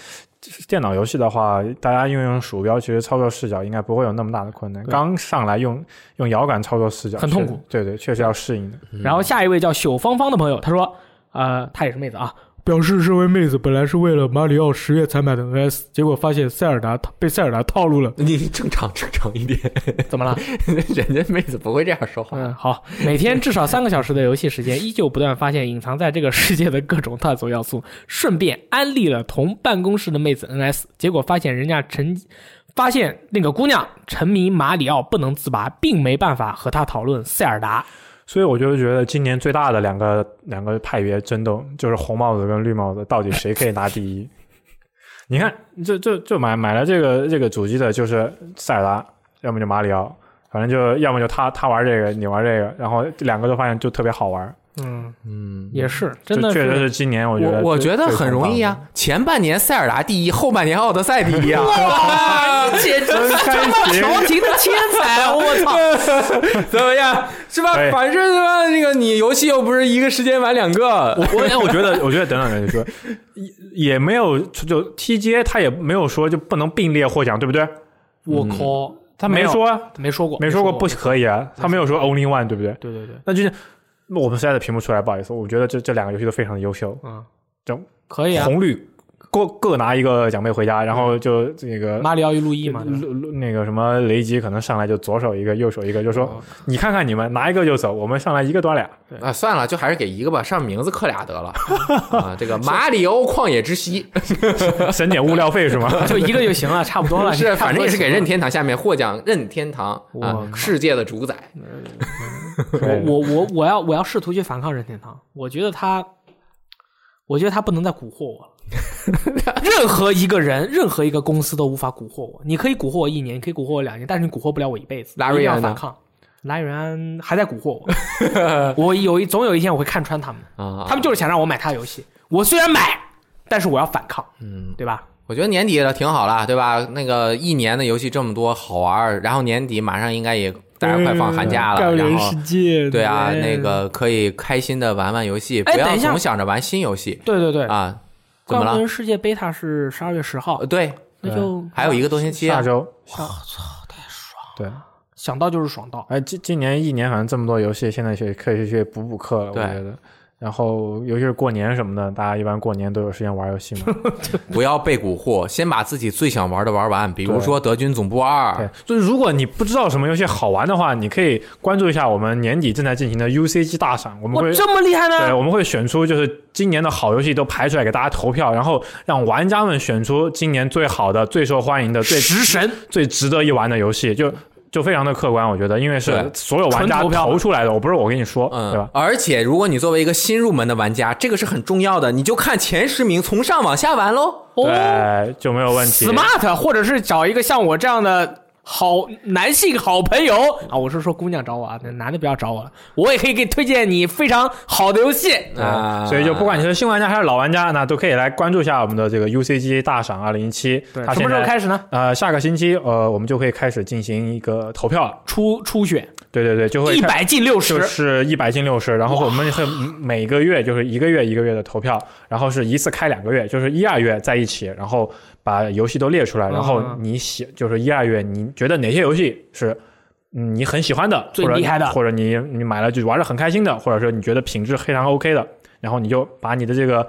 S3: 电脑游戏的话，大家运用鼠标其实操作视角应该不会有那么大的困难。
S1: 对
S3: 刚上来用用摇杆操作视角
S1: 很痛苦
S3: 确，对对，确实要适应的。
S2: 嗯
S1: 然后下一位叫朽芳芳的朋友，他说，呃，她也是妹子啊。 表示身为妹子，本来是为了马里奥十月才买的 NS，结果发现塞尔达被塞尔达套路了。
S2: 你正常正常一点，
S1: 怎么了？
S2: 人家妹子不会这样说话。
S1: 嗯，好，每天至少三个小时的游戏时间，依旧不断发现隐藏在这个世界的各种探索要素，顺便安利了同办公室的妹子 NS，结果发现人家沉，发现那个姑娘沉迷马里奥不能自拔，并没办法和她讨论塞尔达。
S3: 所以我就觉得今年最大的两个两个派别争斗就是红帽子跟绿帽子，到底谁可以拿 第一？你看，这这这买买了这个这个主机的，就是塞尔达，要么就马里奥，反正就要么就他他玩这个，你玩这个，然后两个都发现就特别好玩。
S1: 嗯，
S2: 嗯，
S1: 也是，
S3: 这
S1: 真的
S3: 确实
S1: 是
S3: 是今年我觉
S2: 我
S3: 得
S2: 我
S3: 最
S2: 觉得很容易。啊，前半年塞尔达第一，后半年奥德赛第一啊！哇，
S1: 简直是
S3: 开启
S1: 调情的天才，我操！
S2: 怎么样？是吧
S3: 哎？
S2: 反正他妈那个你游戏又不是一个时间玩两个，
S3: 我我我觉得，我觉得等等等，就是说也也没有就 TGA，他也没有说就不能并列获奖，对不对？
S1: 我靠，
S3: 他没说啊，
S1: 没说过，
S3: 没说
S1: 过
S3: 过不可以啊，他没有说 only one，对不对？
S1: 对对对，
S3: 那就是那我们实在的评不出来，不好意思，我觉得这这两个游戏都非常的优秀，
S1: 嗯，
S3: 就
S1: 可 以啊。
S3: 红绿各各拿一个奖杯回家，然后就这个
S1: 马里奥与路易嘛，对吧
S3: 路路那个什么雷吉可能上来就左手一个，右手一个，就说
S1: 哦
S3: 你看看你们拿一个就走，我们上来一个端俩。
S2: 啊，算了，就还是给一个吧，上名字刻俩得了啊。这个马里奥旷野之息
S3: 省点物料费是吗？
S1: 就一个就行了，差不多了。
S2: 是，
S1: 你
S2: 反正也是给
S1: 差
S2: 任
S1: 不多
S2: 天堂下面获奖任天堂啊
S1: 我，靠
S2: 世界的主宰。
S3: 对
S1: 我我我要我要试图去反抗任天堂，我觉得他，我觉得他不能再蛊惑我了。 任何一个人，任何一个公司都无法蛊惑我。你可以蛊惑我一年，你可以蛊惑我两年，但是你蛊惑不了我一辈子。
S2: 拉
S1: 我一定
S2: 瑞
S1: 要
S2: 安呢
S1: 反抗，拉瑞安还在蛊惑我。 我有一总有一天我会看穿他们的，
S2: 啊，
S1: 他们就是想让我买他的游戏。我虽然买，但是我要反抗，
S2: 嗯，
S1: 对吧？
S2: 我觉得年底了挺好了，对吧？那个一年的游戏这么多好玩儿，然后年底马上应该也大家快放寒
S3: 嗯
S2: 假了，然后
S1: 界
S2: 对啊，那个可以开心的玩玩游戏，
S1: 哎
S2: 不要
S1: 等一下
S2: 总想着玩新游戏
S1: 对对对，
S2: 啊。怎
S1: 怪
S2: 么
S1: 物
S2: 了
S1: 人？世界贝塔是十二月十号
S2: 呃，对，
S1: 那就
S2: 还有一个多星期
S3: 下
S2: 啊。
S3: 周
S1: 想
S3: 对，
S1: 想到就是爽到。
S3: 哎，今今年一年反正这么多游戏，现在去可以去补补课了，我
S2: 对
S3: 觉得。然后尤其是过年什么的，大家一般过年都有时间玩游戏嘛。
S2: 不要被蛊惑，先把自己最想玩的玩完，比如
S3: 对
S2: 说《德军总部
S3: 对
S2: 二》，，
S3: 就是如果你不知道什么游戏好玩的话，你可以关注一下我们年底正在进行的 UCG 大赏，我们会
S1: 我这么厉害
S3: 对，
S1: 呢？
S3: 我们会选出就是今年的好游戏都排出来给大家投票，然后让玩家们选出今年最好的、最受欢迎的、最
S1: 食神
S3: 最值得一玩的游戏，就就非常的客观，我觉得，因为是
S2: 对
S3: 所有玩家
S1: 纯投票
S3: 投出来的，我不是我跟你说，对
S2: 嗯
S3: 吧，？
S2: 而且如果你作为一个新入门的玩家，这个是很重要的，你就看前十名，从上往下玩喽。
S1: 哦
S3: 对，就没有问题。
S1: ，smart，或者是找一个像我这样的好男性好朋友啊，我是说姑娘找我啊，那男的不要找我了，我也可以给推荐你非常好的游戏。
S2: 啊
S3: 对，所以就不管你是新玩家还是老玩家，那都可以来关注一下我们的这个 UCG 大赏二零一七。它
S1: 什么
S3: 现
S1: 时候
S3: 在
S1: 开始呢？
S3: 呃，下个星期呃，我们就可以开始进行一个投票了。
S1: 初初选，
S3: 对对对，就会
S1: 一
S3: 开
S1: 百进六
S3: 就
S1: 十，
S3: 是一百进六十，然后我们会每个月就是一个月一个月的投票，然后是一次开两个月，就是一二月在一起，然后把游戏都列出来，
S1: 嗯
S3: 然后你喜就是一二月你觉得哪些游戏是嗯你很喜欢的，
S1: 最厉害的
S3: 或者你或者你你买了就玩的很开心的，或者说你觉得品质非常 OK 的，然后你就把你的这个。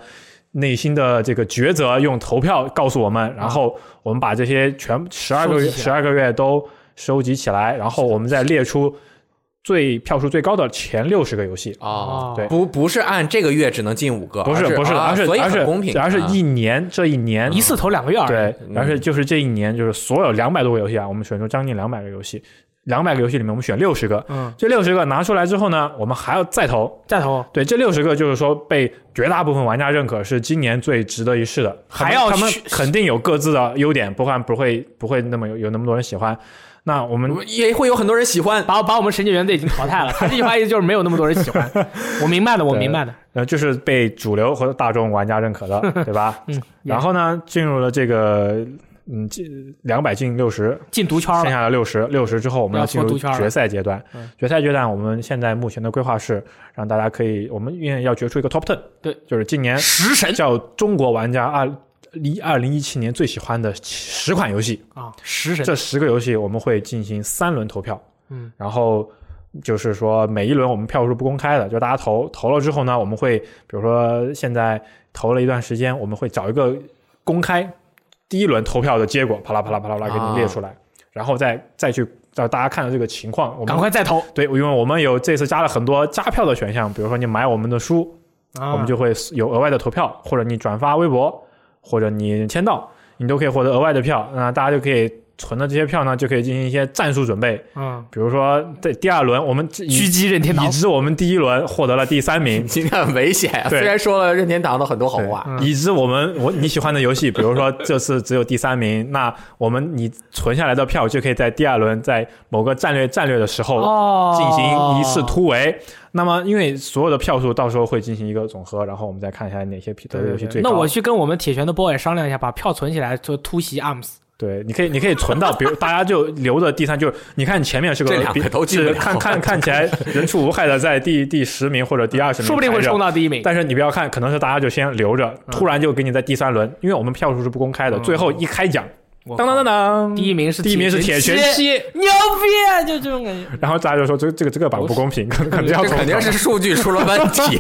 S3: 内心的这个抉择用投票告诉我们，然后
S2: 啊
S3: 我们把这些全十二个月
S1: 收集起
S3: 十
S1: 来
S3: 二个月都收集起来，然后我们再列出最票数最高的前六十个游戏，
S2: 哦，
S3: 对
S2: 不不是按这个月只能进五个，
S3: 不
S2: 而
S3: 是
S2: 是
S3: 不是，
S2: 啊
S3: 而是
S2: 所以
S3: 而
S2: 很
S3: 是
S2: 公平，
S3: 而是
S2: 啊
S3: 一年这一年
S1: 一次投两个月而已。
S3: 对，
S2: 嗯
S3: 而是就是这一年就是所有两百多个游戏啊，我们选出将近两百个游戏，两百个游戏里面我们选六十个，
S1: 嗯，
S3: 这六十个拿出来之后呢，我们还要再投。
S1: 再投
S3: 对，这六十个就是说被绝大部分玩家认可是今年最值得一试的，他
S1: 还
S3: 们
S1: 要
S3: 他们
S1: 去
S3: 肯定有各自的优点，不然不会不会那么有有那么多人喜欢。那我们
S2: 也会有很多人喜欢。，
S1: 把把我们神界原队已经淘 汰了。他这句话意思就是没有那么多人喜欢。我明白的，我明白的。
S3: 呃，就是被主流和大众玩家认可的， 对吧？
S1: 嗯，
S3: 然后呢，进入了这个嗯，进两百进六十，
S1: 进毒圈
S3: 剩
S1: 了，
S3: 下的六十，六十之后我们
S1: 要
S3: 要进
S1: 搓
S3: 入
S1: 毒圈了
S3: 决赛阶段。
S1: 嗯
S3: 决赛阶段，我们现在目前的规划是让大家可以，我们因为要决出一个 top ten，
S1: 对，
S3: 就是今年
S1: 食神
S3: 叫中国玩家二一二零一七年最喜欢的十款游戏，
S1: 啊，食神。
S3: 这十个游戏我们会进行三轮投票，
S1: 嗯，
S3: 然后就是说每一轮我们票数不公开的，就大家投投了之后呢，我们会比如说现在投了一段时间，我们会找一个公开第一轮投票的结果，啪啦啪啦啪啦啪啦给你列出
S1: 啊
S3: 来，然后再再去让大家看到这个情况，我们
S1: 赶快再投，
S3: 对，因为我们有这次加了很多加票的选项，比如说你买我们的书，我
S1: 我
S3: 们就会有额外的投票，或者你转发微博，或者你签到，你都可以获得额外的票。那大家就可以存的这些票呢，就可以进行一些战术准备。
S1: 嗯，
S3: 比如说，在第二轮我们
S1: 狙
S3: 以
S1: 击任天堂
S3: 以。知我们第一轮获得了第三 名
S2: 今天很危险啊！
S3: 对
S2: 虽然说了任天堂的很多好
S3: 对
S2: 话，
S1: 嗯
S3: 已知我们我你喜欢的游戏，比如说这次只有第三名，那我们你存下来的票就可以在第二轮在某个战略战略的时候
S1: 哦
S3: 进行一次突围。那么因为所有的票数到时候会进行一个总和，然后我们再看一下哪些票
S1: 对
S3: 哪个游戏最高。
S1: 那我去跟我们铁拳的 boy 商量一下，把票存起来，就突袭 arms。
S3: 对，你可以，你可以存到，比如大家就留着第三，就是你看前面是
S2: 这
S3: 个
S2: 两
S3: 比
S2: 个都进不
S3: 是
S2: 了
S3: 看看看起来人畜无害的，在第第十名或者第二十名，
S1: 说不定会冲
S3: 到。
S1: 到第一名。
S3: 但是你不要看，可能是大家就先留着，突然就给你在第三轮，因为我们票数是不公开的，
S1: 嗯
S3: 最后一开奖，
S1: 我靠
S3: 当当当当，
S1: 第一名是
S3: 第一名是铁拳
S1: 七，牛逼啊！就这种感 觉。
S3: 然后大家就说这这个这个榜不公平，可能可能要
S2: 这
S3: 重
S2: 肯定
S3: 搞
S2: 是数据出了问 题。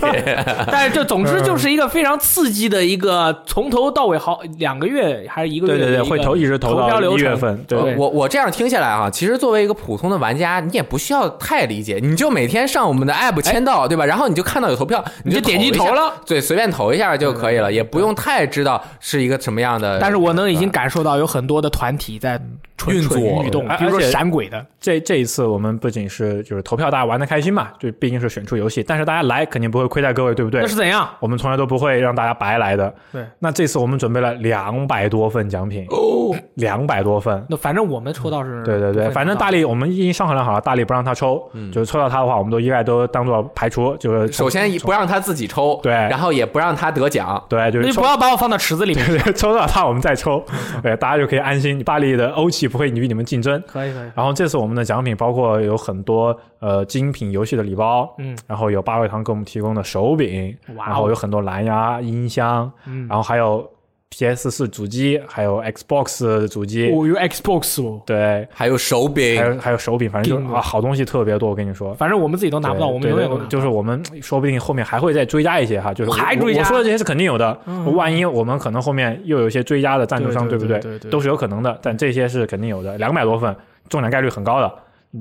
S1: 但是就总之就是一个非常刺激的一个，从头到尾好两个月还是一个
S3: 对
S1: 月
S3: 对
S1: 的
S3: 对，
S1: 一个
S3: 会投一直投
S1: 投票
S3: 到
S1: 流
S3: 一月
S1: 程
S3: 份，对。
S1: 对
S2: 我我这样听下来啊，其实作为一个普通的玩家，你也不需要太理解，你就每天上我们的 app 签
S3: 哎
S2: 到，对吧？然后你就看到有投票，你
S1: 你就
S2: 就
S1: 点击
S2: 一下
S1: 投了，
S2: 对，随便投一下就可以了，也不用太知道是一个什么样的。
S1: 但是我能已经感受到有很多的团体在蠢
S2: 运
S1: 蠢
S2: 作
S1: 欲动
S3: 而，
S1: 比如说
S3: 而且
S1: 闪鬼的，
S3: 这这一次我们不仅是就是投票，大家玩的开心嘛，就毕竟是选出游戏，但是大家来肯定不会亏待各位，对不对
S1: 那？是怎样？
S3: 我们从来都不会让大家白来的。
S1: 对，
S3: 那这次我们准备了两百多份奖品，
S2: 哦
S3: 两百多份。
S1: 那反正我们抽到是，
S3: 对对对，反正大力我们已经商量好了，大力不让他抽，就是抽到他的话，我们都一概都当做排除，就是
S2: 嗯首先不让他自己抽，
S3: 对
S2: 然后也不让他得奖，
S3: 对，就
S1: 你
S3: 是
S1: 不
S3: 抽
S1: 要把我放到池子里面。
S3: 抽到他我们 再抽，对，大家就可以安心，大力的欧气不会与你们竞争。
S1: 可以可以，
S3: 然后这次我们的奖品包括有很多呃精品游戏的礼包，
S1: 嗯，
S3: 然后有八味堂给我们提供的手柄，
S1: 哇哦
S3: 然后有很多蓝牙音箱，
S1: 嗯
S3: 然后还有 PS 四主机，还有 Xbox 主机，
S1: 我有 Xbox 哦。
S3: 对，
S2: 还有手柄
S3: 还，有还有手柄，反正就是
S1: 定
S3: 啊，好东西特别多，我跟你说。
S1: 反正我们自己都拿不到，
S3: 对
S1: 我们
S3: 对
S1: 永远
S3: 对
S1: 都拿不到
S3: 就是我们说不定后面还会再追加一些哈，就是我
S1: 还追加嗯
S3: 我我说的这些是肯定有的，万一我们可能后面又有一些追加的赞助商，
S1: 对
S3: 不
S1: 对
S3: 对？
S1: 对对对
S3: 都是有可能的，但这些是肯定有的，两百多份中奖概率很高的，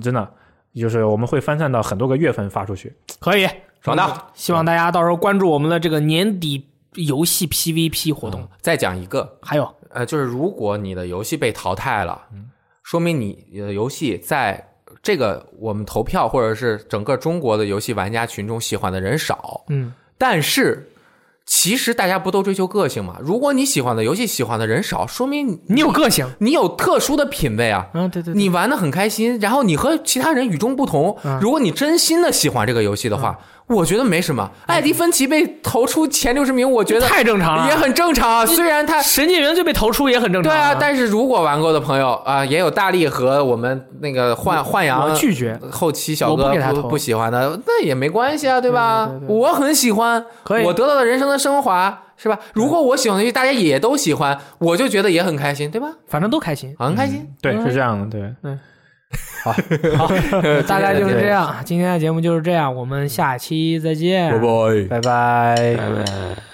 S3: 真的。就是我们会分散到很多个月份发出去，
S1: 可以。
S2: 爽到。
S1: 希望大家到时候关注我们的这个年底游戏 PVP 活动，
S2: 再讲一个，
S1: 还有
S2: 呃，就是如果你的游戏被淘汰了，
S1: 嗯
S2: 说明你的游戏在这个我们投票或者是整个中国的游戏玩家群中喜欢的人少，
S1: 嗯，
S2: 但是。其实大家不都追求个性嘛？如果你喜欢的游戏喜欢的人少，说明
S1: 你有个性，
S2: 你有特殊的品味啊。
S1: 嗯，对对
S2: 你玩的很开心，然后你和其他人与众不同。
S1: 嗯
S2: 如果你真心的喜欢这个游戏的话，我觉得没什么。
S1: 嗯
S2: 艾迪芬奇被投出前六十名，我觉得
S1: 太正常了，
S2: 也很正常啊。虽然他
S1: 神界元罪被投出也很正
S2: 对
S1: 常，
S2: 啊，但是如果玩过的朋友啊、也有大力和我们那个焕焕阳
S1: 我拒绝，
S2: 后期小
S1: 我
S2: 哥
S1: 不给他投
S2: 不喜欢的，那也没关系啊，对吧？
S1: 对对
S2: 我很喜欢，
S1: 可以
S2: 我得到了人生的升华，是吧？如果我喜欢的游戏大家也都喜欢，我就觉得也很开心，对吧？
S1: 反正都开心。
S2: 很开心，
S1: 嗯
S3: 对，是这样的，对，
S1: 嗯 大概就是这样，今天的节目就是这样，我们下期再见，
S2: 拜。
S3: 拜拜。
S4: 拜拜。